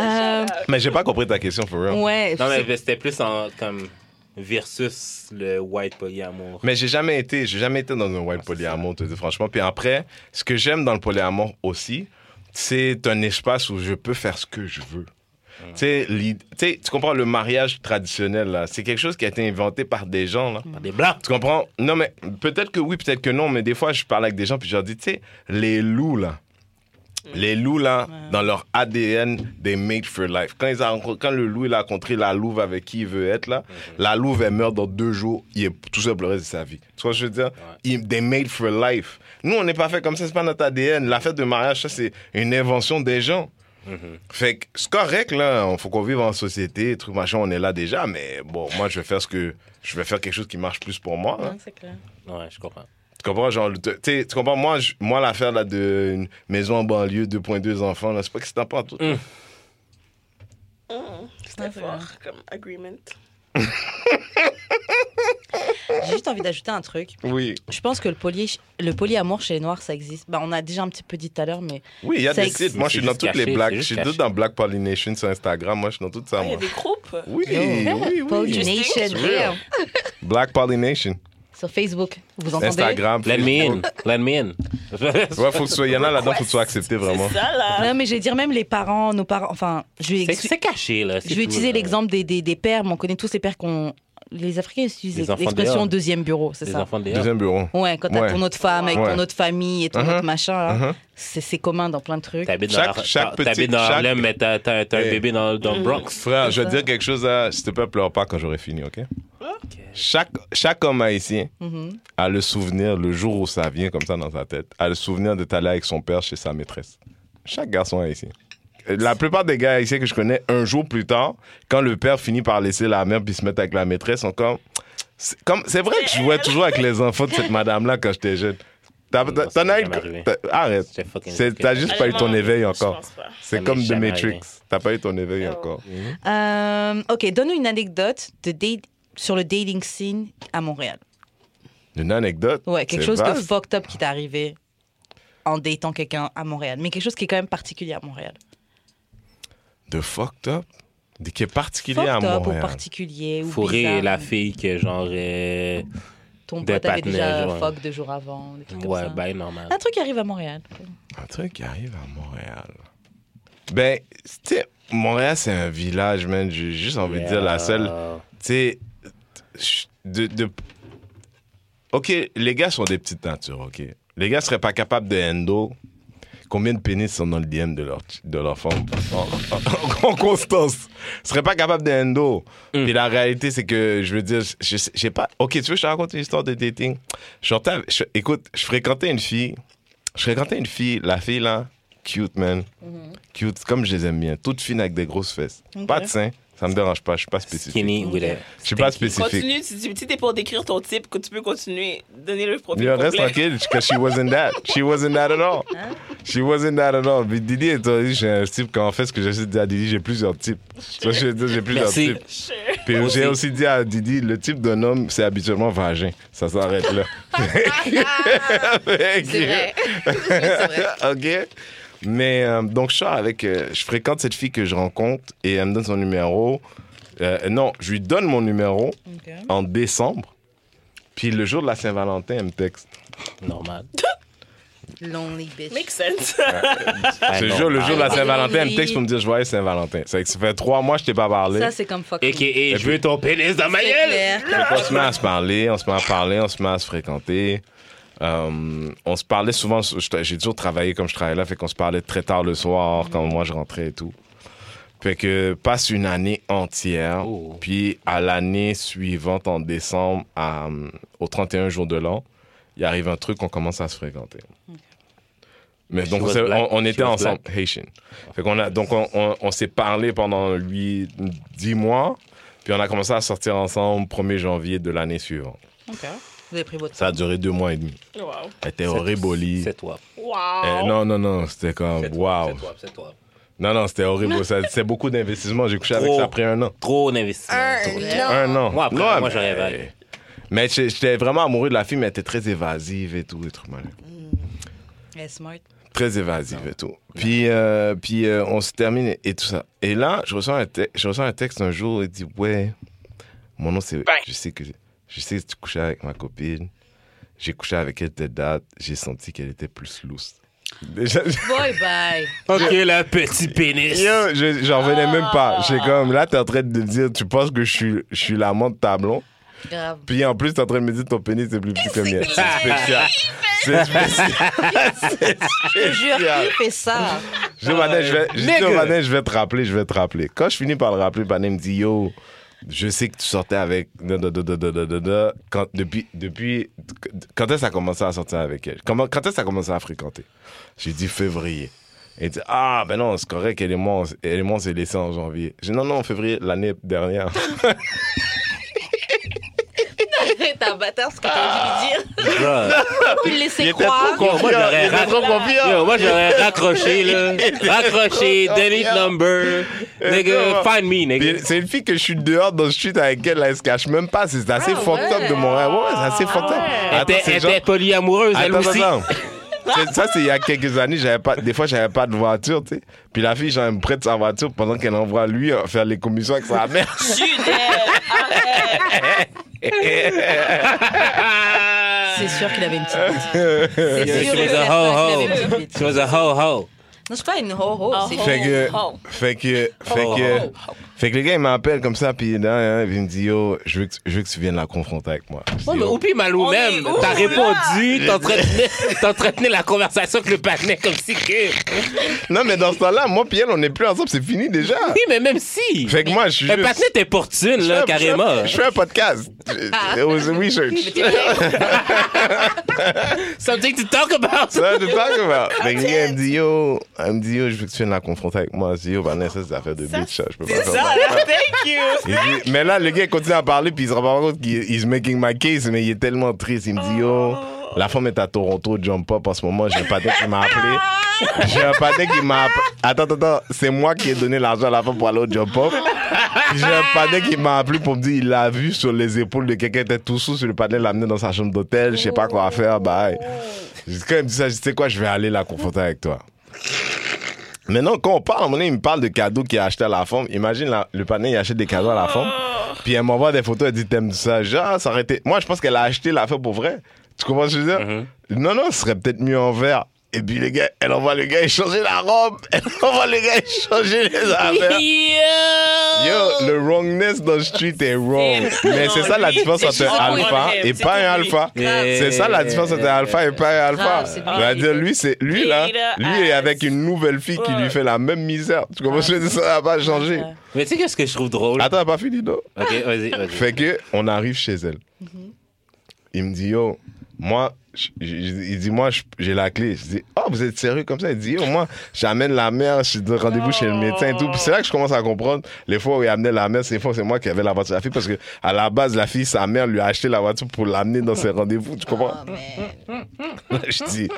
S2: Euh,
S4: Mais j'ai pas compris ta question, for real.
S2: ouais,
S3: Non,
S2: c'est-
S3: mais c'était plus en, comme versus le white polyamour.
S4: Mais j'ai jamais été, j'ai jamais été dans un white polyamour, te dis franchement. Puis après, ce que j'aime dans le polyamour aussi, c'est un espace où je peux faire ce que je veux. Tu sais, l'id- tu sais, tu comprends le mariage traditionnel, là, c'est quelque chose qui a été inventé par des gens, là.
S3: Par des blancs.
S4: Tu comprends? Non, mais peut-être que oui, peut-être que non, mais des fois, je parle avec des gens, puis je leur dis, tu sais, les loups, là, les loups, là, dans leur ADN, they made for life. Quand, ils a, quand le loup, il a rencontré la louve avec qui il veut être, là, la louve, elle meurt dans deux jours, il est tout seul pour le reste de sa vie. Tu vois ce que je veux dire? Ils- They made for life. Nous, on n'est pas fait comme ça, c'est pas notre ADN. La fête de mariage, ça, c'est une invention des gens. Fait que c'est correct, là. on- Faut qu'on vive en société, truc machin, on est là déjà. Mais bon, moi, je vais faire ce que. Je vais faire quelque chose qui marche plus pour moi. hein.
S3: Ouais, je comprends.
S4: Tu comprends? Genre, le- tu sais, tu comprends? Moi, je- moi l'affaire là, de une maison en banlieue, 2,2 enfants, là, c'est pas excitant pas en tout.
S5: Mmh, C'était fort comme agreement.
S2: j'ai juste envie d'ajouter un truc.
S4: Oui.
S2: Je pense que le, poly, le polyamour chez les Noirs, ça existe. Bah, on a déjà un petit peu dit tout à l'heure, mais
S4: Oui, il y a
S2: Ça
S4: des
S2: existe.
S4: sites. Moi, je suis
S3: C'est
S4: dans
S3: juste
S4: toutes les
S3: caché,
S4: blagues.
S3: c'est
S4: Je
S3: juste
S4: suis tout
S3: caché.
S4: dans Black Pollination sur Instagram. Moi, je suis dans tout ça,
S5: Ah, Il y a
S4: moi.
S5: des groupes.
S4: Oui, oui, oui.
S2: Pollination,
S6: Yeah.
S4: Black Pollination.
S2: sur Facebook, vous entendez
S4: Instagram.
S3: Let me in.
S4: Facebook.
S3: Let me in.
S4: Ouais, faut que tu sois. Il y en a là-dedans, faut que tu sois accepté vraiment.
S5: C'est ça, là.
S2: Non, mais je vais dire même les parents, nos parents. Enfin, je vais,
S3: C'est-
S2: ex-
S3: C'est caché, là. c'est
S2: je vais
S3: tout, euh,
S2: utiliser
S3: là.
S2: l'exemple des, des, des pères, mais on connaît tous les pères qu'on. Les Africains utilisent
S3: Les enfants
S2: l'expression
S3: dehors.
S2: deuxième bureau, c'est
S3: Les
S2: ça
S3: enfants des
S4: Deuxième bureau.
S2: Ouais, quand t'as
S4: Ouais.
S2: ton autre femme avec
S4: Ouais.
S2: ton autre famille et ton
S4: Mhm.
S2: autre machin, là,
S4: Mhm.
S2: c'est c'est commun dans plein de trucs.
S3: T'habites dans,
S4: Chaque-
S3: la-
S4: chaque
S3: t'habites
S4: petit-
S3: dans
S4: chaque-
S3: Harlem, mais t'as t'as un, t'as un
S4: Hey.
S3: bébé dans, dans
S2: Mm.
S3: le Bronx.
S4: Frère, je vais
S2: ça.
S4: dire quelque chose à. S'il te plaît, pleure pas quand j'aurai fini, OK? Chaque, chaque homme haïtien
S2: Mhm.
S4: a le souvenir, le jour où ça vient comme ça dans sa tête, a le souvenir d'être allé avec son père chez sa maîtresse. Chaque garçon haïtien. La plupart des gars haïtiens que je connais, un jour plus tard, quand le père finit par laisser la mère puis se mettre avec la maîtresse, sont comme. C'est comme- c'est vrai que je jouais toujours avec les enfants de cette madame-là quand j'étais jeune. T'as- t'as-
S3: Non, ça
S4: T'en
S3: m'est
S4: as eu.
S3: jamais arrivé.
S4: t'as- Arrête.
S3: J'étais fucking
S4: C'est- T'as juste pas eu ton
S5: Honnêtement,
S4: éveil
S5: je
S4: encore.
S5: pense pas.
S4: C'est
S3: m'est
S4: comme The
S3: jamais
S4: Matrix.
S3: arrivé.
S4: T'as pas eu ton éveil encore.
S2: Euh, ok, donne-nous une anecdote de date, sur le dating scene à Montréal.
S4: Une anecdote.
S2: Ouais, quelque
S4: c'est
S2: chose de
S4: vaste.
S2: fucked up qui t'est arrivé en datant quelqu'un à Montréal, mais quelque chose qui est quand même particulier à Montréal.
S4: de fucked up, de- qui est particulier
S2: Fucked
S4: à
S2: up ou
S4: Montréal.
S2: particulier ou
S3: Fourré
S2: bizarre.
S3: la fille que genre. euh,
S2: Ton
S3: des
S2: pote avait déjà
S3: partenaires, ouais.
S2: fuck deux jours avant, des trucs comme
S3: Ouais,
S2: ça.
S3: ben normal.
S2: Un truc qui arrive à Montréal.
S4: Un truc qui arrive à Montréal. Ben, tu sais, Montréal, c'est un village, man. J'ai juste envie de dire la seule.
S3: Euh,
S4: Tu sais, je- de, de- Ok, les gars sont des petites natures, ok. Les gars seraient pas capables de handle. Combien de pénis sont dans le DM de leur, de leur femme en, en- en constance seraient pas capables de handle. Puis la réalité, c'est que je veux dire, je je sais pas. Ok, tu veux que je te raconte une histoire de dating Je sortais avec- je- Écoute, je fréquentais une fille. Je fréquentais une fille, la fille là, cute man. Cute, comme je les aime bien. Toute fine avec des grosses fesses. Pas de seins, ça me dérange pas, je suis pas spécifique.
S3: Skinny with a.
S4: Je suis pas
S3: stinky.
S4: spécifique.
S5: Continue, tu tu- si t'es pour décrire ton type, que tu peux continuer, donner le profil.
S4: Yo, reste
S5: complet.
S4: tranquille, because she wasn't that. She wasn't that at all.
S6: Hein?
S4: She wasn't that at all. Puis Didi, étant donné que j'ai un type, quand on fait ce que j'essaie de dire à Didi, j'ai plusieurs types. Tu vois, je veux dire, j'ai plusieurs
S3: Merci.
S4: types. Puis j'ai aussi dit à Didi, le type d'un homme, c'est habituellement vagin. Ça s'arrête là. Fait que-
S6: Ah, C'est vrai. c'est vrai.
S4: OK. Mais euh, donc, je sors avec. euh, je fréquente cette fille que je rencontre et elle me donne son numéro. Euh, non, je lui donne mon numéro en décembre. Puis le jour de la Saint-Valentin, elle me texte.
S3: Normal.
S2: Lonely bitch.
S5: Makes sense.
S3: Eh
S4: Ce jour, le jour de la Saint-Valentin, elle me
S2: Ah, Oui.
S4: texte pour me dire Joyeux Saint-Valentin. C'est que ça fait trois mois que je t'ai pas parlé.
S2: Ça, c'est comme fuck.
S3: AKA, je veux ton pénis dans ma
S2: C'est
S3: gueule.
S2: clair.
S4: Donc, on se met à se parler, on se met à parler, on se met à se fréquenter. Euh, on se parlait souvent, je- j'ai toujours travaillé comme je travaillais là, fait qu'on se parlait très tard le
S2: Mm.
S4: soir quand moi je rentrais et tout. Fait que passe une année entière,
S3: Oh.
S4: puis à l'année suivante, en décembre, à, euh, au 31 jour de l'an, il arrive un truc, on commence à se fréquenter. Mais
S3: She
S4: donc, on,
S3: was
S4: s'est-
S3: black.
S4: on- on
S3: She
S4: était
S3: was
S4: ensemble, Haitian. Fait qu'on a, donc, on, on- on s'est parlé pendant lui, 10 mois, puis on a commencé à sortir ensemble 1er janvier de l'année suivante.
S2: Ok. Vous avez pris votre
S4: Ça a duré deux mois et demi.
S5: Wow.
S4: Elle était horrible.
S3: C'est toi.
S5: Wow.
S4: Eh, non, non, non, c'était comme,
S3: C'est toi.
S4: wow.
S3: C'est toi. C'est toi.
S4: Non, non, c'était horrible. Ça- C'est beaucoup d'investissement. J'ai couché avec
S3: Trop.
S4: ça après un an.
S3: Trop d'investissement. Trop-
S4: Un an.
S3: Moi, après,
S4: Non,
S3: moi,
S4: mais-
S3: je rêvais.
S4: Mais j'ai- j'étais vraiment amoureux de la fille, mais elle était très évasive et tout. Et tout mal.
S2: Elle est Eh, smart.
S4: Très évasive et tout. Puis, euh, puis euh, on se termine et, et tout ça. Et là, je reçois un, te- je reçois un texte un jour et dit Ouais, mon nom c'est. Je sais que je sais que tu couchais avec ma copine. J'ai couché avec elle telle date. J'ai senti qu'elle était plus loose. Déjà,
S2: Bye bye.
S3: Ok, la petit pénis.
S4: Yo, je- j'en revenais même pas. J'ai comme là, t'es en train de me dire, tu penses que je suis, je suis l'amant de Tablon.
S2: Grave.
S4: Puis en plus, t'es en train de me dire ton pénis c'est plus petit que le mien. C'est spécial. C'est spécial.
S2: Je te jure, qui fait ça
S4: Je dis au Manet, je vais, je dis au
S3: Euh, Nigga.
S4: Manet, je vais te rappeler, je vais te rappeler. Quand je finis par le rappeler, Manet me dit, yo, je sais que tu sortais avec. da, da, da, da, da, da, da, da. Quand, depuis, depuis, quand est-ce que ça a commencé à sortir avec elle? Comment, quand est-ce que ça a commencé à fréquenter? J'ai dit février. Elle dit, ah, ben non, c'est correct, elle et moi, on s- elle et moi, on s'est laissés en janvier. J'ai dit, non, non, en février, l'année dernière.
S2: T'es un bâtard, ce que t'as envie de dire. Tu
S3: Bro.
S2: peux Ah. le laisser croire.
S3: Yo, moi, j'aurais rac- Yo, moi, j'aurais raccroché, là. Raccroché, delete number. Nigga,
S4: Exactement.
S3: find me,
S4: Puis
S3: nigga.
S4: C'est une fille que je suis dehors dans le street avec elle, là, elle se cache même pas. C'est assez
S2: Ah
S4: fucked
S2: ouais.
S4: up de mon rêve. Ouais, c'est assez fucked up.
S3: Ah Elle
S4: Attends,
S3: était-
S4: c'est
S3: elle
S4: genre-
S3: était polyamoureuse, elle
S4: Attends,
S3: aussi.
S4: attends. C'est- Ça, c'est il y a quelques années, j'avais pas, des fois, j'avais pas de voiture, tu sais. Puis la fille, genre, elle me prête sa voiture pendant qu'elle envoie lui euh, faire les commissions avec sa mère. Ah.
S2: C'est sûr qu'il avait une petite bite. C'est
S3: She
S2: sûr et
S3: was
S2: certain qu'il avait une
S3: a ho-ho.
S2: petite bite.
S3: She was a ho-ho.
S2: Non, c'est pas une ho-ho.
S5: Ah,
S2: c'est
S5: ho.
S4: Fait que,
S5: Oh.
S4: fait que, fait
S3: Oh.
S4: que, fait que les gars, ils m'appellent comme ça, puis là, hein, ils me disent, yo, je veux que, tu- je veux que tu viennes la confronter avec moi. Je dis,
S3: Ouais, mais
S4: Yo.
S3: Oupi Malou
S5: On est
S3: même,
S5: où,
S3: t'as
S5: là?
S3: répondu, t'entretenais, t'entretenais la conversation avec le partenaire comme si que...
S4: Non, mais dans ce temps-là, moi, puis elle, on n'est plus ensemble, c'est fini déjà.
S3: Oui, mais même si!
S4: Fait que moi, je suis
S3: Le
S4: juste.
S3: partenaire t'es portune,
S4: Je
S3: là,
S4: fais un-
S3: carrément. Ah.
S4: Je fais un podcast. Je- Oui, je.
S3: Something to talk about!
S4: Ça, je parle comment? Fait que le gars, elle me dit, yo, elle me dit, yo, je veux que tu viennes la confronter avec moi. Je dis, yo, Vanessa, c'est des affaires de bitch, ça, je peux pas faire ça.
S5: Thank you.
S4: Il dit- mais là, le gars il continue à parler, puis il se rend pas compte qu'il he's making my case, mais il est tellement triste. Il me dit, yo, la femme est à Toronto, jump up en ce moment, j'ai pas patin qui m'a appelé. J'ai un patin qui m'a appelé. Attends, attends, attends, c'est moi qui ai donné l'argent à la femme pour aller au jump up. Puis J'ai un patin qui m'a appelé pour me dire, il l'a vu sur les épaules de quelqu'un, il était tout sous sur le patin, il l'a amené dans sa chambre d'hôtel, je sais pas quoi faire, bye. J'ai dit, Quand il me dit ça, je dis, tu sais quoi, je vais aller la confronter avec toi. Maintenant, quand on parle, à un moment donné, il me parle de cadeaux qu'il a acheté à la femme. Imagine, la- le panel, il achète des cadeaux à la femme.
S5: Ah.
S4: Puis elle m'envoie des photos, elle dit T'aimes ça Genre, ça aurait été. Moi, je pense qu'elle a acheté la femme pour vrai. Tu comprends ce que je veux dire
S5: Mm-hmm.
S4: Non, non, ce serait peut-être mieux en verre. Et puis, les gars, elle envoie le gars échanger la robe. Elle envoie le gars échanger les affaires. Yo, le wrongness dans le street est wrong.
S5: C'est-
S4: Mais c'est
S5: non,
S4: ça la
S5: lui,
S4: différence
S5: c'est
S4: entre
S5: juste
S4: un
S5: pour
S4: alpha
S5: lui.
S4: et
S5: C'est
S4: pas
S5: pour
S4: un
S5: lui.
S4: alpha.
S3: Yeah.
S4: C'est ça la différence entre un alpha et pas un alpha.
S2: Euh, Grave, c'est
S4: Je veux dire, lui, c'est lui là,
S5: Peter
S4: lui est
S5: Ass.
S4: avec une nouvelle fille qui lui fait la même misère. Tu comprends ce que je veux dire? Ça n'a pas changé.
S3: Mais tu sais qu'est-ce que je trouve drôle?
S4: Attends, elle a pas fini, non?
S3: Ok, vas-y, vas-y.
S4: Fait que on arrive chez elle. Il me dit yo, moi, je- je- il dit moi je- j'ai la clé. Je dis oh vous êtes sérieux comme ça. Il dit yo moi j'amène la mère, je suis de rendez-vous chez le médecin et tout. Puis c'est là que je commence à comprendre les fois où il amenait la mère, c'est fois c'est moi qui avais la voiture de la fille parce que à la base la fille sa mère lui a acheté la voiture pour l'amener dans ses rendez-vous. Tu comprends? Là, je dis,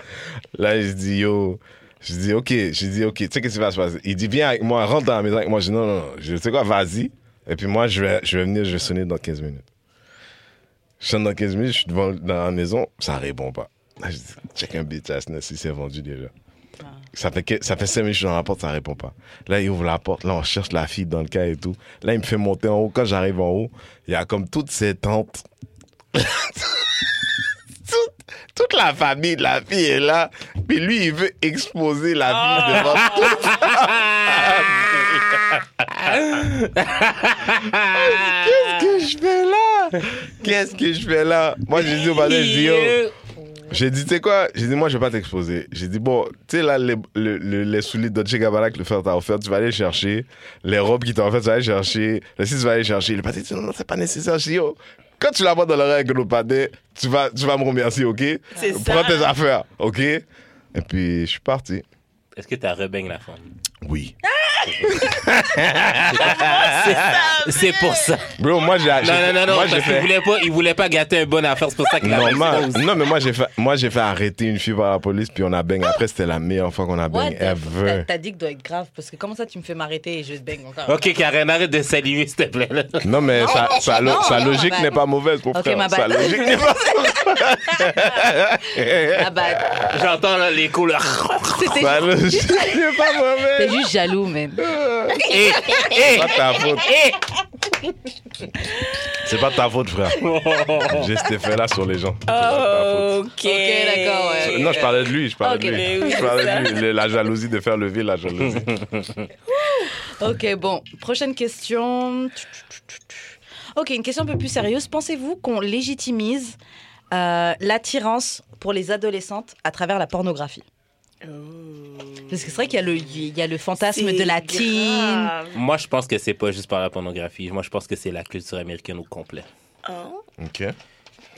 S4: là, je dis, yo. Je dis, OK. Je dis, OK, tu sais qu'est-ce qui va se passer? Il dit, viens avec moi, rentre dans la maison avec moi. Je dis, non, non, non. Je dis, tu sais quoi, vas-y. Et puis moi, je vais, je vais venir, je vais sonner dans 15 minutes. Je sonne dans 15 minutes, je suis devant dans la maison, ça répond pas. Là, je dis, check un bitch ass, si c'est vendu déjà. Ça fait, que- ça fait 5 minutes que je suis dans la porte, ça répond pas. Là, il ouvre la porte, là, on cherche la fille dans le cas et tout. Là, il me fait monter en haut. Quand j'arrive en haut, il y a comme toutes ces tentes toute, toute la famille de la fille est là. Puis lui, il veut exposer la fille devant toute sa famille. Qu'est-ce que je fais là? Qu'est-ce que je fais là? Moi, j'ai dit au badin, j'ai dit, yo, j'ai dit, tu sais quoi? J'ai dit, moi, je vais pas t'exposer. J'ai dit, bon, tu sais, là, les, le- le- les souliers Dolce Gabbana que le frère t'a offert, tu vas aller les chercher. Les robes qu'il t'a offert, tu vas aller les chercher. Le site, tu vas aller les chercher. Le pâté, tu dis, non, non, c'est pas nécessaire. J'ai dit, yo, quand tu la vois dans l'oreille avec le pâté, tu vas, tu vas me remercier, OK?
S5: C'est ça.
S4: Prends tes affaires, OK? Et puis, je suis parti.
S3: Est-ce que t'as rebang la femme?
S4: Oui.
S3: c'est- c'est pour ça.
S4: Bro, moi Ah, j'ai
S3: Non, non, non, non,
S4: moi, j'ai
S3: parce qu'il
S4: fait.
S3: voulait pas, il voulait pas gâter un bon affaire, c'est pour ça qu'il avait
S4: Normal.
S3: explosé.
S4: Non, mais moi j'ai fait, moi j'ai fait arrêter une fille par la police puis on a bang. Après c'était la meilleure fois qu'on a
S2: What
S4: bang
S2: the-
S4: ever.
S2: T'as dit que doit être grave parce que comment ça tu me fais m'arrêter et je bang encore
S3: Ok, Karen, arrête de saluer, s'il te plaît. là.
S4: Non mais sa, sa lo-
S2: non,
S4: sa
S2: non,
S4: logique
S2: ma
S4: n'est
S2: bad.
S4: pas mauvaise pour
S2: Ok, ma
S4: frère. Sa
S2: bad.
S4: logique n'est pas
S2: Ah bah,
S3: J'entends là, les coups, là.
S2: c'était
S4: sa logique n'est pas
S2: t'es
S4: mauvaise.
S2: juste jaloux, même.
S3: Hé, hé,
S5: Eh!
S4: C'est pas ta faute.
S3: hé.
S4: C'est pas ta faute frère. J'ai cet effet là sur les gens. C'est pas ta faute.
S5: Ok.
S2: Ok, d'accord, ouais.
S4: Non, je parlais de lui, je parlais
S2: Ok,
S4: de
S5: Oh. mais
S4: lui.
S5: oui,
S4: je parlais
S5: c'est
S4: de lui. Le- La jalousie de faire lever la jalousie.
S2: Ok, bon. Prochaine question. Ok, une question un peu plus sérieuse. Pensez-vous qu'on légitimise euh, l'attirance pour les adolescentes à travers la pornographie
S5: Euh.
S2: Parce que c'est vrai qu'il y, a le- il y a le fantasme de la teen.
S5: grave.
S3: Moi, je pense que c'est pas juste par la pornographie. Moi, je pense que c'est la culture américaine au complet.
S5: Hein?
S4: Ok.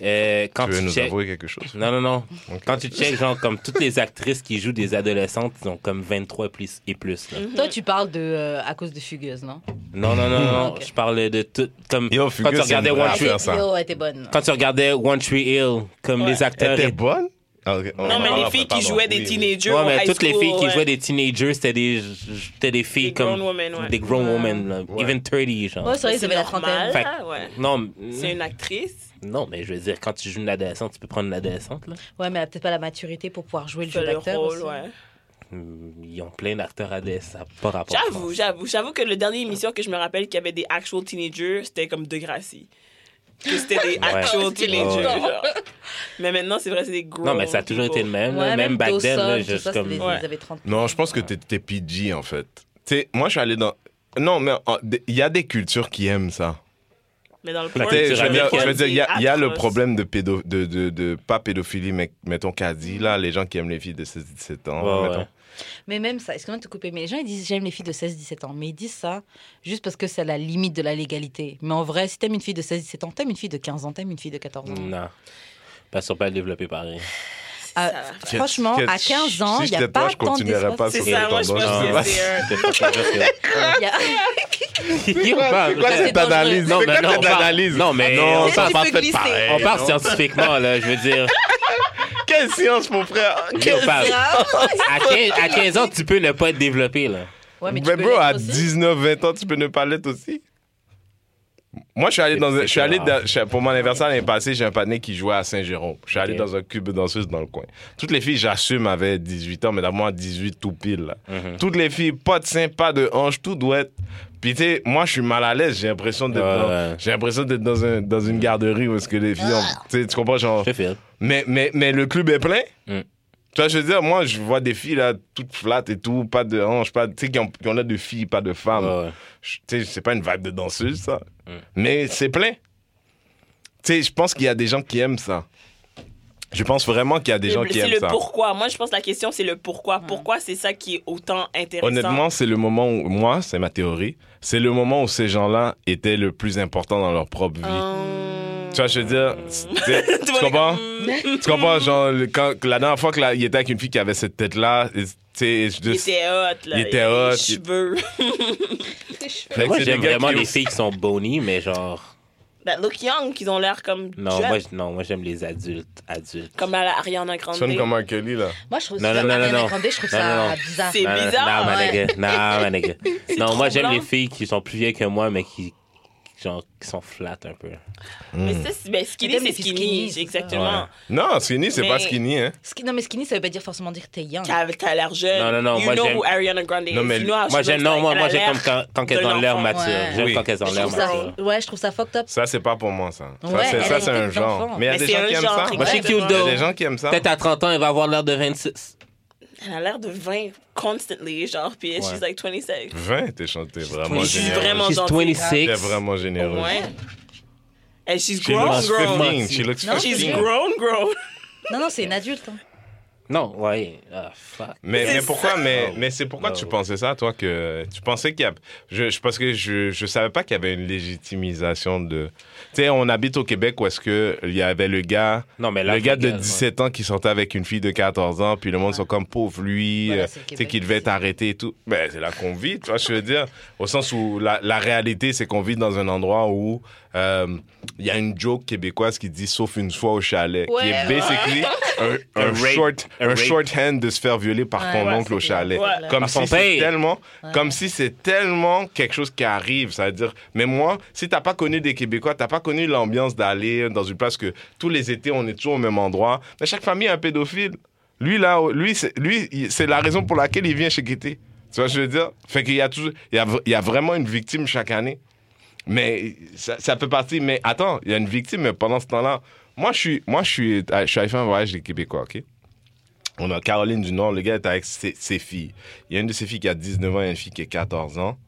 S3: Euh, quand
S4: tu veux
S3: tu
S4: nous
S3: check-
S4: avouer quelque chose
S3: Non, non, non.
S4: Ok.
S3: Quand tu check, genre, comme toutes les actrices qui jouent des adolescentes, ils ont comme 23 et plus. Et plus
S5: Mm.
S3: là.
S2: Toi, tu parles de euh, à cause de fugueuse, non
S3: Non, non, non, non.
S2: Ok.
S3: Je parle de tout. Comme
S4: Yo,
S3: quand
S4: Fugueuse,
S3: tu
S4: c'est
S3: regardais
S4: une
S3: One
S4: brave.
S3: Tree,
S4: faire ça.
S2: Yo, elle était bonne.
S3: quand tu regardais One Tree Hill, comme les
S4: Elle
S3: acteurs.
S4: était
S3: et-
S4: bonne Ok. Oh,
S5: Non, mais les
S4: enfin,
S5: filles qui
S4: pardon.
S5: jouaient des
S4: Oui, oui.
S5: teenagers.
S3: Ouais, mais
S5: au high
S3: toutes les
S5: school,
S3: filles qui
S5: ouais.
S3: jouaient des teenagers, c'était des, c'était des filles
S5: Des
S3: comme
S5: grown women, ouais.
S3: des grown
S2: Ouais.
S3: women, là.
S4: Ouais.
S3: even 30 genre.
S2: Ouais, Oh, c'est vrai,
S5: Mais
S2: ils
S5: C'est
S2: avaient la trentaine.
S5: normal,
S3: Fait- Mm.
S5: là, ouais.
S3: Non, m-
S5: C'est une actrice.
S3: non, mais je veux dire, quand tu joues une adolescente, tu peux prendre une adolescente. Là.
S2: Ouais, mais elle a peut-être pas la maturité pour pouvoir jouer le
S5: fait
S2: jeu
S5: le
S2: d'acteur.
S5: rôle,
S2: aussi.
S5: ouais.
S3: Hum, Ils ont plein d'acteurs adolescents, ça a pas rapport.
S5: J'avoue, j'avoue. J'avoue que le dernier émission que je me rappelle qu'il y avait des actual teenagers, c'était comme Degrassi. Que Ah, c'était des actual
S2: C'était
S5: teenagers.
S3: Ouais.
S5: genre. Mais maintenant, c'est vrai, c'est des gros.
S3: Non, mais ça a toujours été le même. là.
S2: Ouais,
S3: même, back then,
S2: Dawson,
S3: là,
S2: tout
S3: juste
S2: ça,
S3: comme.
S2: c'était des-
S5: Ouais.
S2: ils avaient 30.
S4: Non, je pense que t'es t'es PG en fait. Tu sais, moi je suis allé dans. Non, mais en- des- il y a des cultures qui aiment ça.
S5: Mais dans le
S3: La
S5: porn,
S4: Tu sais,
S3: culture
S4: je veux dire,
S5: c'est
S4: je veux dire, il y a, il y a le
S5: atroce.
S4: problème de, pédo, de, de, de- pas pédophilie, mais mettons dit là, les gens qui aiment les filles de 16-17 ans.
S3: Ouais,
S4: mettons.
S3: ouais.
S2: Mais même ça, excuse-moi de te couper, mais les gens ils disent j'aime les filles de 16-17 ans. Mais ils disent ça juste parce que c'est la limite de la légalité. Mais en vrai, si t'aimes une fille de 16-17 ans, t'aimes une fille de 15 ans, t'aimes une fille de 14 ans. Euh,
S3: Non. Parce qu'on peut le développer pareil.
S2: Ah,
S5: Ça.
S2: franchement,
S4: Qu'est-
S2: à 15 ans,
S4: si
S2: il n'y a
S4: j'étais
S2: pas
S4: toi, je
S2: tant
S4: continuerais pas
S2: d'espace.
S4: sur
S5: C'est ça,
S4: les
S5: moi, je
S4: tendances.
S5: pense
S4: Je sais
S5: que
S4: pas
S5: c'est-
S4: si-
S2: Il y a-
S3: Il parle-
S4: C'est quoi
S2: c'est
S4: cette
S2: dangereux.
S4: analyse
S3: Non,
S4: C'est
S3: mais
S4: quoi
S3: non,
S4: cette
S3: on parle-
S4: analyse
S3: Non, mais
S4: Non, ça
S3: on
S2: tu
S4: va
S2: peux
S4: pas fait
S2: glisser.
S4: pareil.
S3: On parle
S4: non.
S3: scientifiquement, là, je veux dire.
S4: Quelle science, mon frère
S3: Yo, parle. À 15, à 15 ans, tu peux ne pas être développé, là.
S2: Ouais, mais tu
S4: Mais
S2: peux
S4: bro,
S2: l'être
S4: à
S2: aussi.
S4: 19-20 ans, tu peux ne pas l'être aussi. Moi, je suis allé dans un- je suis allé dans- je- pour mon anniversaire l'année passée, j'ai un panier qui jouait à Saint-Jérôme. Je suis allé
S3: Ok.
S4: dans un cube de danseuse dans le coin. Toutes les filles, j'assume, avaient 18 ans, mais d'abord 18 tout pile. là.
S2: Mhm.
S4: Toutes les filles, pas de seins, pas de hanches, tout doit être. Puis tu sais, moi, je suis mal à l'aise. J'ai l'impression d'être
S3: Ouais,
S4: dans,
S3: ouais.
S4: j'ai l'impression d'être dans, un- dans une garderie où est-ce que les filles, ont-
S2: Ah.
S4: tu sais, tu comprends, genre.
S3: Je file.
S4: Mais, mais, mais le club est plein.
S3: Mm.
S4: Tu vois, je veux dire, moi, je vois des filles là, toutes flattes et tout, pas de hanches, pas, de- tu sais, qui ont, qui ont l'air de filles, pas de femmes.
S3: Ouais. Mm.
S4: Je- Tu sais, c'est pas une vibe de danseuse, ça. Mais c'est plein. Tu sais, je pense qu'il y a des gens qui aiment ça. Je pense vraiment qu'il y a des gens
S5: Le-
S4: qui
S5: C'est
S4: aiment
S5: le
S4: ça.
S5: pourquoi. Moi, je pense que la question, c'est le pourquoi. Pourquoi c'est ça qui est autant intéressant?
S4: Honnêtement, c'est le moment où, moi, c'est ma théorie, c'est le moment où ces gens-là étaient le plus important dans leur propre vie.
S5: Hum.
S4: Tu vois, je veux dire, c'est- tu sais, tu
S5: Tout le monde est
S4: comprends?
S5: comme, mm,
S4: Tu comprends, genre, le- quand, la dernière fois qu'il était avec une fille qui avait cette tête-là, et- tu sais, et je-
S5: Il était hot, là.
S4: Il était
S5: avait
S4: hot,
S5: des cheveux.
S4: Fait que
S3: Moi,
S4: c'est
S3: j'aime
S4: des gars
S3: vraiment
S4: qui-
S3: les filles qui sont bonies, mais genre.
S5: That Ben, look young, qu'ils ont l'air comme
S3: Non,
S5: jeunes.
S3: moi, je- non, moi j'aime les adultes. Adultes.
S5: Comme à la Ariana Grande.
S4: Sonne comme un Kelly, là.
S2: Moi, je trouve ça,
S3: Non, non, non, non,
S2: Ariana
S3: non.
S2: Grande, je trouve
S3: Non,
S2: ça
S3: non, non.
S2: bizarre.
S5: C'est
S3: Non, non,
S5: bizarre,
S3: Non, ma
S5: ouais.
S3: nigga. Non, ma nigga. Non, moi, j'aime
S5: troublant.
S3: les filles qui sont plus vieilles que moi, mais qui, qui- genre, qui sont flattes un peu.
S5: Mais
S4: Hmm.
S5: ça, c'est- ben, skinny,
S2: J'aime
S5: c'est
S2: les
S5: skinny.
S2: skinny,
S5: c'est
S2: c'est ça.
S5: Exactement.
S4: Non, skinny, c'est
S5: Mais-
S4: pas skinny, hein.
S2: Ski- Non, mais skinny, ça veut pas dire forcément dire que t'es young.
S5: T'as t'as l'air jeune.
S3: Non, non, non,
S5: You
S3: moi,
S5: know
S3: j'aime-
S5: who Ariana Grande is.
S4: Non, mais
S5: You know how
S3: Moi,
S5: she
S3: j'aime,
S5: looks
S3: non,
S5: like.
S3: moi,
S5: Elle
S3: moi
S5: a
S3: j'aime
S5: l'air
S3: comme quand, quand qu'elles
S5: de
S3: ont l'air
S5: l'enfant.
S3: mature.
S2: Ouais.
S3: J'aime
S4: Oui.
S3: quand qu'elles ont
S2: Je
S3: l'air
S2: trouve
S3: mature.
S2: ça, ouais, je trouve ça fucked up.
S4: Ça, c'est pas pour moi, ça. Ça,
S2: Ouais,
S4: c'est-
S2: elle
S4: ça,
S2: a
S4: c'est
S2: des
S4: un
S2: trucs
S4: genre.
S2: d'enfant.
S4: Mais il y a
S5: Mais
S4: des
S5: c'est
S4: gens
S5: un
S4: qui aiment
S5: genre,
S4: ça.
S5: exactement.
S3: Moi, je sais
S2: Ouais,
S3: qu'il
S2: c'est
S4: Il y a
S3: d'eau.
S4: des gens qui aiment ça.
S3: Peut-être à 30 ans, elle va avoir l'air de 26.
S5: Elle a l'air de 20 constantly, genre. Puis she's like 26.
S4: 20, t'es chanté vraiment
S5: Je suis
S4: généreux.
S5: vraiment
S3: She's
S5: gentille.
S3: 26.
S4: T'es vraiment généreux.
S5: Ouais. And she's
S4: She
S5: grown,
S4: looks
S5: grown.
S4: 15. She looks
S2: Non,
S5: She's
S4: 15.
S5: grown, grown.
S2: Non, non, c'est une adulte. hein.
S3: Non, ouais. ah, fuck.
S4: Mais, mais pourquoi, mais,
S3: Oh.
S4: mais c'est pourquoi
S3: Oh.
S4: tu pensais ça, toi, que tu pensais qu'il y a. Je, je- parce que je, je savais pas qu'il y avait une légitimisation de. Tu sais, on habite au Québec où est-ce que il y avait le gars,
S3: Non, mais
S4: le gars de
S3: légal, ouais.
S4: 17 ans qui sortait avec une fille de 14 ans, puis le monde sont comme pauvre lui,
S2: Voilà,
S4: euh,
S2: c'est le
S4: tu sais,
S2: Québec
S4: qu'il devait
S2: aussi.
S4: t'arrêter et tout. Ben, c'est là qu'on vit, tu vois, je veux dire. Au sens où la, la réalité, c'est qu'on vit dans un endroit où euh, il y a une joke québécoise qui dit sauf une fois au chalet, qui
S6: Ouais,
S4: est
S6: ouais.
S4: basically un, un
S3: Un rape,
S4: short,
S3: un
S4: un
S3: rape.
S4: shorthand de se faire violer par
S2: Ouais,
S4: ton
S2: ouais,
S4: oncle au
S2: c'est
S4: chalet.
S2: clair.
S5: Ouais.
S4: Comme
S3: Par
S4: si
S3: son
S4: c'est
S3: père.
S4: tellement, comme si c'est tellement quelque chose qui arrive. Ça veut dire, mais moi, si t'as pas connu des Québécois, t'as pas connu l'ambiance d'aller dans une place que tous les étés on est toujours au même endroit. Mais chaque famille a un pédophile. Lui là, lui, c'est, lui, il- c'est la raison pour laquelle il vient chez Guité. Tu vois, ce que je veux dire, fait qu'il y a toujours, il y a, v- il y a vraiment une victime chaque année. Mais ça, ça peut partir. Mais attends, il y a une victime, mais pendant ce temps-là, moi, je suis, moi, je suis, je suis allé faire un voyage des Québécois, OK? On a Caroline du Nord, le gars est avec ses, ses filles. Il y a une de ses filles qui a 19 ans et une fille qui a 14 ans.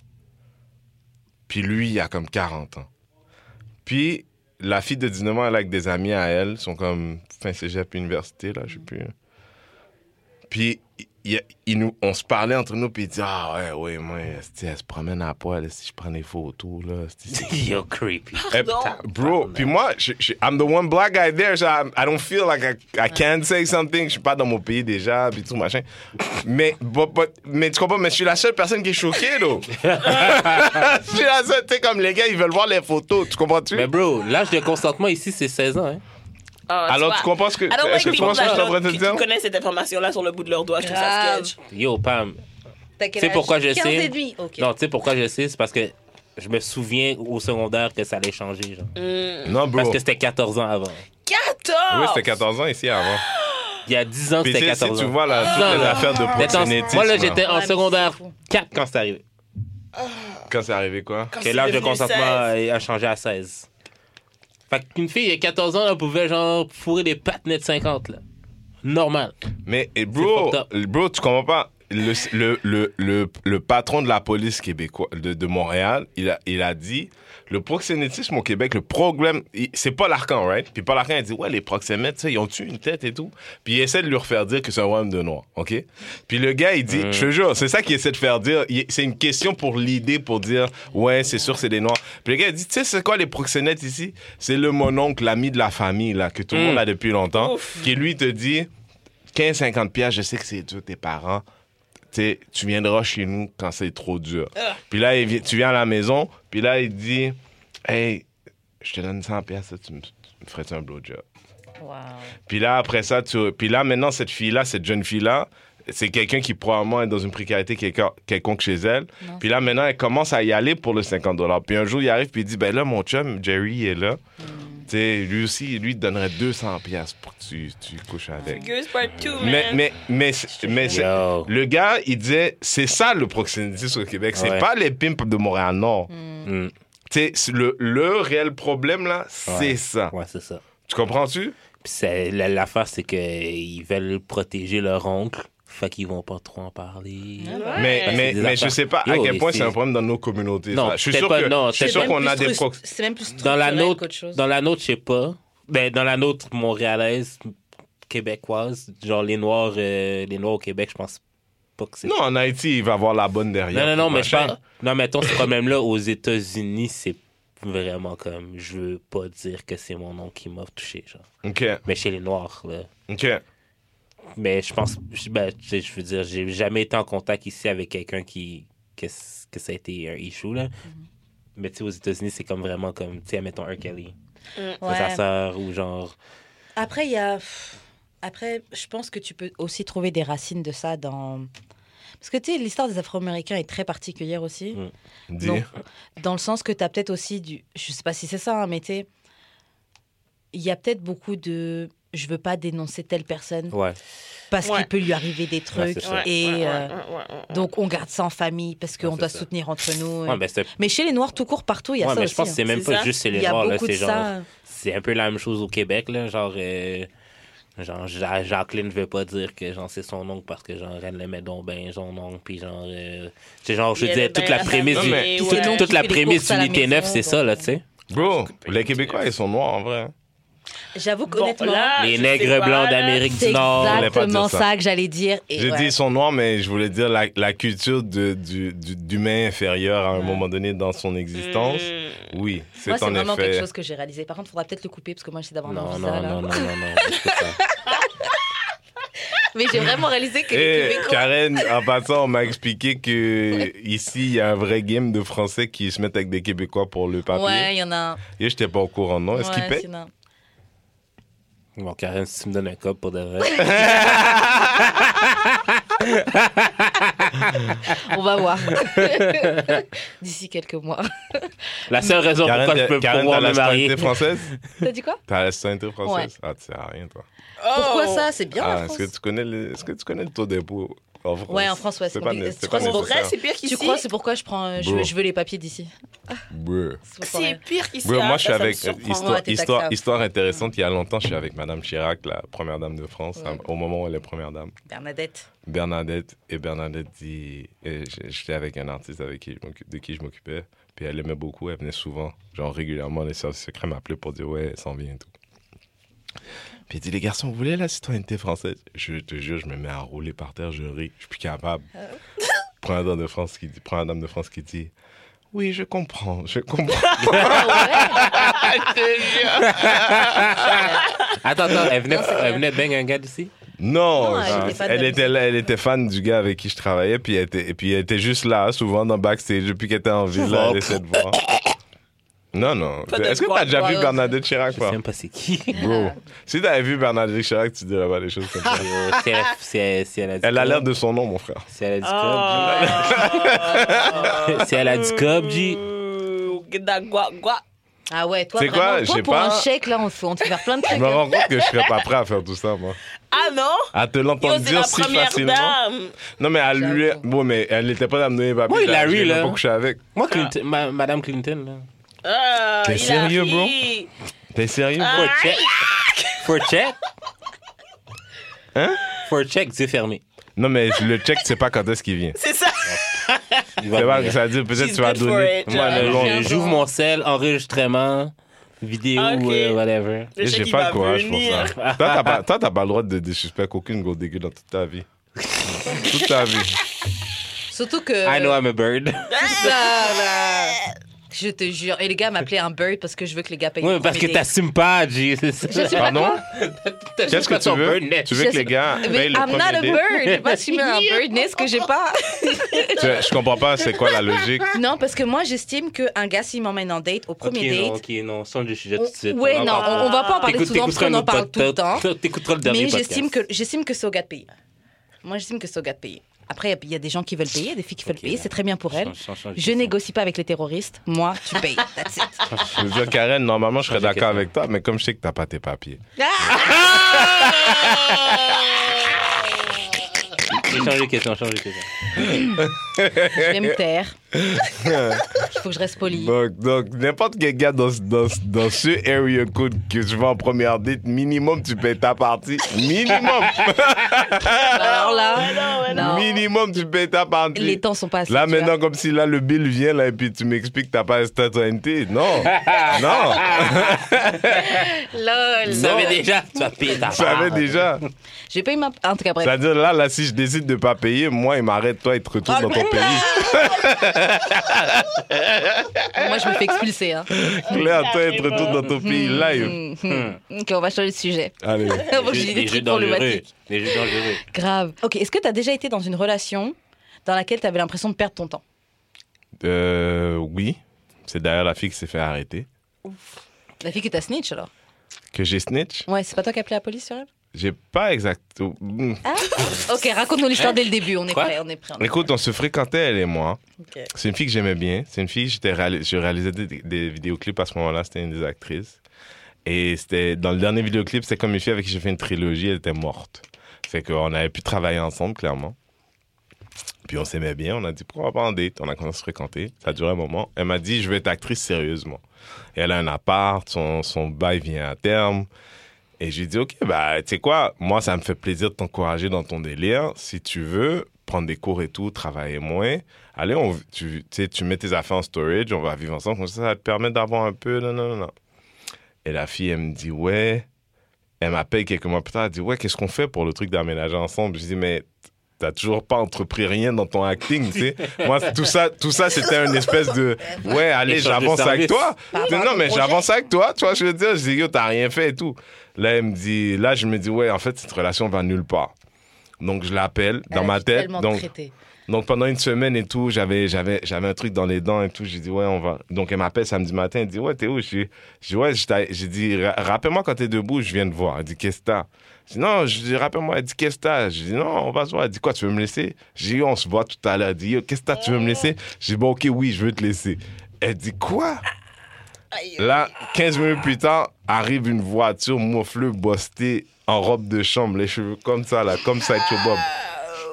S4: Puis lui, il a comme 40 ans. Puis la fille de 19 ans, elle est avec des amis à elle, ils sont comme fin cégep, université, là, je sais plus. Puis il- il- il nous, on se parlait entre nous, puis il dit Ah ouais, ouais, moi, esti, elle se promène à poil, si je prends des photos, là. esti, c'est-
S3: Yo, creepy.
S4: Eh, Bro, puis moi, je- je- I'm the one black guy there, so I, I don't feel like I, I can say something. Je suis pas dans mon pays déjà, puis tout machin. Mais, but- but- mais tu comprends, mais je suis la seule personne qui est choquée, là. je suis la seule, tu sais, comme les gars, ils veulent voir les photos, tu comprends-tu?
S3: Mais bro, l'âge de consentement ici, c'est 16 ans. Hein?
S5: Ah, Bah,
S4: Alors, tu comprends ce que- est-ce que tu comprends ce que je suis en train de
S5: Qui
S4: dire?
S5: connaissent cette information-là sur le bout de leurs doigts, je trouve ça
S2: Grave.
S5: sketch.
S3: Yo, Pam. Tu sais pourquoi je sais? Non, tu sais pourquoi je sais? C'est parce que je me souviens au secondaire que ça allait changer. Genre.
S4: non,
S3: Parce
S4: bro.
S3: que c'était 14 ans avant.
S5: 14!
S4: Oui, c'était 14 ans ici avant.
S3: Il y a 10 ans,
S4: Puis tu
S3: c'était
S4: sais, si
S3: 14 ans.
S4: tu vois là, toutes
S3: Non,
S4: les
S3: là.
S4: affaires de
S3: Mais attends,
S4: proxénétisme.
S3: moi, là,
S4: là,
S2: Ouais,
S3: j'étais en
S2: mais
S3: secondaire
S2: c'est fou.
S3: 4 quand c'est arrivé.
S4: Quand c'est arrivé, quoi?
S5: Quand
S3: Que
S5: c'est
S3: l'âge de
S5: devenu
S3: consentement
S5: 16.
S3: a a changé à 16. Fait qu'une fille, il y a 14 ans, elle pouvait genre fourrer des patinettes de 50, là. Normal.
S4: Mais eh, bro,
S3: fucked
S4: bro, tu comprends pas le, le, le, le, le patron de la police québécoise de, de Montréal, il a, il a dit le proxénétisme au Québec, le problème, il- c'est Paul Arcan, right? Puis Paul Arcan a dit ouais, les proxénètes, tu sais, ils ont tué une tête et tout. Puis il essaie de lui refaire dire que c'est un royaume de noirs, ok? Puis le gars, il dit
S3: Mm.
S4: je te jure, c'est ça qu'il essaie de faire dire. Il- C'est une question pour l'idée pour dire ouais, c'est sûr, c'est des noirs. Puis le gars, il dit tu sais, c'est quoi les proxénètes ici? C'est le mononcle, l'ami de la famille, là, que tout le
S3: Mm.
S4: monde a depuis longtemps, qui lui te dit. 15, 50 pièces, je sais que c'est dur, tes parents. Tu sais, tu viendras chez nous quand c'est trop dur. Puis là, il vi- tu viens à la maison, puis là, il dit Hey, je te donne 100 pièces, tu me tu me ferais-tu un blowjob? Puis là, après ça, tu... puis là, maintenant, cette fille-là, cette jeune fille-là, c'est quelqu'un qui probablement est dans une précarité quelqu'un- quelconque chez elle. Puis là, maintenant, elle commence à y aller pour le 50 dollars. Puis un jour, il arrive, puis il dit, ben là, mon chum, Jerry, est là. Tu sais, lui aussi, lui, il te donnerait 200 pièces pour que tu, tu couches avec.
S5: Girls Part 2, man.
S4: Mais, mais, mais, c'est- mais c'est-
S3: Yo.
S4: le gars, il disait, c'est ça le proxénétisme au Québec. C'est
S3: Ouais.
S4: pas les pimps de Montréal-Nord.
S3: Mm.
S4: Tu sais, le, le réel problème, là, c'est
S3: Ouais.
S4: ça.
S3: Ouais, c'est ça.
S4: Tu comprends-tu?
S3: Puis c'est- la- l'affaire, c'est qu'ils veulent protéger leur oncle. Fait qu'ils vont pas trop en parler.
S4: Mais,
S3: Ouais.
S4: mais,
S3: C'est des
S4: mais je
S3: affaires.
S4: sais pas à
S3: Yo,
S4: quel
S3: et
S4: point
S3: c'est-
S4: c'est un problème dans nos communautés.
S3: Non,
S4: ça. je suis
S3: peut-être
S4: sûr
S3: pas-
S4: que-
S3: non,
S4: je suis
S3: peut-être
S4: sûr
S3: pas.
S4: qu'on a des
S2: prox...
S4: prox.
S2: C'est même plus
S3: Dans la
S2: structurel
S3: nôtre,
S2: qu'autre chose.
S3: dans la nôtre, je sais pas. Ben, dans la nôtre montréalaise, québécoise, genre les Noirs, euh, les Noirs au Québec, je pense pas que c'est.
S4: Non, en Haïti, il va avoir la bonne derrière.
S3: non, non, non,
S4: pour
S3: mais je
S4: machin.
S3: parle- Non, mettons, ce problème-là, aux États-Unis, c'est vraiment comme. Je veux pas dire que c'est mon nom qui m'a touché, genre.
S4: Ok,
S3: Mais chez les Noirs, là.
S4: ok.
S3: Mais je pense. je- Ben, tu sais, je veux dire, j'ai jamais été en contact ici avec quelqu'un qui. Que, c- que ça a été un issue, là. Mais tu sais, aux États-Unis, c'est comme vraiment comme. Tu sais, mettons R. Kelly, c'est
S2: Ouais.
S3: sa sœur, ou genre.
S2: Après, il y a. pff, Après, je pense que tu peux aussi trouver des racines de ça dans. Parce que tu sais, l'histoire des Afro-Américains est très particulière aussi.
S3: Mm.
S4: Dis.
S2: Donc, dans le sens que tu as peut-être aussi du. Je sais pas si c'est ça, hein, mais tu sais, il y a peut-être beaucoup de. Je veux pas dénoncer telle personne
S3: Ouais.
S2: parce
S5: Ouais.
S2: qu'il peut lui arriver des trucs.
S3: c'est ça.
S2: et euh,
S5: ouais.
S2: donc, on garde ça en famille parce qu'on
S3: Ouais, c'est
S2: doit
S3: ça.
S2: soutenir entre nous.
S3: Ouais, ben, c'est
S2: Mais chez les Noirs, tout court, partout, il y a
S3: ouais,
S2: ça
S3: mais
S2: aussi. hein.
S3: je pense que c'est même
S5: C'est ça.
S3: pas juste chez
S2: il
S3: les
S2: y a
S3: Noirs, là,
S2: beaucoup
S3: c'est
S2: de
S3: genre
S2: ça.
S3: c'est un peu la même chose au Québec là, genre euh, genre Ja- Jacqueline veut pas dire que genre c'est son oncle parce que genre elle l'aimait donc bien son oncle puis genre euh, c'est genre je
S5: Il
S3: disais
S5: aimait
S3: toute
S5: bien
S3: la
S5: la
S3: prémisse du-
S4: famille, ouais.
S3: toute-
S5: Puis c'est donc
S3: toute
S2: qu'il
S3: la
S2: fait des
S3: prémisse
S2: courses à la
S3: d'unité
S2: maison,
S3: 9 c'est ça là, tu sais.
S4: Bro, les Québécois, ils sont noirs en vrai.
S2: J'avoue
S5: Bon,
S2: qu'honnêtement,
S5: là, je
S3: Les
S5: sais
S3: nègres
S5: pas,
S3: blancs
S5: là.
S3: d'Amérique
S2: c'est
S3: du Nord.
S4: exact. voulais pas dire
S2: exactement ça.
S4: ça.
S2: que j'allais dire. Et
S4: J'ai
S2: ouais.
S4: dit ils sont noirs, mais je voulais dire la, la culture de- du- du- d'humain inférieur à un
S2: Ouais.
S4: moment donné dans son existence.
S5: Mm.
S4: Oui, c'est
S2: Moi, c'est
S4: en
S2: vraiment quelque
S4: effet.
S2: chose que j'ai réalisé. Par contre, faudra peut-être le couper parce que moi, j'essaie d'avoir
S3: Non,
S2: un
S3: non,
S2: envie
S3: non,
S2: ça, là.
S3: non, non, non, je peux pas.
S2: Mais j'ai vraiment réalisé que les
S4: Et
S2: Québécois.
S4: Eh, Karen, en passant, on m'a expliqué que ici, il y a un vrai game de Français qui se mettent avec des Québécois pour le papier.
S2: Ouais, il y en a un.
S4: Et je n'étais pas au courant, non? Est-ce
S2: Ouais,
S4: qu'ils payent?
S2: sinon-
S3: Bon, Karen, si tu me donnes un cop pour de vrai.
S2: On va voir. D'ici quelques mois.
S3: La seule raison
S4: Karen,
S3: pourquoi je peux
S4: t'as- Karen,
S3: pouvoir
S4: t'as
S3: me
S4: la
S3: marier.
S4: citoyenneté française?
S2: T'as dit quoi
S4: T'as la citoyenneté française? Ah, tu sais rien, toi.
S2: Pourquoi
S5: Oh!
S2: ça C'est bien
S4: Ah,
S2: la
S4: est-ce
S2: France.
S4: que tu connais le, est-ce que tu connais le taux d'impôt en France?
S2: Ouais, en France, ouais, c'est
S4: c'est pas,
S2: compliqué.
S4: né-
S2: Tu
S4: c'est
S2: crois
S4: pas
S2: que c'est
S5: Pour vrai,
S4: nécessaire.
S5: c'est pire
S2: Tu
S5: qu'ici.
S2: crois c'est pourquoi je prends euh, je, veux,
S4: Bro.
S2: je veux les papiers d'ici.
S4: Bruh.
S2: C'est pour
S5: C'est
S2: ça.
S5: pire qu'ici.
S4: Ouais,
S5: hein,
S4: moi, je suis
S5: ça, ça me
S4: avec euh,
S2: histoire-
S5: surprend.
S4: histoire,
S2: t'es
S4: histoire,
S2: taxable.
S4: histoire intéressante. Il y a longtemps, je suis avec Madame Chirac, la première dame de France, hein,
S2: Ouais.
S4: au moment où elle est première dame.
S2: Bernadette.
S4: Bernadette et Bernadette dit, et j- j'étais avec un artiste avec qui je m'occu- de qui je m'occupais, puis elle aimait beaucoup, elle venait souvent, genre régulièrement les services secrets m'appelaient pour dire ouais, elle s'en vient et tout. Puis elle dit les garçons, vous voulez la citoyenneté française Je te jure, je me mets à rouler par terre, je ris, je suis plus capable. Première dame de France qui dit, première dame de France qui dit. Oui, je comprends, je comprends.
S2: Ah
S3: Attends, attends, elle venait,
S2: Non, c'est
S3: elle venait bang un gars d'ici?
S4: Non,
S2: Non, elle
S4: je-
S2: était fan de
S4: elle
S2: la
S4: était là, elle était fan du gars avec qui je travaillais, puis elle était, et puis elle était juste là, souvent dans backstage, depuis qu'elle était en ville, là,
S3: vois.
S4: elle essaie de voir. Non, non.
S5: Pas de
S4: Est-ce que
S5: quoi,
S4: t'as déjà
S2: quoi,
S4: vu
S2: ouais.
S4: Bernadette Chirac,
S3: Je sais
S4: quoi?
S3: même pas c'est qui.
S4: Bro. Si t'avais vu Bernadette Chirac, tu dirais pas des choses comme ça.
S3: Euh, si, elle, si elle- si elle a dit
S4: Elle a
S3: comme-
S4: l'air de son nom, mon frère.
S3: Si elle a dit
S5: Ah.
S3: comme- si elle a dit comme, G.
S5: Euh, guida, gua, gua.
S2: Ah ouais, toi,
S4: C'est
S2: vraiment,
S4: quoi
S2: toi,
S4: J'ai
S2: pour
S4: pas-
S2: un chèque, là, on te fait, on te fait faire plein de
S4: Je
S2: trucs.
S4: me rends compte que je serais pas prêt à faire tout ça, moi.
S5: Ah non?
S4: À te
S5: Yo,
S4: l'entendre
S5: c'est la
S4: dire si
S5: première
S4: facilement.
S5: dame.
S4: Non, mais à lui.
S2: J'avoue.
S4: Bon, mais elle n'était pas dans mes papiers.
S3: Oui,
S4: j'ai-
S3: Larry,
S4: j'ai
S3: là.
S4: pas couché avec.
S3: Moi, Clinton, ma- Madame Clinton, là.
S5: Ah,
S4: T'es
S5: il a
S4: sérieux, bro?
S5: ri.
S4: T'es sérieux,
S5: Ah.
S4: bro?
S3: For check. For check.
S4: Hein?
S3: For check, Dieu fermé.
S4: Non, mais le check, c'est pas quand est-ce qu'il vient.
S5: C'est ça.
S3: Il va
S4: C'est pas
S3: venir.
S4: ça veut dire peut-être
S5: She's
S4: tu vas
S5: good for
S4: donner.
S5: it.
S4: Moi,
S5: Ouais,
S4: le long.
S3: Je- J'ouvre mon sel, enregistrement, vidéo,
S5: Ah, ok.
S3: euh, whatever.
S5: Le chèque,
S4: J'ai
S5: il
S4: pas
S5: va
S4: le courage pour
S5: venir.
S4: ça. Toi, t'as pas, toi, t'as pas le droit de disrespect aucune go dégueu dans toute ta vie. toute ta vie.
S2: Surtout que.
S3: I know I'm a bird.
S2: Ça, là, Je te jure. Et les gars m'appelaient un bird parce que je veux que les gars payent.
S3: Oui,
S2: pour
S3: parce que
S2: m'aider.
S3: t'assumes pas, G. C'est ça.
S4: Pardon?
S3: T'assumes
S4: Qu'est-ce
S3: pas
S4: que tu
S3: ton
S4: veux?
S3: bird net.
S4: Tu veux que
S2: Je-
S4: les gars
S2: Mais
S4: payent le
S2: I'm not a
S4: premier date?
S2: bird. J'ai pas assumé un bird. N'est-ce que j'ai pas
S4: Tu- Je comprends pas, c'est quoi la logique?
S2: Non, parce que moi, j'estime qu'un gars, s'il m'emmène en date, au premier
S3: ok, non,
S2: date.
S3: ok, non, change de sujet tout de
S2: on-
S3: suite.
S2: Ouais,
S3: en
S2: non,
S3: parle.
S2: on, on va pas en parler
S3: T'écoutes-
S2: souvent parce qu'on en
S3: t'écouteras
S2: parle
S3: notre-
S2: tout le temps.
S3: t'écoutes- T'écouteras le dernier
S2: Mais
S3: podcast.
S2: j'estime que, j'estime que c'est au gars de payer. Moi, j'estime que c'est au gars de payer. Après, il y a des gens qui veulent payer, il y a des filles qui veulent
S3: Ok,
S2: payer,
S3: là.
S2: c'est très bien pour elles.
S3: Change- change- change de
S2: Je
S3: question.
S2: négocie pas avec les terroristes. Moi, tu payes. That's it.
S4: Je veux dire, Karen, normalement, je serais
S3: J'ai une
S4: d'accord
S3: question.
S4: avec toi, mais comme je sais que t'as pas tes papiers.
S3: J'ai changé de question, changé de question.
S2: Je vais me taire. Il faut que je reste poli.
S3: Bah.
S4: Donc, donc, n'importe quel gars dans, ce- dans, ce- dans ce area code que tu vas en première date, minimum, tu payes ta partie. Minimum!
S5: Ah,
S2: Alors là, non.
S4: Minimum, tu payes ta partie.
S2: les temps sont pas assez.
S4: Là,
S2: tu vois.
S4: maintenant, comme si là, le bill vient, là, et puis tu m'expliques que t'as pas la citoyenneté. Non. non.
S2: Lol.
S3: Tu savais déjà, tu as payé ta
S4: Je savais
S3: part.
S4: déjà.
S2: J'ai payé ma. En tout cas, bref.
S4: C'est-à-dire, là, là, si je décide de pas payer, moi, il m'arrête, toi, il te retourne dans ton pays.
S2: Moi, je me fais expulser. Hein.
S4: Claire, toi, il te retourne dans ton pays live.
S2: Hmm, hmm. Ok, on va changer de sujet.
S4: Allez.
S2: Faut que
S3: Des
S2: je dise
S3: jeux-
S2: des
S3: des jeux
S2: trucs
S3: dangereux.
S2: problématiques.
S3: Des jeux dangereux.
S2: Grave. Ok, est-ce que tu as déjà été dans une relation dans laquelle tu avais l'impression de perdre ton temps
S4: Euh, oui. C'est d'ailleurs la fille qui s'est fait arrêter.
S2: La fille que t'as snitch alors
S4: Que j'ai snitch.
S2: Ouais, c'est pas toi qui as appelé la police sur elle
S4: J'ai pas exact. Mm.
S2: Ok, raconte-nous l'histoire dès le début. On est
S3: Quoi
S2: prêt, on est prêt. on est
S4: Écoute, on se fréquentait, elle et moi.
S2: Ok.
S4: C'est une fille que j'aimais bien. C'est une fille, j'étais réalis- je réalisais des, des vidéoclips à ce moment-là. C'était une des actrices. Et c'était dans le dernier vidéoclip, c'était comme une fille avec qui j'ai fait une trilogie. Elle était morte. Fait qu'on avait pu travailler ensemble, clairement. Puis on s'aimait bien. On a dit pourquoi pas en date. On a commencé à se fréquenter. Ça a duré un moment. Elle m'a dit je veux être actrice sérieusement. Et elle a un appart. Son, son bail vient à terme. Et j'ai dit, OK, bah, tu sais quoi, moi, ça me fait plaisir de t'encourager dans ton délire. Si tu veux, prendre des cours et tout, travailler moins. Allez, on, tu, tu sais, tu mets tes affaires en storage, on va vivre ensemble, comme ça, ça va te permet d'avoir un peu. Non, non, non, non. Et la fille, elle me dit, ouais. Elle m'appelle quelques mois plus tard, elle dit, ouais, qu'est-ce qu'on fait pour le truc d'emménager ensemble? Je dis, mais t'as toujours pas entrepris rien dans ton acting, tu sais. Moi, tout ça, tout ça, c'était une espèce de, ouais, allez,
S3: Échange de
S4: j'avance avec
S3: service.
S4: toi.
S2: rapport
S4: non,
S2: au
S4: mais
S2: projet.
S4: j'avance avec toi, tu vois, je veux dire, je dis, yo, t'as rien fait et tout. Là, elle me dit, là, je me dis, ouais, en fait, cette relation va nulle part. Donc, je l'appelle
S2: Elle
S4: dans
S2: a
S4: ma
S2: dû
S4: tête.
S2: tellement
S4: Donc,
S2: traiter.
S4: donc pendant une semaine et tout, j'avais j'avais j'avais un truc dans les dents et tout. J'ai dit ouais on va. Donc elle m'appelle samedi matin. Elle dit ouais t'es où Je dis je dis, ouais je t'ai- j'ai dit Ra- rappelle-moi quand t'es debout. Je viens te voir. Elle dit qu'est-ce que t'as Je dis non. Je dis rappelle-moi. Elle dit qu'est-ce que t'as Je dis non on va se voir. Elle dit quoi tu veux me laisser J'ai dit on se voit tout à l'heure. Elle dit Yo, qu'est-ce que t'as tu veux me laisser J'ai dit bon ok oui je veux te laisser. Elle dit quoi Là, 15 minutes plus tard, arrive une voiture moufleux, bostée, en robe de chambre, les cheveux comme ça, là, comme ça, Psycho Bob.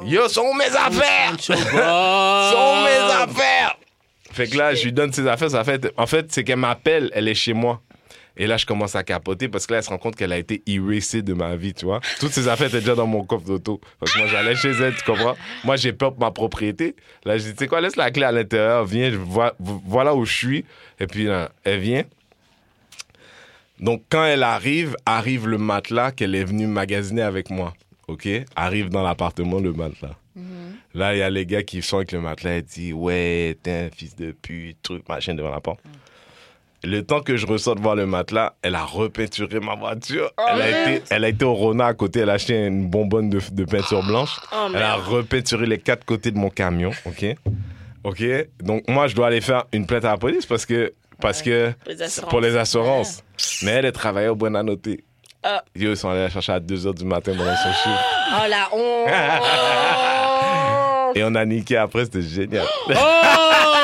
S4: Yo, sont où mes affaires
S3: Sancho Bob.
S4: sont mes affaires Fait que là, je lui donne ses affaires. Ça fait... En fait, c'est qu'elle m'appelle, elle est chez moi. Et là, je commence à capoter parce que là, elle se rend compte qu'elle a été erasée de ma vie, tu vois. Toutes ses affaires étaient déjà dans mon coffre d'auto. Parce que moi, j'allais chez elle, tu comprends. Moi, j'ai peur pour ma propriété. Là, je dis, tu sais quoi, laisse la clé à l'intérieur, viens, je vois, vo- voilà où je suis. Et puis, là, elle vient. Donc, quand elle arrive, arrive le matelas qu'elle est venue magasiner avec moi. OK Arrive dans l'appartement, le matelas.
S5: Mhm.
S4: Là, il y a les gars qui sont avec le matelas et disent Ouais, t'es un fils de pute, truc, machin, devant la porte.
S5: Mhm.
S4: Le temps que je ressors de voir le matelas, elle a repeinturé ma voiture.
S5: Oh,
S4: elle, a été, elle a été au Rona à côté, elle a acheté une bonbonne de, de peinture blanche.
S5: Oh,
S4: elle a
S5: merde.
S4: repeinturé les quatre côtés de mon camion, ok Ok Donc, moi, je dois aller faire une plainte à la police parce que. Parce que
S5: Les assurances.
S4: pour les assurances. Mais elle, elle travaillait au Buena Note.
S5: Ah.
S4: Yo, Ils sont allés la chercher à 2h du matin pendant son chiffre.
S2: Oh la honte
S4: Et on a niqué après, c'était génial. Ah,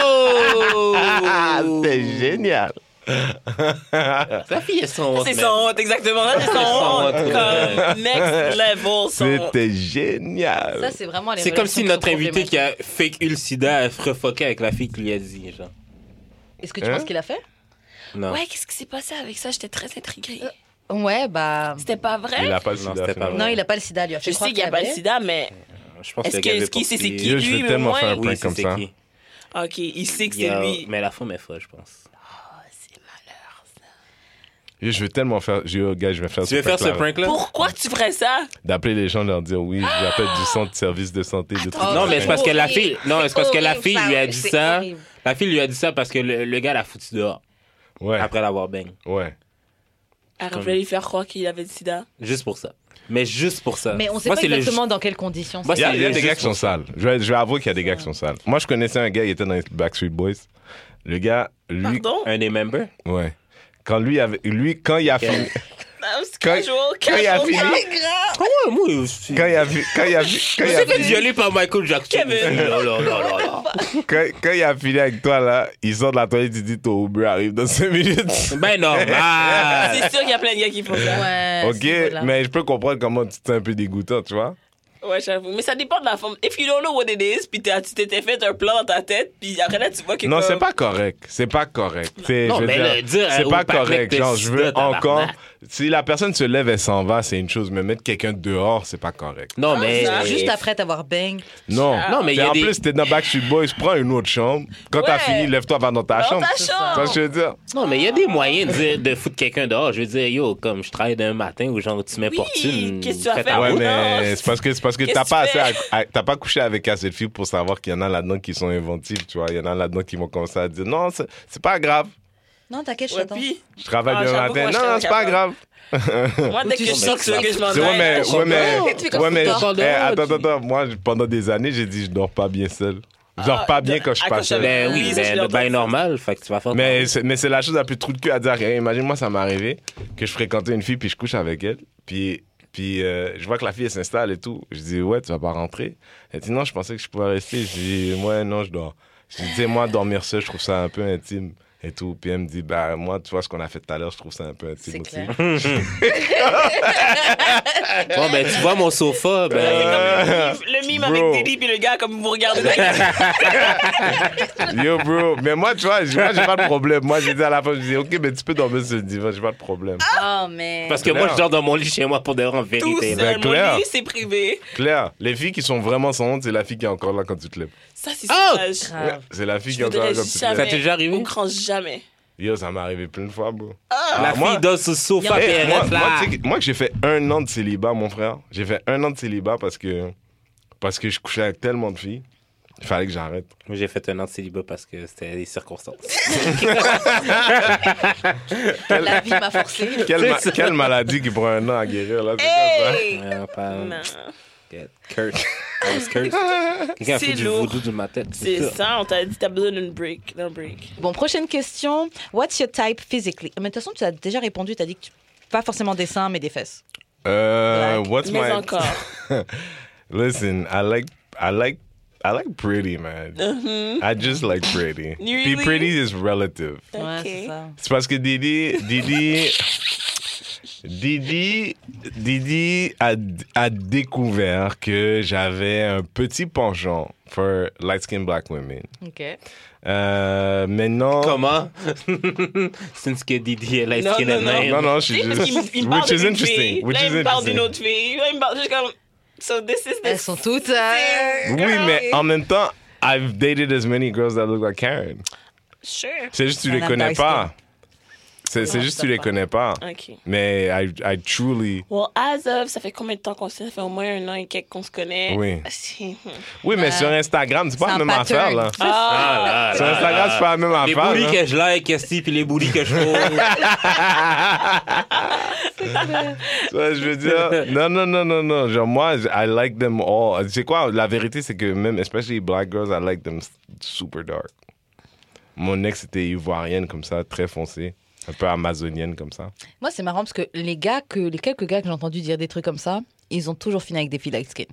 S3: Oh!
S4: génial.
S3: Sa Oh, fille est son honte,
S5: C'est
S3: man.
S5: son honte, exactement. Là, c'est son
S3: Son
S5: honte.
S3: honte, ouais.
S5: Comme next level, son honte.
S4: C'était génial.
S2: Ça, c'est vraiment les
S3: C'est comme si
S2: relations
S3: notre
S2: qui sont
S3: invité qui
S2: problématiques.
S3: a fake eu le sida a refoqué avec la fille qui lui a dit, genre.
S2: Est-ce que tu
S4: Hein
S2: penses qu'il a fait
S3: Non.
S5: Ouais, qu'est-ce qui s'est passé avec ça? J'étais très intriguée.
S2: Ouais, bah.
S5: C'était pas vrai?
S4: Il a pas le
S3: Non,
S4: sida,
S3: c'était pas
S4: finalement.
S2: Non, il a pas le sida, lui. a fait
S5: Je sais
S2: croire
S5: qu'il n'y a
S2: qu'il
S5: pas le
S2: avait.
S5: sida, mais
S3: Je pense
S5: Est-ce
S3: le gars
S5: que-
S3: avait
S5: est-ce qu'il sait c'est
S3: poursuivi.
S5: qui?
S4: Yo, je
S5: Lui,
S4: veux
S5: mais
S4: tellement
S5: au
S4: faire un
S5: moins-
S3: Oui,
S4: prank
S3: c'est
S4: comme
S3: c'est
S4: ça.
S3: qui.
S5: OK, il sait que c'est
S3: Yo,
S5: lui.
S3: Mais la femme est folle, je pense.
S5: C'est malheur.
S4: Yo, Je veux tellement faire. Yo, gars, je vais faire
S3: Tu veux faire ce
S4: prank-là.
S3: prank-là?
S5: Pourquoi tu ferais ça?
S4: D'appeler les gens, leur dire oui, je l'appelle du centre de service de santé. de trucs
S2: Oh,
S3: Non,
S4: comme
S3: mais
S4: ça.
S3: c'est parce que la fille,
S2: horrible.
S3: non, c'est parce que la
S2: horrible,
S3: fille
S2: ça.
S3: lui a dit
S2: C'est
S3: ça.
S2: horrible.
S3: La fille lui a dit ça parce que le, le gars l'a foutu dehors
S4: Ouais,
S3: après l'avoir bang.
S4: ouais.
S5: Elle
S3: Comme-
S5: voulait lui faire croire qu'il avait le
S4: Mm.
S5: sida.
S3: Juste pour ça. Mais juste pour ça.
S2: Mais on sait
S3: Moi,
S2: pas
S3: c'est le-
S2: exactement dans quelles conditions.
S3: Moi,
S4: Il y a,
S3: c'est
S4: il y a des
S3: juste
S4: gars qui sont
S3: pour ça.
S4: sales. Je vais, je vais avouer qu'il y a des gars qui sont sales. Moi, je connaissais un gars, il était dans les Backstreet Boys. Le gars, lui.
S5: Pardon?
S3: Un des members.
S4: Ouais. Quand lui, avait, lui quand il a fini.
S5: Ah, c'est
S4: Quand-
S5: casual,
S4: quand il a
S5: casual.
S4: fini-
S3: Ah ouais, moi aussi.
S4: Quand il a vu, quand il a vu, quand il a
S3: Je fait
S4: vu-
S3: violer par Michael Jackson.
S5: Kevin.
S3: Non, non, non, non, non.
S4: quand, quand il a fini avec toi là, il sort de la toilette, il dit ton Uber arrive dans 5 minutes.
S3: Ben normal.
S5: Ah.
S4: ah.
S5: C'est sûr qu'il y a plein de gars qui font ça.
S2: Ouais.
S4: ok, mais je peux comprendre comment tu t'es un peu dégoûtant, tu vois.
S5: Ouais, j'avoue. Mais ça dépend de la forme. If you don't know what it is, puis t'as- tu t'étais fait un plan dans ta tête, puis après là, tu vois que.
S4: Non,
S5: comme-
S4: c'est pas correct. C'est pas correct. C'est-
S3: Non,
S4: je veux
S3: mais
S4: dire,
S3: le dire euh,
S4: c'est
S3: au
S4: pas
S3: partenaire
S4: correct.
S3: que
S4: Genre,
S3: t'es
S4: je veux
S3: sida, tabarnak.
S4: encore. Si la personne se lève et s'en va, c'est une chose, mais mettre quelqu'un dehors, c'est pas correct.
S3: Non, mais.
S5: Ah, ça,
S2: Juste après t'avoir bang.
S4: Non.
S3: Non, mais il y
S4: Et
S3: a
S4: en
S3: des-
S4: plus, t'es dans Backstreet Boys, prends une autre chambre. Quand t'as
S5: Ouais.
S4: fini, lève-toi, va dans ta
S5: Dans
S4: chambre.
S5: ta
S4: Tu
S5: chambre.
S4: vois ce que je veux dire?
S3: Non, mais il y a des moyens de, dire- de foutre quelqu'un dehors. Je veux dire, yo, comme je travaille d'un matin ou genre tu m'importunes.
S5: qu'est-ce que tu vas
S3: fais ta
S5: faire?
S4: Ouais,
S5: oui.
S3: route.
S4: mais
S5: Ah Non.
S4: c'est parce que c'est parce que
S5: Qu'est-ce
S4: t'as
S5: que
S4: pas
S5: tu
S4: assez,
S5: fais?
S4: à- à- t'as pas couché avec assez de filles pour savoir qu'il y en a là-dedans qui sont inventives, tu vois. Il y en a là-dedans qui vont commencer à dire non, c'est c'est pas grave.
S2: Non, t'inquiète, je
S5: Ouais,
S2: t'attends.
S5: puis,
S4: Je travaille
S5: Ah,
S4: le
S5: j'avoue,
S4: matin.
S5: moi, je
S4: Non, non, c'est pas
S5: serais
S4: grave.
S5: moi, dès que
S2: tu
S5: je suis
S2: sors,
S5: que tu veux que je m'en
S4: C'est ouais, mais
S5: aille,
S4: ouais, mais
S2: Tu fais comme
S4: ouais,
S2: si
S4: mais
S2: tu dors
S4: eh,
S3: dehors,
S4: attends,
S3: tu-
S4: attends, attends. Moi, je- pendant des années, j'ai dit je dors pas bien seul. Je dors
S5: Ah,
S4: pas bien
S5: de-
S4: quand je suis
S5: à cause
S4: pas
S5: de-
S4: seul.
S3: Ben
S5: Oui,
S3: oui,
S5: ça, je
S3: ben
S5: l'ai
S3: le bail
S5: entendu.
S3: normal. Fait que tu vas faire.
S4: Mais c'est, mais c'est la chose la plus trou de cul à dire. rien. Imagine, moi, ça m'est arrivé que je fréquentais une fille, puis je couche avec elle, puis, puis euh, je vois que la fille, elle s'installe et tout. Je dis, ouais, tu vas pas rentrer. Elle dit, non, je pensais que je pouvais rester. Je dis, ouais, non, je dors. Je dis, tu sais, moi, dormir seul, je trouve ça un peu intime et tout. Puis elle me dit, bah, moi, tu vois ce qu'on a fait tout à l'heure, je trouve ça un peu intime
S2: C'est
S4: aussi.
S2: clair. Ben,
S3: Bon, ben tu vois mon sofa, ben.
S4: Euh,
S5: Le mime
S4: Bro.
S5: avec Diddy, puis le gars, comme vous regardez.
S4: Euh, Yo, bro. Mais moi, tu vois, j- moi, j'ai pas de problème. Moi, j'ai dit à la fin, je dis, OK, mais tu peux dormir sur le divan, j'ai pas de problème.
S2: Oh, mais.
S3: Parce que moi, je dors dans mon lit chez moi pour de vrai en
S5: Tout
S3: vérité. ben. là.
S5: seul, mon
S4: clair.
S5: lit, euh, c'est privé.
S4: Claire, les filles qui sont vraiment sans honte, c'est la fille qui est encore là quand tu te lèves.
S5: Ça, c'est
S3: Oh!
S5: sauvage.
S2: Grave.
S4: C'est la fille
S5: Je
S4: qui est encore là
S5: voudrais
S4: quand tu te
S5: jamais-
S4: lèves.
S3: Ça t'est déjà
S5: On
S3: arrivé?
S5: ne jamais.
S4: Yo, ça m'est arrivé plein de fois, bro.
S5: Ah,
S4: Ah,
S3: La
S4: moi-
S3: fille dort sous le sofa,
S4: Hey,
S3: puis elle
S4: moi,
S3: reste
S4: moi,
S3: là.
S4: tu sais que- moi que j'ai fait un an de célibat, mon frère. J'ai fait un an de célibat parce que, parce que je couchais avec tellement de filles. Il fallait que j'arrête.
S3: Moi, j'ai fait un an de célibat parce que c'était des circonstances.
S2: La vie m'a forcé.
S4: Quelle,
S3: C'est
S4: ma-
S3: ça.
S4: quelle maladie qui prend un an à guérir, là? c'est quoi, ça?
S5: Hey!
S3: Ouais, enfin,
S5: Non.
S3: get cursed. I was cursed. Quelqu'un a
S5: C'est
S3: fait du
S5: lourd.
S3: voodoo de ma tête.
S5: C'est ça, on t'a dit t'as besoin d'une break, d'un break.
S2: Bon, prochaine question. What's your type physically? Mais de toute façon, tu as déjà répondu. Tu as dit que tu... pas forcément des seins, mais des fesses.
S4: Euh,
S2: Black.
S4: what's
S5: Mais
S4: my...
S5: encore.
S4: Listen, I like, I like, I like pretty, man. I just like pretty.
S5: Mm-hmm. Really?
S4: Be pretty is relative.
S2: Ouais,
S5: Ok.
S2: c'est ça.
S4: C'est parce que Didi, Didi, Didi, Didi a, a découvert que j'avais un petit penchant for light-skinned black women.
S2: Ok.
S4: Euh, maintenant...
S3: Comment? Since que Didi est light skin
S5: Non,
S3: and
S5: non,
S3: man.
S4: Non, non, je
S5: Tu
S4: suis
S5: sais, parce qu'il me-
S4: juste...
S5: il me parle
S4: Which is
S5: d'une
S4: interesting.
S5: fille,
S4: Which
S5: là, il
S4: is
S5: me parle
S4: interesting.
S5: d'une autre fille, là, il me parle juste comme... So this is
S2: Elles
S5: this.
S2: sont toutes. euh,
S4: Oui, mais en même temps, I've dated as many girls that look like Karen.
S5: Sure.
S4: C'est juste que tu
S2: Madame
S4: les connais pas.
S2: Darcy.
S4: C'est c'est juste que tu les connais pas.
S5: Ok.
S4: Mais I, I truly.
S5: Well, as of, ça fait combien de temps qu'on se connaît? Ça fait au moins un an et quelques qu'on se connaît. Ah,
S4: Oui.
S5: C'est-
S4: Oui, mais sur Instagram, c'est pas
S2: c'est
S4: la
S2: un
S4: même
S2: Euh, pattern.
S4: affaire, là.
S5: Ah,
S3: Ah, là,
S4: Sur
S3: là,
S4: Instagram,
S3: là.
S4: c'est pas la même
S3: Les
S4: affaire.
S3: boulis
S4: là.
S3: que je like, Esti, puis les boulis que je trouve.
S4: Tu vois, Je veux dire, non, non, non, non, non. Genre, moi, je- I like them all. C'est quoi? La vérité, c'est que même, especially black girls, I like them s- super dark. Mon ex était ivoirienne comme ça, très foncée. Un peu amazonienne comme ça.
S2: Moi, c'est marrant parce que les gars, que les quelques gars que j'ai entendu dire des trucs comme ça, ils ont toujours fini avec des filles light skin.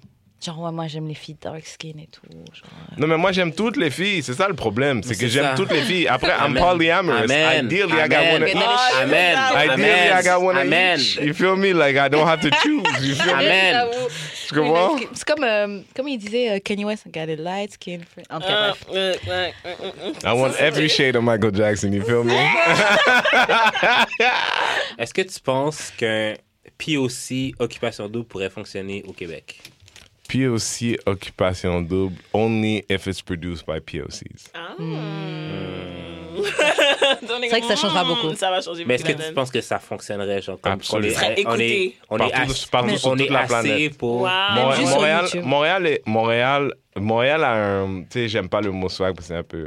S2: Genre, ouais, moi, j'aime les filles dark skin et tout. genre. euh,
S4: Non, mais moi, j'aime toutes les filles. C'est ça le problème. C'est
S3: Mais
S4: que
S3: c'est
S4: j'aime
S3: ça.
S4: toutes les filles. Après, I'm
S3: Amen.
S4: polyamorous.
S3: Amen.
S4: Ideally, I got
S3: Amen.
S4: one of each.
S5: Ah,
S3: Amen.
S5: c'est
S4: Ideally,
S3: Amen.
S4: I got one of
S3: Amen.
S4: each. You feel me? Like, I don't have to choose. You feel me?
S3: Amen.
S2: J'avoue.
S4: Tu comprends?
S2: Oui, light skin. C'est comme, euh, comme il disait euh, Kanye West, regardez light skin. En tout cas,
S5: euh,
S2: bref.
S5: euh, euh, euh, euh,
S4: I want every shade of Michael Jackson. You feel me?
S3: Est-ce que tu penses qu'un POC occupation double pourrait fonctionner au Québec?
S4: POC occupation double only if it's produced by POCs.
S5: Ah.
S2: Hmm.
S5: Hmm,
S2: C'est vrai que ça changera beaucoup.
S5: Ça va changer
S3: Mais est-ce
S5: beaucoup
S3: que
S5: la
S3: tu
S5: donne.
S3: penses que ça fonctionnerait, genre, comme qu'on
S4: Absolument.
S5: Serait
S3: on est,
S5: écouté.
S3: on est,
S4: Partout-
S3: assez-
S4: partout sur
S3: on
S4: toute
S3: est
S4: la
S3: assez
S4: planète.
S3: pour...
S5: Wow.
S4: Mor-
S2: Ah, juste sur
S4: Montréal,
S2: YouTube.
S4: Montréal, est- Montréal, Montréal a un. Tu sais, j'aime pas le mot swag parce que c'est un peu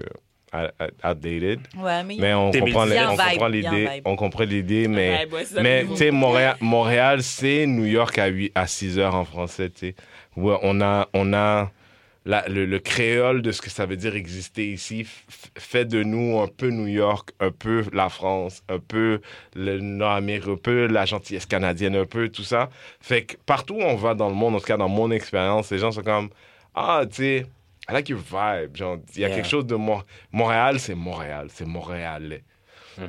S4: euh, outdated.
S2: Ouais, mais.
S4: Mais on
S3: 2010.
S4: comprend, les-
S2: Il y a un
S4: on
S2: vibe,
S4: comprend
S2: il y a un
S4: l'idée.
S2: vibe.
S4: On comprend l'idée, mais.
S5: vibe, ouais, c'est ça le
S4: mais
S5: mot.
S4: tu sais, Montréal, Montréal c'est New York à, 8, à 6 heures en français, tu sais. Ouais, on a. On a la- le, le créole de ce que ça veut dire exister ici f- fait de nous un peu New York, un peu la France, un peu le Nord-Amérique, un peu la gentillesse canadienne, un peu tout ça. Fait que partout où on va dans le monde, en tout cas dans mon expérience, les gens sont comme Ah, tu sais, I like your vibe. Genre, il y a
S3: Yeah.
S4: quelque chose de Mont- Montréal, c'est Montréal, c'est Montréalais.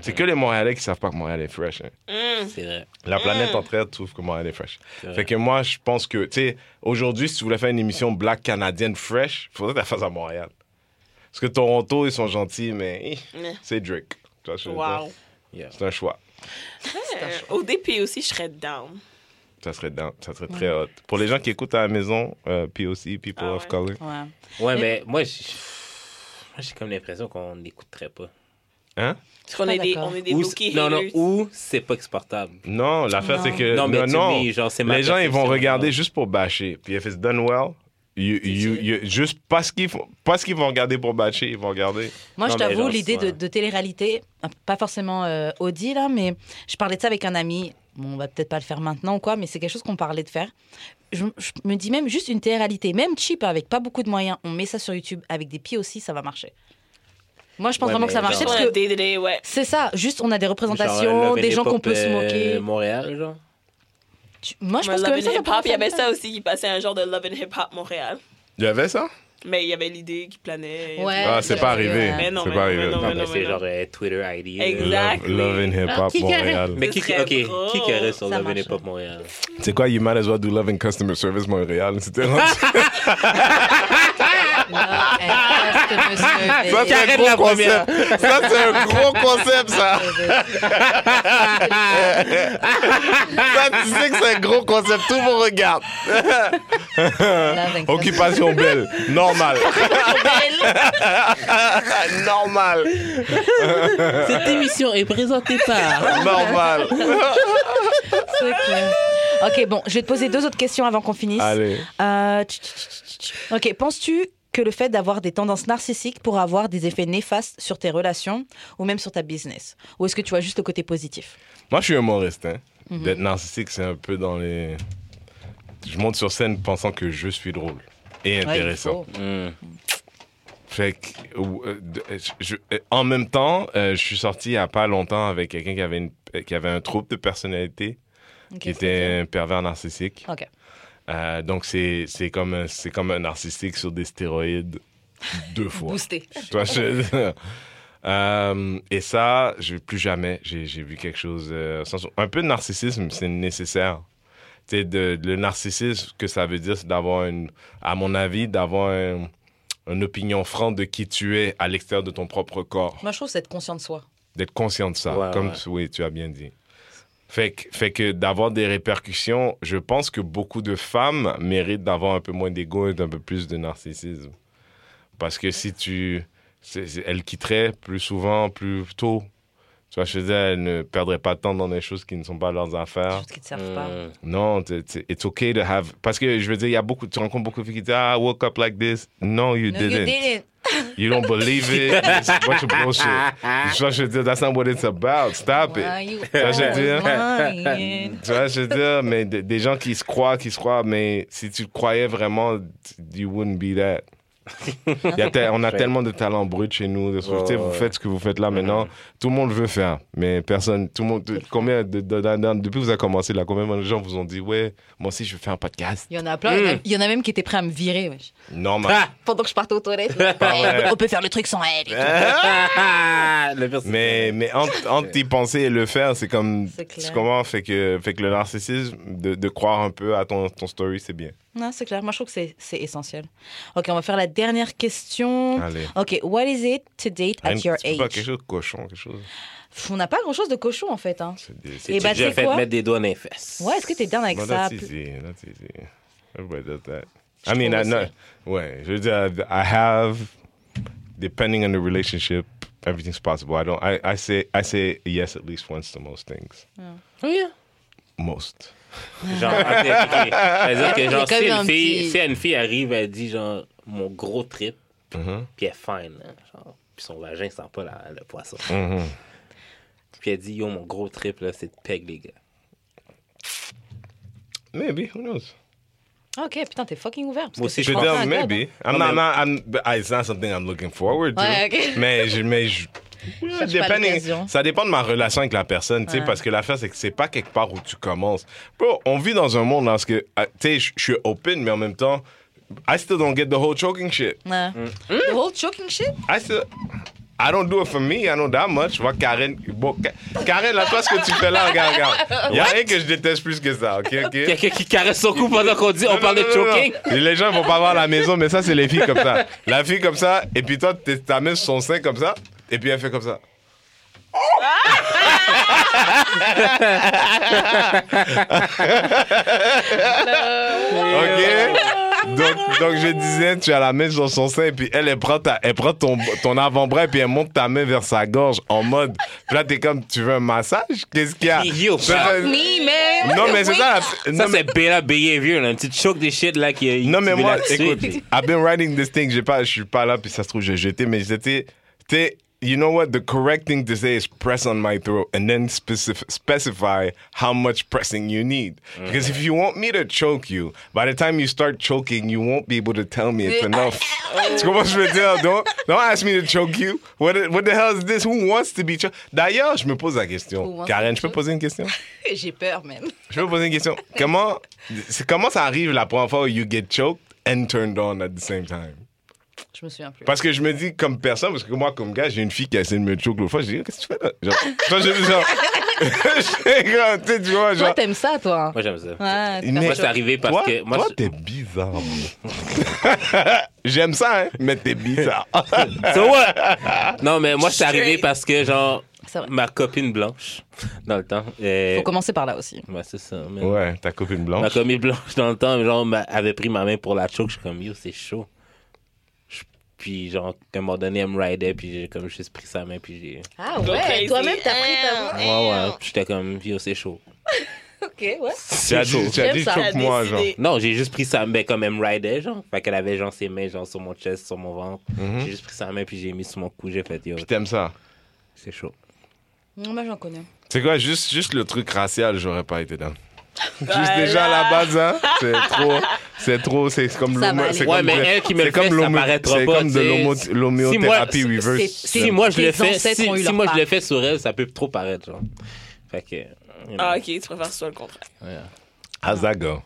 S4: C'est que les Montréalais qui savent pas que Montréal est fresh. hein.
S3: C'est vrai.
S4: La planète entre elles trouve que Montréal est fresh.
S3: vrai.
S4: Fait que moi, je pense que, tu sais, aujourd'hui, si tu voulais faire une émission black canadienne fresh, faudrait que tu la fasses à Montréal. Parce que Toronto, ils sont gentils, mais eh,
S5: Mais-
S4: c'est Drake. Tu vois ce que je veux dire?
S5: Wow.
S4: C'est un choix.
S5: Euh, Au DP aussi, je serais down.
S4: Ça serait, down- ça serait très hot. Pour les gens qui écoutent à la maison, euh, POC, People
S5: Ah
S4: of
S5: ouais.
S4: Color.
S2: Ouais.
S3: Ouais, mais moi, j'ai moi, j'ai comme l'impression qu'on n'écouterait pas.
S4: Hein?
S5: Parce qu'on
S2: Pas
S5: est des,
S2: d'accord.
S5: on est des
S3: Ou-
S5: bookie
S3: non, non,
S5: haters.
S3: ou c'est pas exportable.
S4: Non, l'affaire, c'est que.
S3: Non, mais
S4: non,
S3: to
S4: non.
S3: me, genre, c'est ma
S4: les gens, ils vont
S3: perception.
S4: regarder juste pour bâcher. Puis if it's done well, you- you- you- juste parce qu'ils font- parce qu'ils vont regarder pour bâcher, ils vont regarder.
S2: Moi, je
S3: Non, mais
S2: t'avoue,
S3: genre,
S2: l'idée de,
S3: ouais.
S2: de télé-réalité, hein, pas forcément euh, Audi, là, mais je parlais de ça avec un ami. Bon, on va peut-être pas le faire maintenant ou quoi, mais c'est quelque chose qu'on parlait de faire. Je, je me dis même juste une télé-réalité, même cheap, avec pas beaucoup de moyens, on met ça sur YouTube, avec des pieds aussi, ça va marcher. Moi, je pense
S3: Ouais,
S2: vraiment
S3: mais
S2: que ça va marcher
S3: genre-
S2: parce
S5: Ouais,
S2: que
S5: day to day, ouais.
S2: c'est ça, juste on a des
S3: Genre,
S2: représentations,
S3: Love and
S2: des gens qu'on
S3: Hip-Hop,
S2: peut se
S3: euh,
S2: moquer.
S3: Montréal, genre.
S2: Tu- Moi, je
S5: Moi,
S2: pense que
S5: Love
S2: même
S5: and
S2: ça, ça
S5: Hip Hop, il y
S2: pourrait
S5: avait
S2: faire
S5: ça aussi qui passait un genre de Love and Hip Hop Montréal.
S4: Il y avait ça?
S5: Mais il y avait l'idée qui planait.
S2: Ouais.
S4: Ah, c'est
S2: c'est
S4: pas
S2: vrai.
S4: arrivé.
S5: Mais non,
S4: C'est
S5: mais
S4: pas
S5: non,
S4: arrivé.
S5: mais non,
S3: Non,
S5: mais
S3: mais c'est
S5: non.
S3: genre euh, Twitter ID. euh.
S5: Exact.
S4: Love, love and hip hop
S6: Ah, qui carré-
S4: Montréal.
S3: Mais qui,
S5: Ce serait
S3: ok,
S5: drôle.
S3: qui qui aurait sur
S2: Ça
S3: Love and
S2: marche.
S3: Hip Hop Montréal?
S4: C'est quoi, you might as well do love and customer service Montréal. C'était rendu-
S2: ça.
S4: Ça,
S2: monsieur.
S4: c'est un
S3: Karen
S4: gros
S3: la première.
S4: concept. Ça, c'est un gros concept, ça. ça, tu sais que c'est un gros concept. Tout le monde regarde. Occupation belle. Normal. Normal.
S7: Cette émission est présentée par.
S4: Normal.
S2: C'est clair. Ok, bon, je vais te poser deux autres questions avant qu'on finisse.
S4: Allez.
S2: Euh, tch, tch, tch, tch, tch. Ok, penses-tu que le fait d'avoir des tendances narcissiques pourra avoir des effets néfastes sur tes relations ou même sur ta business Ou est-ce que tu vois juste le côté positif
S4: Moi, je suis humoriste. Hein. D'être narcissique, c'est un peu dans les. Je monte sur scène pensant que je suis drôle et
S2: Ouais, il
S4: intéressant.
S2: faut.
S3: Hmm.
S4: Fait que, ou, euh, de- euh, je- euh, en même temps, euh, je suis sorti il n'y a pas longtemps avec quelqu'un qui avait, une, euh, qui avait un trouble de personnalité,
S2: Ok,
S4: qui
S2: c'est
S4: était un pervers narcissique.
S2: Ok.
S4: Euh, donc, c'est c'est comme, un- c'est comme un narcissique sur des stéroïdes deux
S2: bien.
S4: fois.
S2: Boosté.
S4: Toi, je- Euh, et ça, je plus jamais. J'ai j'ai vu quelque chose. euh, sans- un peu de narcissisme, c'est nécessaire. Tu sais, de, de- le narcissisme, ce que ça veut dire, c'est d'avoir, une, à mon avis, d'avoir un- une opinion franche de qui tu es à l'extérieur de ton propre corps.
S2: Moi, je trouve que c'est être conscient de soi.
S4: D'être conscient de ça,
S3: Ouais,
S4: comme
S3: ouais.
S4: tu- oui, tu as bien dit. Fait que, fait que d'avoir des répercussions, je pense que beaucoup de femmes méritent d'avoir un peu moins d'ego et d'un peu plus de narcissisme. Parce que si tu. c'est- c'est- Elles quitteraient plus souvent, plus tôt. Tu vois, je veux dire, elles ne perdraient pas de temps dans des choses qui ne sont pas leurs
S2: Des
S4: affaires.
S2: choses qui ne te servent pas.
S3: Hmm.
S4: Non, t- t- it's okay to have. Parce que je veux dire, il y a beaucoup, tu rencontres beaucoup de filles qui disent Ah, I woke up like this. No, you
S2: No, you
S4: didn't.
S2: didn't.
S4: You don't believe it. It's a bunch of bullshit. Tu vois, je veux dire, that's not what it's about. Stop it.
S2: Why you
S4: Ça, je veux dire.
S2: always lying?
S4: Tu vois, je veux dire, mais de- des gens qui se croient, qui se croient, mais si tu croyais vraiment, t- you wouldn't be that. Il y a tel- on a tellement de talents bruts chez nous. de- tu sais, vous
S3: ouais.
S4: faites ce que vous faites là maintenant. Tout le monde veut faire, mais personne. Tout le monde. de- Combien de, de- de- de- depuis que vous avez commencé là, combien de gens vous ont dit, ouais, moi aussi je veux faire un podcast.
S2: Il y en a plein. il y en a- Il y en a même qui étaient prêts à me virer. wesh.
S4: Normal.
S3: Ah!
S2: Pendant que je partais aux toilettes.
S4: vrai.
S2: on peut faire le truc sans elle. et tout.
S3: Ah! Le personnage.
S4: Mais, mais entre, entre y penser et le faire, c'est comme.
S2: C'est clair.
S4: Tu comprends? Fait que, fait que le narcissisme, de, de croire un peu à ton, ton story, c'est bien.
S2: Non, c'est clair. Moi, je trouve que c'est- c'est essentiel. Ok, on va faire la dernière question.
S4: Allez.
S2: Ok, what is it to date at
S4: Rien-
S2: your
S4: c'est pas quelque
S2: age
S4: chose de cochon, quelque chose.
S2: Pff, On n'a pas grand-chose de cochon, en fait. hein.
S4: C'est des-
S2: Et
S3: C'est
S2: bah,
S3: déjà
S2: tu sais
S3: fait
S2: quoi?
S3: mettre des doigts dans les fesses.
S2: Ouais, est-ce que t'es bien avec
S4: Well,
S2: ça
S4: that's
S2: plus-
S4: easy. That's easy. Everybody does that. I mean, I know. Ouais, je veux dire, I have, depending on the relationship, everything's possible. I don't. I, I say I say yes at least once to most things.
S2: Hmm.
S4: Most.
S3: Genre, ok, ok. C'est-à-dire
S2: Il y a
S3: que, genre,
S2: quand
S3: si
S2: même un
S3: une, fille,
S2: petit-
S3: si une fille arrive, elle dit, genre, mon gros trip,
S4: Mhm.
S3: puis elle fine, hein, genre, puis son vagin sent pas la- le poisson.
S4: Mhm.
S3: Puis elle dit, yo, mon gros trip, là, c'est de peg, les gars.
S4: Maybe. Who knows?
S2: Ok, putain, t'es fucking ouvert. parce
S3: Moi
S2: que
S3: aussi,
S2: c'est Ah,
S4: Je veux
S3: pense
S2: français
S4: dire,
S2: à God,
S4: maybe. I'm not. I'm not I'm, but ah, it's not something I'm looking forward to.
S2: Ouais, ok.
S4: Mais je. Mais je
S2: pas l'occasion.
S4: Depending, ça dépend de ma relation avec la personne, tu sais,
S2: Ouais.
S4: parce que l'affaire, c'est que c'est pas quelque part où tu commences. Bro, on vit dans un monde parce que, ah, tu sais, je je suis open, mais en même temps, I still don't get the whole choking shit.
S2: hein. Ouais. The whole choking shit
S4: I still, I don't do it for me, I don't that much. Moi, Karen, bon, Ka- Karen, là, toi, ce que tu fais là, regarde, regarde. Y a rien que je déteste plus que ça, ok, ok?
S3: Quelqu'un qui caresse son cou pendant qu'on dit, on parle de
S4: Non, non, non, non.
S3: choking.
S4: Les gens vont pas voir la maison, mais ça, c'est les filles comme ça. La fille comme ça, et puis toi, t'es- t'amènes son sein comme ça, et puis elle fait comme ça. ok? Donc, donc, je disais, tu as la main sur son sein, et puis elle, elle prend, ta- elle prend ton, ton avant-bras, et puis elle monte ta main vers sa gorge en mode. Puis là, t'es comme, tu veux un massage? Qu'est-ce qu'il y a?
S3: Yo, ça,
S2: Me, man
S4: Non, mais c'est ça. la- non, mais-
S3: c'est Bella Behavior, là, un petit choke des shit, là, qui
S4: Non, mais
S3: qui met
S4: moi,
S3: là-dessus,
S4: écoute,
S3: puis-
S4: I've been writing this thing. J'ai pas, je suis pas là, puis ça se trouve, j'ai jeté, mais j'étais. t'es- You know what? The correct thing to say is press on my throat and then specif- specify how much pressing you need.
S2: Mm.
S4: Because if you want me to choke you, by the time you start choking, you won't be able to tell me it's enough. Tu comprends ce que je veux dire? Don't, don't ask me to choke you. What, the- what the hell is this? Who wants to be choked? D'ailleurs, je me pose la
S2: Who
S4: question.
S2: wants to
S4: Karen,
S2: be
S4: je peux
S2: choked?
S4: poser une question?
S2: J'ai peur, même.
S4: Je vais vous poser une question. Comment, c'est- comment ça arrive la première fois où you get choked and turned on at the same time?
S2: Je me souviens plus.
S4: Parce que je me dis, comme personne, parce que moi, comme gars, j'ai une fille qui a essayé de me choke l'autre fois. Je dis, qu'est-ce que tu fais là? Genre, toi, je dis, genre, J'étais comme, tu sais, tu vois,
S2: Toi,
S4: genre.
S2: t'aimes ça, toi.
S3: Moi, j'aime ça.
S2: Ouais, c'est
S4: Mais-
S2: pas
S3: Moi,
S2: ça.
S3: c'est arrivé parce
S4: toi,
S3: que. Moi,
S4: toi,
S3: je-
S4: t'es bizarre. bro. J'aime ça, hein, mais t'es bizarre.
S3: So what? Non, mais moi, c'est arrivé
S5: Straight.
S3: parce que, genre,
S2: C'est vrai.
S3: ma copine blanche, dans le temps. euh,
S2: Faut commencer par là aussi.
S3: ouais, c'est ça. man.
S4: ouais, ta copine
S3: Ma
S4: blanche.
S3: copine blanche, dans le temps, genre, m'a- avait pris ma main pour la choke. Je suis comme, yo, c'est chaud. Je- Puis, genre, à un moment donné, elle me ridait, puis j'ai comme juste pris sa main, puis j'ai.
S2: Ah
S5: Go
S2: ouais,
S5: crazy.
S2: toi-même, t'as pris ta main.
S3: Ouais, ouais. J'étais comme, yo, c'est chaud.
S2: Ok, ouais.
S4: Tu as
S3: C'est chaud.
S4: dit, tu as
S2: J'aime
S4: dit
S2: ça.
S4: choque moi, genre.
S3: Non, j'ai juste pris sa main comme elle me ridait, genre. Fait qu'elle avait, genre, ses mains, genre, sur mon chest, sur mon ventre. J'ai juste pris sa main, puis j'ai mis sur mon cou. J'ai fait, yo,
S4: Puis t'aimes ça.
S3: c'est chaud.
S2: Non, bah, j'en connais.
S4: C'est quoi, juste, juste le truc racial, j'aurais pas été dans. Juste
S5: Voilà.
S4: déjà à la base, hein, c'est trop, c'est trop, c'est comme
S2: Ça va
S4: l'homo-
S2: aller.
S4: c'est
S3: Ouais,
S4: comme
S3: mais
S4: de-
S3: elle qui me
S4: c'est
S3: le fait,
S4: comme
S3: ça
S4: l'homo-
S3: paraîtra
S4: c'est
S3: pas,
S4: comme
S3: tu
S4: de
S3: sais.
S4: l'homo-
S3: Si
S4: l'homéothérapie
S3: moi-
S4: reverse.
S2: c'est- c'est-
S3: Si moi je
S2: Tes
S3: le fais, si,
S2: ancêtres ont eu
S3: si
S2: leur
S3: moi je le
S2: part.
S3: fais sur elle, ça peut trop paraître, genre. Fait que. you know,
S5: Ah, ok, tu préfères soit le contraire.
S4: How's that go?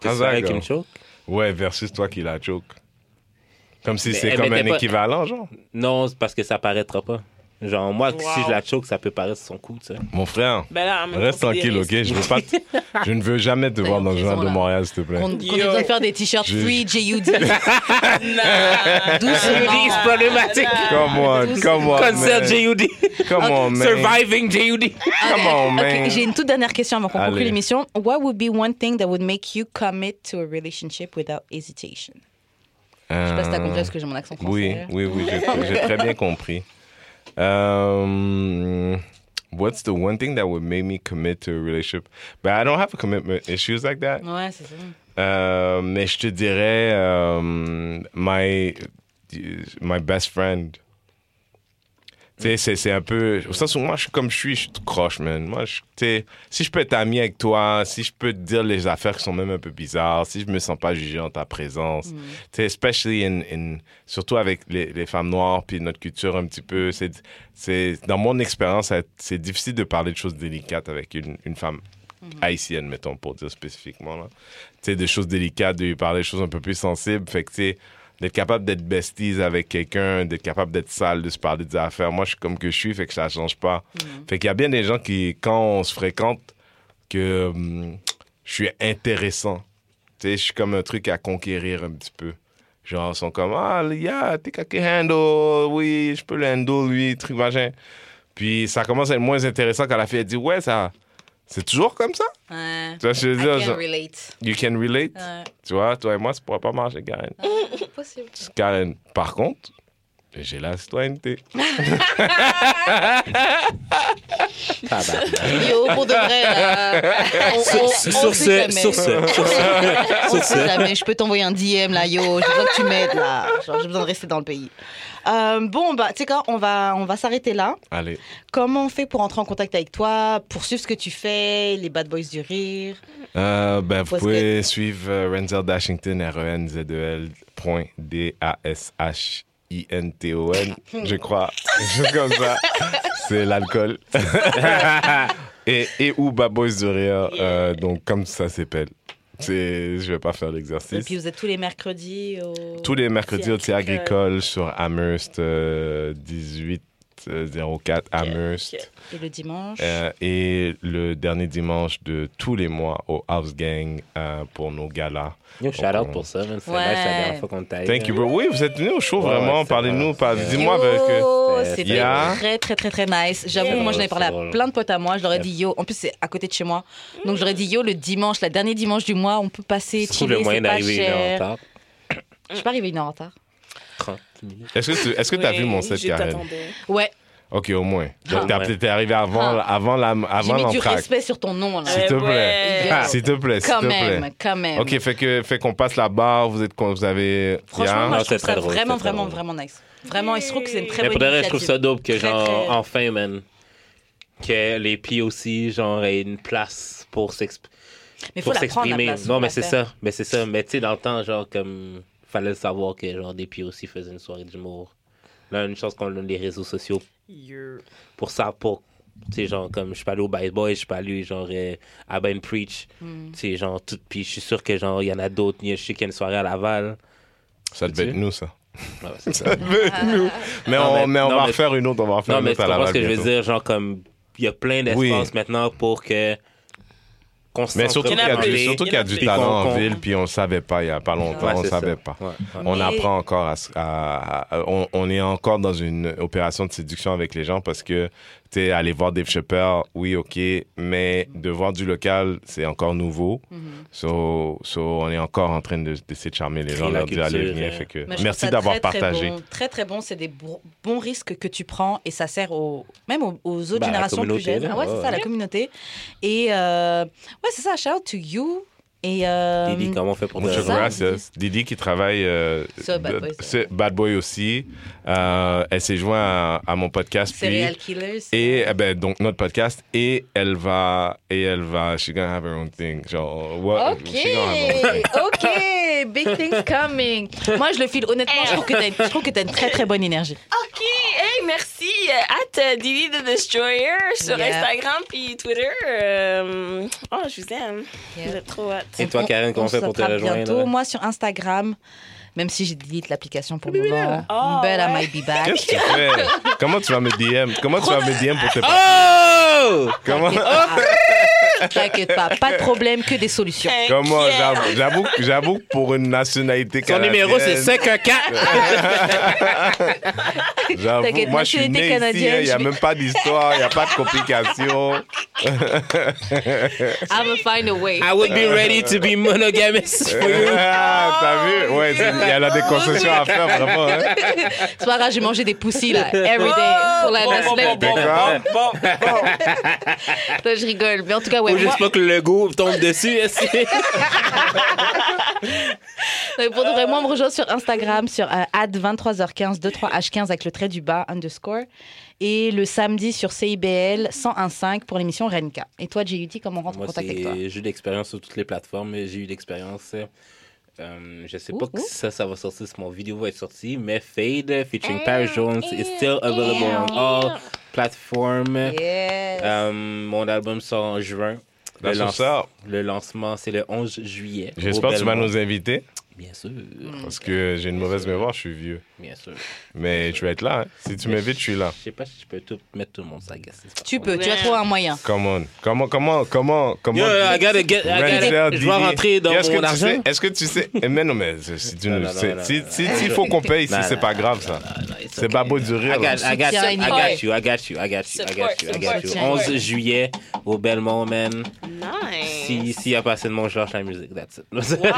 S3: que
S4: how's
S3: c'est
S4: that
S3: elle qui
S4: go?
S3: me choque.
S4: Ouais, versus toi qui la choke. Comme si
S3: Mais
S4: c'est
S3: elle
S4: comme un
S3: mettait pas-
S4: équivalent, genre.
S3: Non, c'est parce que ça paraîtra pas. Genre, moi, si
S5: Wow.
S3: je la choke, ça peut paraître son coup, tu sais.
S4: Mon frère,
S5: Ben là, en même
S4: reste
S5: temps, c'est
S4: tranquille,
S5: des
S4: ok? Je veux pas, te- je ne veux jamais te
S2: T'as
S4: voir dans le
S2: raison,
S4: genre de
S2: là.
S4: Montréal, s'il te plaît.
S2: Qu'on qu'on est
S5: Yo.
S2: en train de faire des t-shirts
S4: Je-
S2: Free J.U.D.
S5: Nah.
S2: Doucement.
S3: It's problématique.
S4: Come on, come on,
S3: Concert
S4: man.
S3: J.U.D.
S4: Come on, man.
S3: Surviving J.U.D.
S4: Come on, man.
S2: Ok, j'ai une toute dernière question avant qu'on conclue
S4: Allez.
S2: l'émission. What would be one thing that would make you commit to a relationship without hesitation? Je sais pas si t'as compris parce que j'ai mon accent
S3: Euh,
S2: français.
S4: Oui, oui, oui, j'ai j'ai très bien compris. Um, what's the one thing that would make me commit to a relationship? But I don't have a commitment issues like that.
S2: Ouais, c'est ça.
S4: Euh, mais je te dirais, euh, my, my best friend. Tu sais, c'est- c'est un peu. Au sens où moi, je suis comme je suis, je suis tout croche, man. Moi, je- tu sais, si je peux être ami avec toi, si je peux te dire les affaires qui sont même un peu bizarres, si je me sens pas jugé en ta présence, tu sais, especially in, in- surtout avec les, les femmes noires, puis notre culture un petit peu, c'est, c'est, dans mon expérience, ça- c'est difficile de parler de choses délicates avec une, une femme haïtienne, mettons, pour dire spécifiquement, là. Tu sais, des choses délicates, de lui parler des choses un peu plus sensibles, fait que, tu sais, d'être capable d'être besties avec quelqu'un, d'être capable d'être sale, de se parler des affaires. Moi, je suis comme que je suis, fait que ça change pas. Fait qu'il y a bien des gens qui, quand on se fréquente, que hum, je suis intéressant. Tu sais, je suis comme un truc à conquérir un petit peu. Genre, ils sont comme, ah, yeah, t'es quelqu'un handle, oui, je peux le handle, lui, truc machin. Puis ça commence à être moins intéressant quand la fille elle dit, ouais, ça, c'est toujours comme ça.
S2: Ouais.
S4: Tu vois, ce que je veux
S2: I can
S4: dire, genre,
S2: relate.
S4: you can relate.
S2: Ouais.
S4: Tu vois, toi et moi, ça pourra pas marcher, Karen.
S6: Possible.
S4: Karen, par contre, ben, j'ai la citoyenneté.
S3: Ah bah.
S2: Yo, pour de vrai, là, on, on- on
S3: Sur
S2: sait
S3: ce,
S2: jamais.
S3: sur ce, sur ce.
S2: On sait jamais. Je peux t'envoyer un DM là, yo. J'ai besoin que tu m'aides là. Genre, j'ai besoin de rester dans le pays. Euh, bon, bah, tu sais quoi, on va, on va s'arrêter là.
S4: Allez.
S2: Comment on fait pour entrer en contact avec toi, poursuivre ce que tu fais, les Bad Boys du Rire
S4: Euh, ben, vous
S2: Parce
S4: pouvez suivre euh, Renzel Dashington, E R-E-N-Z-E-L, point D-A-S-H-I-N-T-O-N, je crois. Juste comme ça. C'est l'alcool. et, et ou Babois du Rire, euh, donc comme ça s'appelle. C'est, je vais pas faire
S2: Et
S4: l'exercice.
S2: puis, vous êtes tous les mercredis au...
S4: Tous les mercredis au Théâtre
S5: Agricole.
S4: Agricole sur Amherst euh, 1804 Amherst.
S5: ok.
S2: Et le dimanche.
S4: Euh, et le dernier dimanche de tous les mois au House Gang euh, pour nos galas.
S3: Yo, shout out pour ça, man. C'est
S2: Ouais.
S3: nice, la dernière fois qu'on t'a eu.
S4: Thank you, bro. Oui, vous êtes venus au show,
S3: euh, Ouais,
S4: vraiment.
S3: c'est
S4: Parlez-nous.
S3: vrai.
S4: par-
S3: C'est
S4: Dis-moi bah, avec euh, eux.
S2: Yo,
S3: C'était-
S2: c'était
S4: Yeah.
S2: oh, très très très très nice. J'avoue,
S3: Yeah.
S2: moi j'en ai parlé
S3: C'est drôle.
S2: à plein de potes à moi. Je leur ai dit yo. En plus c'est à côté de chez moi, donc j'aurais dit yo le dimanche, la dernier dimanche du mois, on peut passer.
S3: Je trouve le
S2: chiller,
S3: moyen
S2: c'est pas
S3: d'arriver une heure en
S2: cher.
S3: retard.
S2: Je suis pas arrivée une heure en retard.
S3: 30 minutes.
S4: Est-ce que tu est-ce que as
S5: Ouais,
S4: vu mon set,
S5: je
S4: Karen
S5: t'attendais.
S2: Ouais.
S4: Ok, au moins. Donc,
S3: Ah.
S4: t'as- t'es arrivé avant,
S2: Ah.
S4: la- avant, la,
S2: J'ai
S4: avant
S2: mis du
S4: l'entraque.
S2: respect sur ton nom là.
S4: S'il te
S5: Eh
S4: plaît. Ah,
S5: ouais.
S4: S'il te plaît, s'il
S2: Quand
S4: te plaît.
S2: même, quand même.
S4: Ok, fait que fait qu'on passe la barre. Vous êtes con- vous avez.
S2: Franchement,
S4: Yeah.
S2: moi,
S3: Non,
S2: je trouve
S3: c'est très
S2: ça
S3: drôle,
S2: vraiment
S3: c'est très
S2: vraiment
S3: drôle.
S2: vraiment nice. Vraiment, il se trouve que c'est une très
S3: Mais
S2: bonne
S3: pour le reste, je
S2: initiative.
S3: trouve ça dope que,
S2: Très,
S3: genre,
S2: très-
S3: enfin, man, que les filles aussi, genre, aient une place pour s'exp-
S2: Mais faut
S3: pour
S2: la prendre la
S3: s'exprimer.
S2: place,
S3: Non,
S2: faut
S3: mais
S2: la
S3: c'est
S2: faire.
S3: ça. Mais c'est ça. Mais tu sais, dans le temps, genre, comme, fallait le savoir que, genre, des filles aussi faisaient une soirée d'humour. Là, une chance qu'on donne les réseaux sociaux
S5: Yo.
S3: pour ça, pour. Tu sais, genre, comme je suis pas allé au Bad Boy, je suis pas allé, genre, euh, à Ben Preach.
S2: Hmm.
S3: Tu sais, genre, tout. Puis je suis sûr que, genre, il y en a d'autres. Je sais qu'il y a une soirée à Laval.
S4: Ça devait être
S3: Tu-
S4: nous, ça.
S3: Ouais, c'est ça.
S4: Ça devait être nous. Mais
S3: Non,
S4: on
S3: mais-
S4: mais on
S3: non,
S4: va
S3: mais-
S4: refaire une autre. On va refaire
S3: Non,
S4: une
S3: mais
S4: autre
S3: tu
S4: à la
S3: comprends ce que je
S4: radio.
S3: veux dire, genre comme il y a plein d'espace
S4: Oui.
S3: maintenant pour que. qu'on se
S4: Mais
S3: sente
S4: surtout qu'il y a
S5: Il y en a
S4: du,
S5: plus.
S4: surtout qu'il y a du
S5: Il y en a
S4: talent en
S3: plus. Qu'on-
S4: ville, puis on ne savait pas il n'y a pas longtemps,
S3: Ouais,
S4: on ne
S3: c'est ça.
S4: savait pas.
S3: Ouais, ouais.
S4: On
S2: Mais-
S4: apprend encore à, se- à- à- on, on est encore dans une opération de séduction avec les gens parce que tu sais aller voir Dave Chappelle, oui ok, mais de voir du local c'est encore nouveau.
S2: Mm-hmm.
S4: So, so, on est encore en train de- d'essayer de, charmer les gens,
S3: Créer la
S4: leur dire allez
S3: culture,
S4: venir.
S3: euh.
S4: Fait que
S2: Mais je trouve
S4: merci
S2: ça
S4: d'avoir
S2: très, très
S4: partagé.
S2: bon. Très très bon, c'est des bons bons risques que tu prends et ça sert aux, même aux, aux autres
S3: Bah, à la
S2: générations plus
S3: communauté,
S2: jeunes.
S3: là,
S2: Ah ouais, c'est
S3: ouais,
S2: ça, la
S3: ouais.
S2: communauté. Et euh, ouais, c'est ça, shout out to you. Et euh,
S3: Didi, comment on fait pour
S4: Muchas
S2: C'est ça.
S4: gracias. Didi qui travaille. euh,
S2: Sur Bad Boys.
S4: c'est Bad Boy aussi. Euh, elle s'est jointe à, à mon podcast. puis-
S2: Serial Killers.
S4: Et eh ben, donc notre podcast et elle va et elle va she gonna have her own thing genre
S3: euh,
S4: what
S6: Ok,
S4: she gonna have her own thing.
S6: ok, big things coming.
S2: Moi, je le file. Honnêtement, je trouve que t'as- je trouve que t'as une très très bonne énergie.
S5: OK. Hey, merci. At euh, Didi the Destroyer sur
S2: Yeah.
S5: Instagram puis Twitter. Euh, Oh, je vous aime.
S2: Yeah.
S5: Vous êtes trop hâte.
S3: Et toi,
S2: On-
S3: Karen, comment on
S2: se
S3: fait pour te
S2: rattrape
S3: rejoindre,
S2: bientôt.
S3: là?
S2: Moi, sur Instagram, même si j'ai delete l'application pour le moment,
S3: Ah,
S5: Oh,
S2: but I
S5: ouais.
S2: might be back.
S4: Qu'est-ce que tu fais Comment tu vas me DM Comment tu vas me DM pour te
S3: Oh!
S4: Comment
S5: Ah,
S2: T'inquiète pas, pas de problème, que des solutions.
S5: Eh.
S4: Comment
S5: Inquiète.
S4: j'avoue- j'avoue j'avoue que pour une nationalité
S3: Son
S4: canadienne
S3: numéro, c'est 514.
S4: J'avoue
S2: T'inquiète,
S4: moi je
S2: nationalité
S4: suis né ici hein,
S2: canadienne,
S4: il y a
S2: je-
S4: même pas d'histoire il y a pas de complications
S6: I'm gonna find a way.
S3: I would be ready to be monogamous for you.
S4: Ah, T'as vu Ouais c'est- il y a là des concessions à faire vraiment hein.
S2: Soir, ah, j'ai mangé des poussis là, every day, pour la
S5: Oh, Bon, bon,
S2: Nestlé.
S5: bon, bon,
S4: D'accord.
S5: bon, bon, bon.
S6: Là, je rigole, mais en tout cas, ouais,
S3: Faut
S6: moi,
S3: juste pas que le goût tombe dessus. est-ce que-
S2: Mais pour de vrai, moi, on me rejoint sur Instagram, sur euh, 23h15, 23h15 avec le trait du bas, underscore. Et le samedi sur CIBL 101.5 pour l'émission Renka. Et toi, JUT, comment on rentre en
S3: Moi,
S2: contact avec toi
S3: c'est- j'ai eu de l'expérience sur toutes les plateformes. mais J'ai eu de l'expérience. euh, euh, je sais pas
S2: Ouh, ouh.
S3: que ça, ça va sortir, si mon vidéo va être sortie, mais Fade featuring Paris Jones is still available on all platforms.
S2: Yes.
S3: Euh, mon album sort en juin.
S4: Dans son sort.
S3: le lancement, c'est le 11 juillet. au
S4: J'espère que tu vas
S3: Belmont.
S4: nous inviter
S3: Bien sûr.
S4: parce que j'ai une mauvaise mémoire je suis vieux
S3: Bien sûr.
S4: mais je vais être là hein. si tu m'invites je suis là
S3: Je sais pas si je peux tout mettre tout le monde sur la guest list.
S2: Tu peux, tu as trouvé un moyen.
S4: Come on. Comment, comment, comment, comment.
S3: Yo, I gotta get, I
S4: Red
S3: gotta-
S4: Fair,
S3: je
S4: Didi.
S3: dois rentrer dans
S4: Yo, est-ce que
S3: mon
S4: tu
S3: argent.
S4: sais- Est-ce que tu sais. eh, Mais non, mais c'est- si tu
S3: Non,
S4: nous-
S3: non, non,
S4: c'est-
S3: non,
S4: si-
S3: non,
S4: si-
S3: non,
S4: S'il
S3: non,
S4: faut
S3: non,
S4: qu'on paye, si
S3: non,
S4: c'est
S3: non,
S4: pas
S3: non,
S4: grave,
S3: non,
S4: ça.
S3: non, non, it's
S4: C'est
S3: okay.
S4: babo du rire.
S3: I
S4: là.
S3: got, I got you, I got you, I got you, I got you, I got you, I got you. 11 juillet au Belmont, man.
S5: Hmm. Nice.
S3: S'il si y a pas assez de monde, je lâche la musique, that's it.
S5: Wow.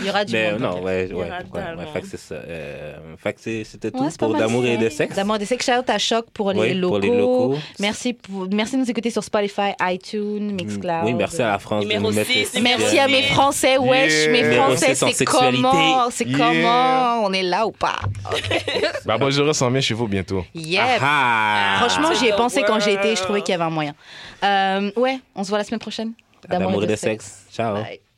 S2: Il y aura du
S3: Mais
S2: monde.
S3: Ben, non, ouais, ouais,
S5: Il y
S3: ouais,
S5: aura
S3: ouais,
S5: tellement.
S3: Fait que c'est ça. Euh, fait que c'est- c'était
S2: Ouais,
S3: tout
S2: c'est pas
S3: pour
S2: mal,
S3: D'amour et
S2: c'est-
S3: de sexe.
S2: D'amour et de sexe. Shout out à Choc pour, les
S3: Oui,
S2: locaux.
S3: pour les locaux. Mm.
S2: Merci, pour- merci de nous écouter sur Spotify, iTunes, Mixcloud.
S3: Hmm. Oui, merci à la France de
S5: Numéro
S3: nous mettre
S5: six,
S3: aussi,
S5: numéro
S2: Merci
S3: euh,
S2: à mes Français, wesh,
S4: Yeah.
S2: mes
S4: Mais
S2: Français,
S3: aussi sans
S2: c'est
S3: sexualité.
S2: comment C'est
S4: Yeah.
S2: comment On est là ou pas
S4: Babo du rire s'en vient chez vous bientôt.
S2: Yeah
S3: Ah,
S2: Franchement, j'y ai
S5: The
S2: pensé quand j'y étais, je
S5: world.
S2: trouvais qu'il y avait un moyen. Euh, ouais, on se voit la semaine prochaine.
S3: D'amour et de sexe. Ciao.
S2: Bye.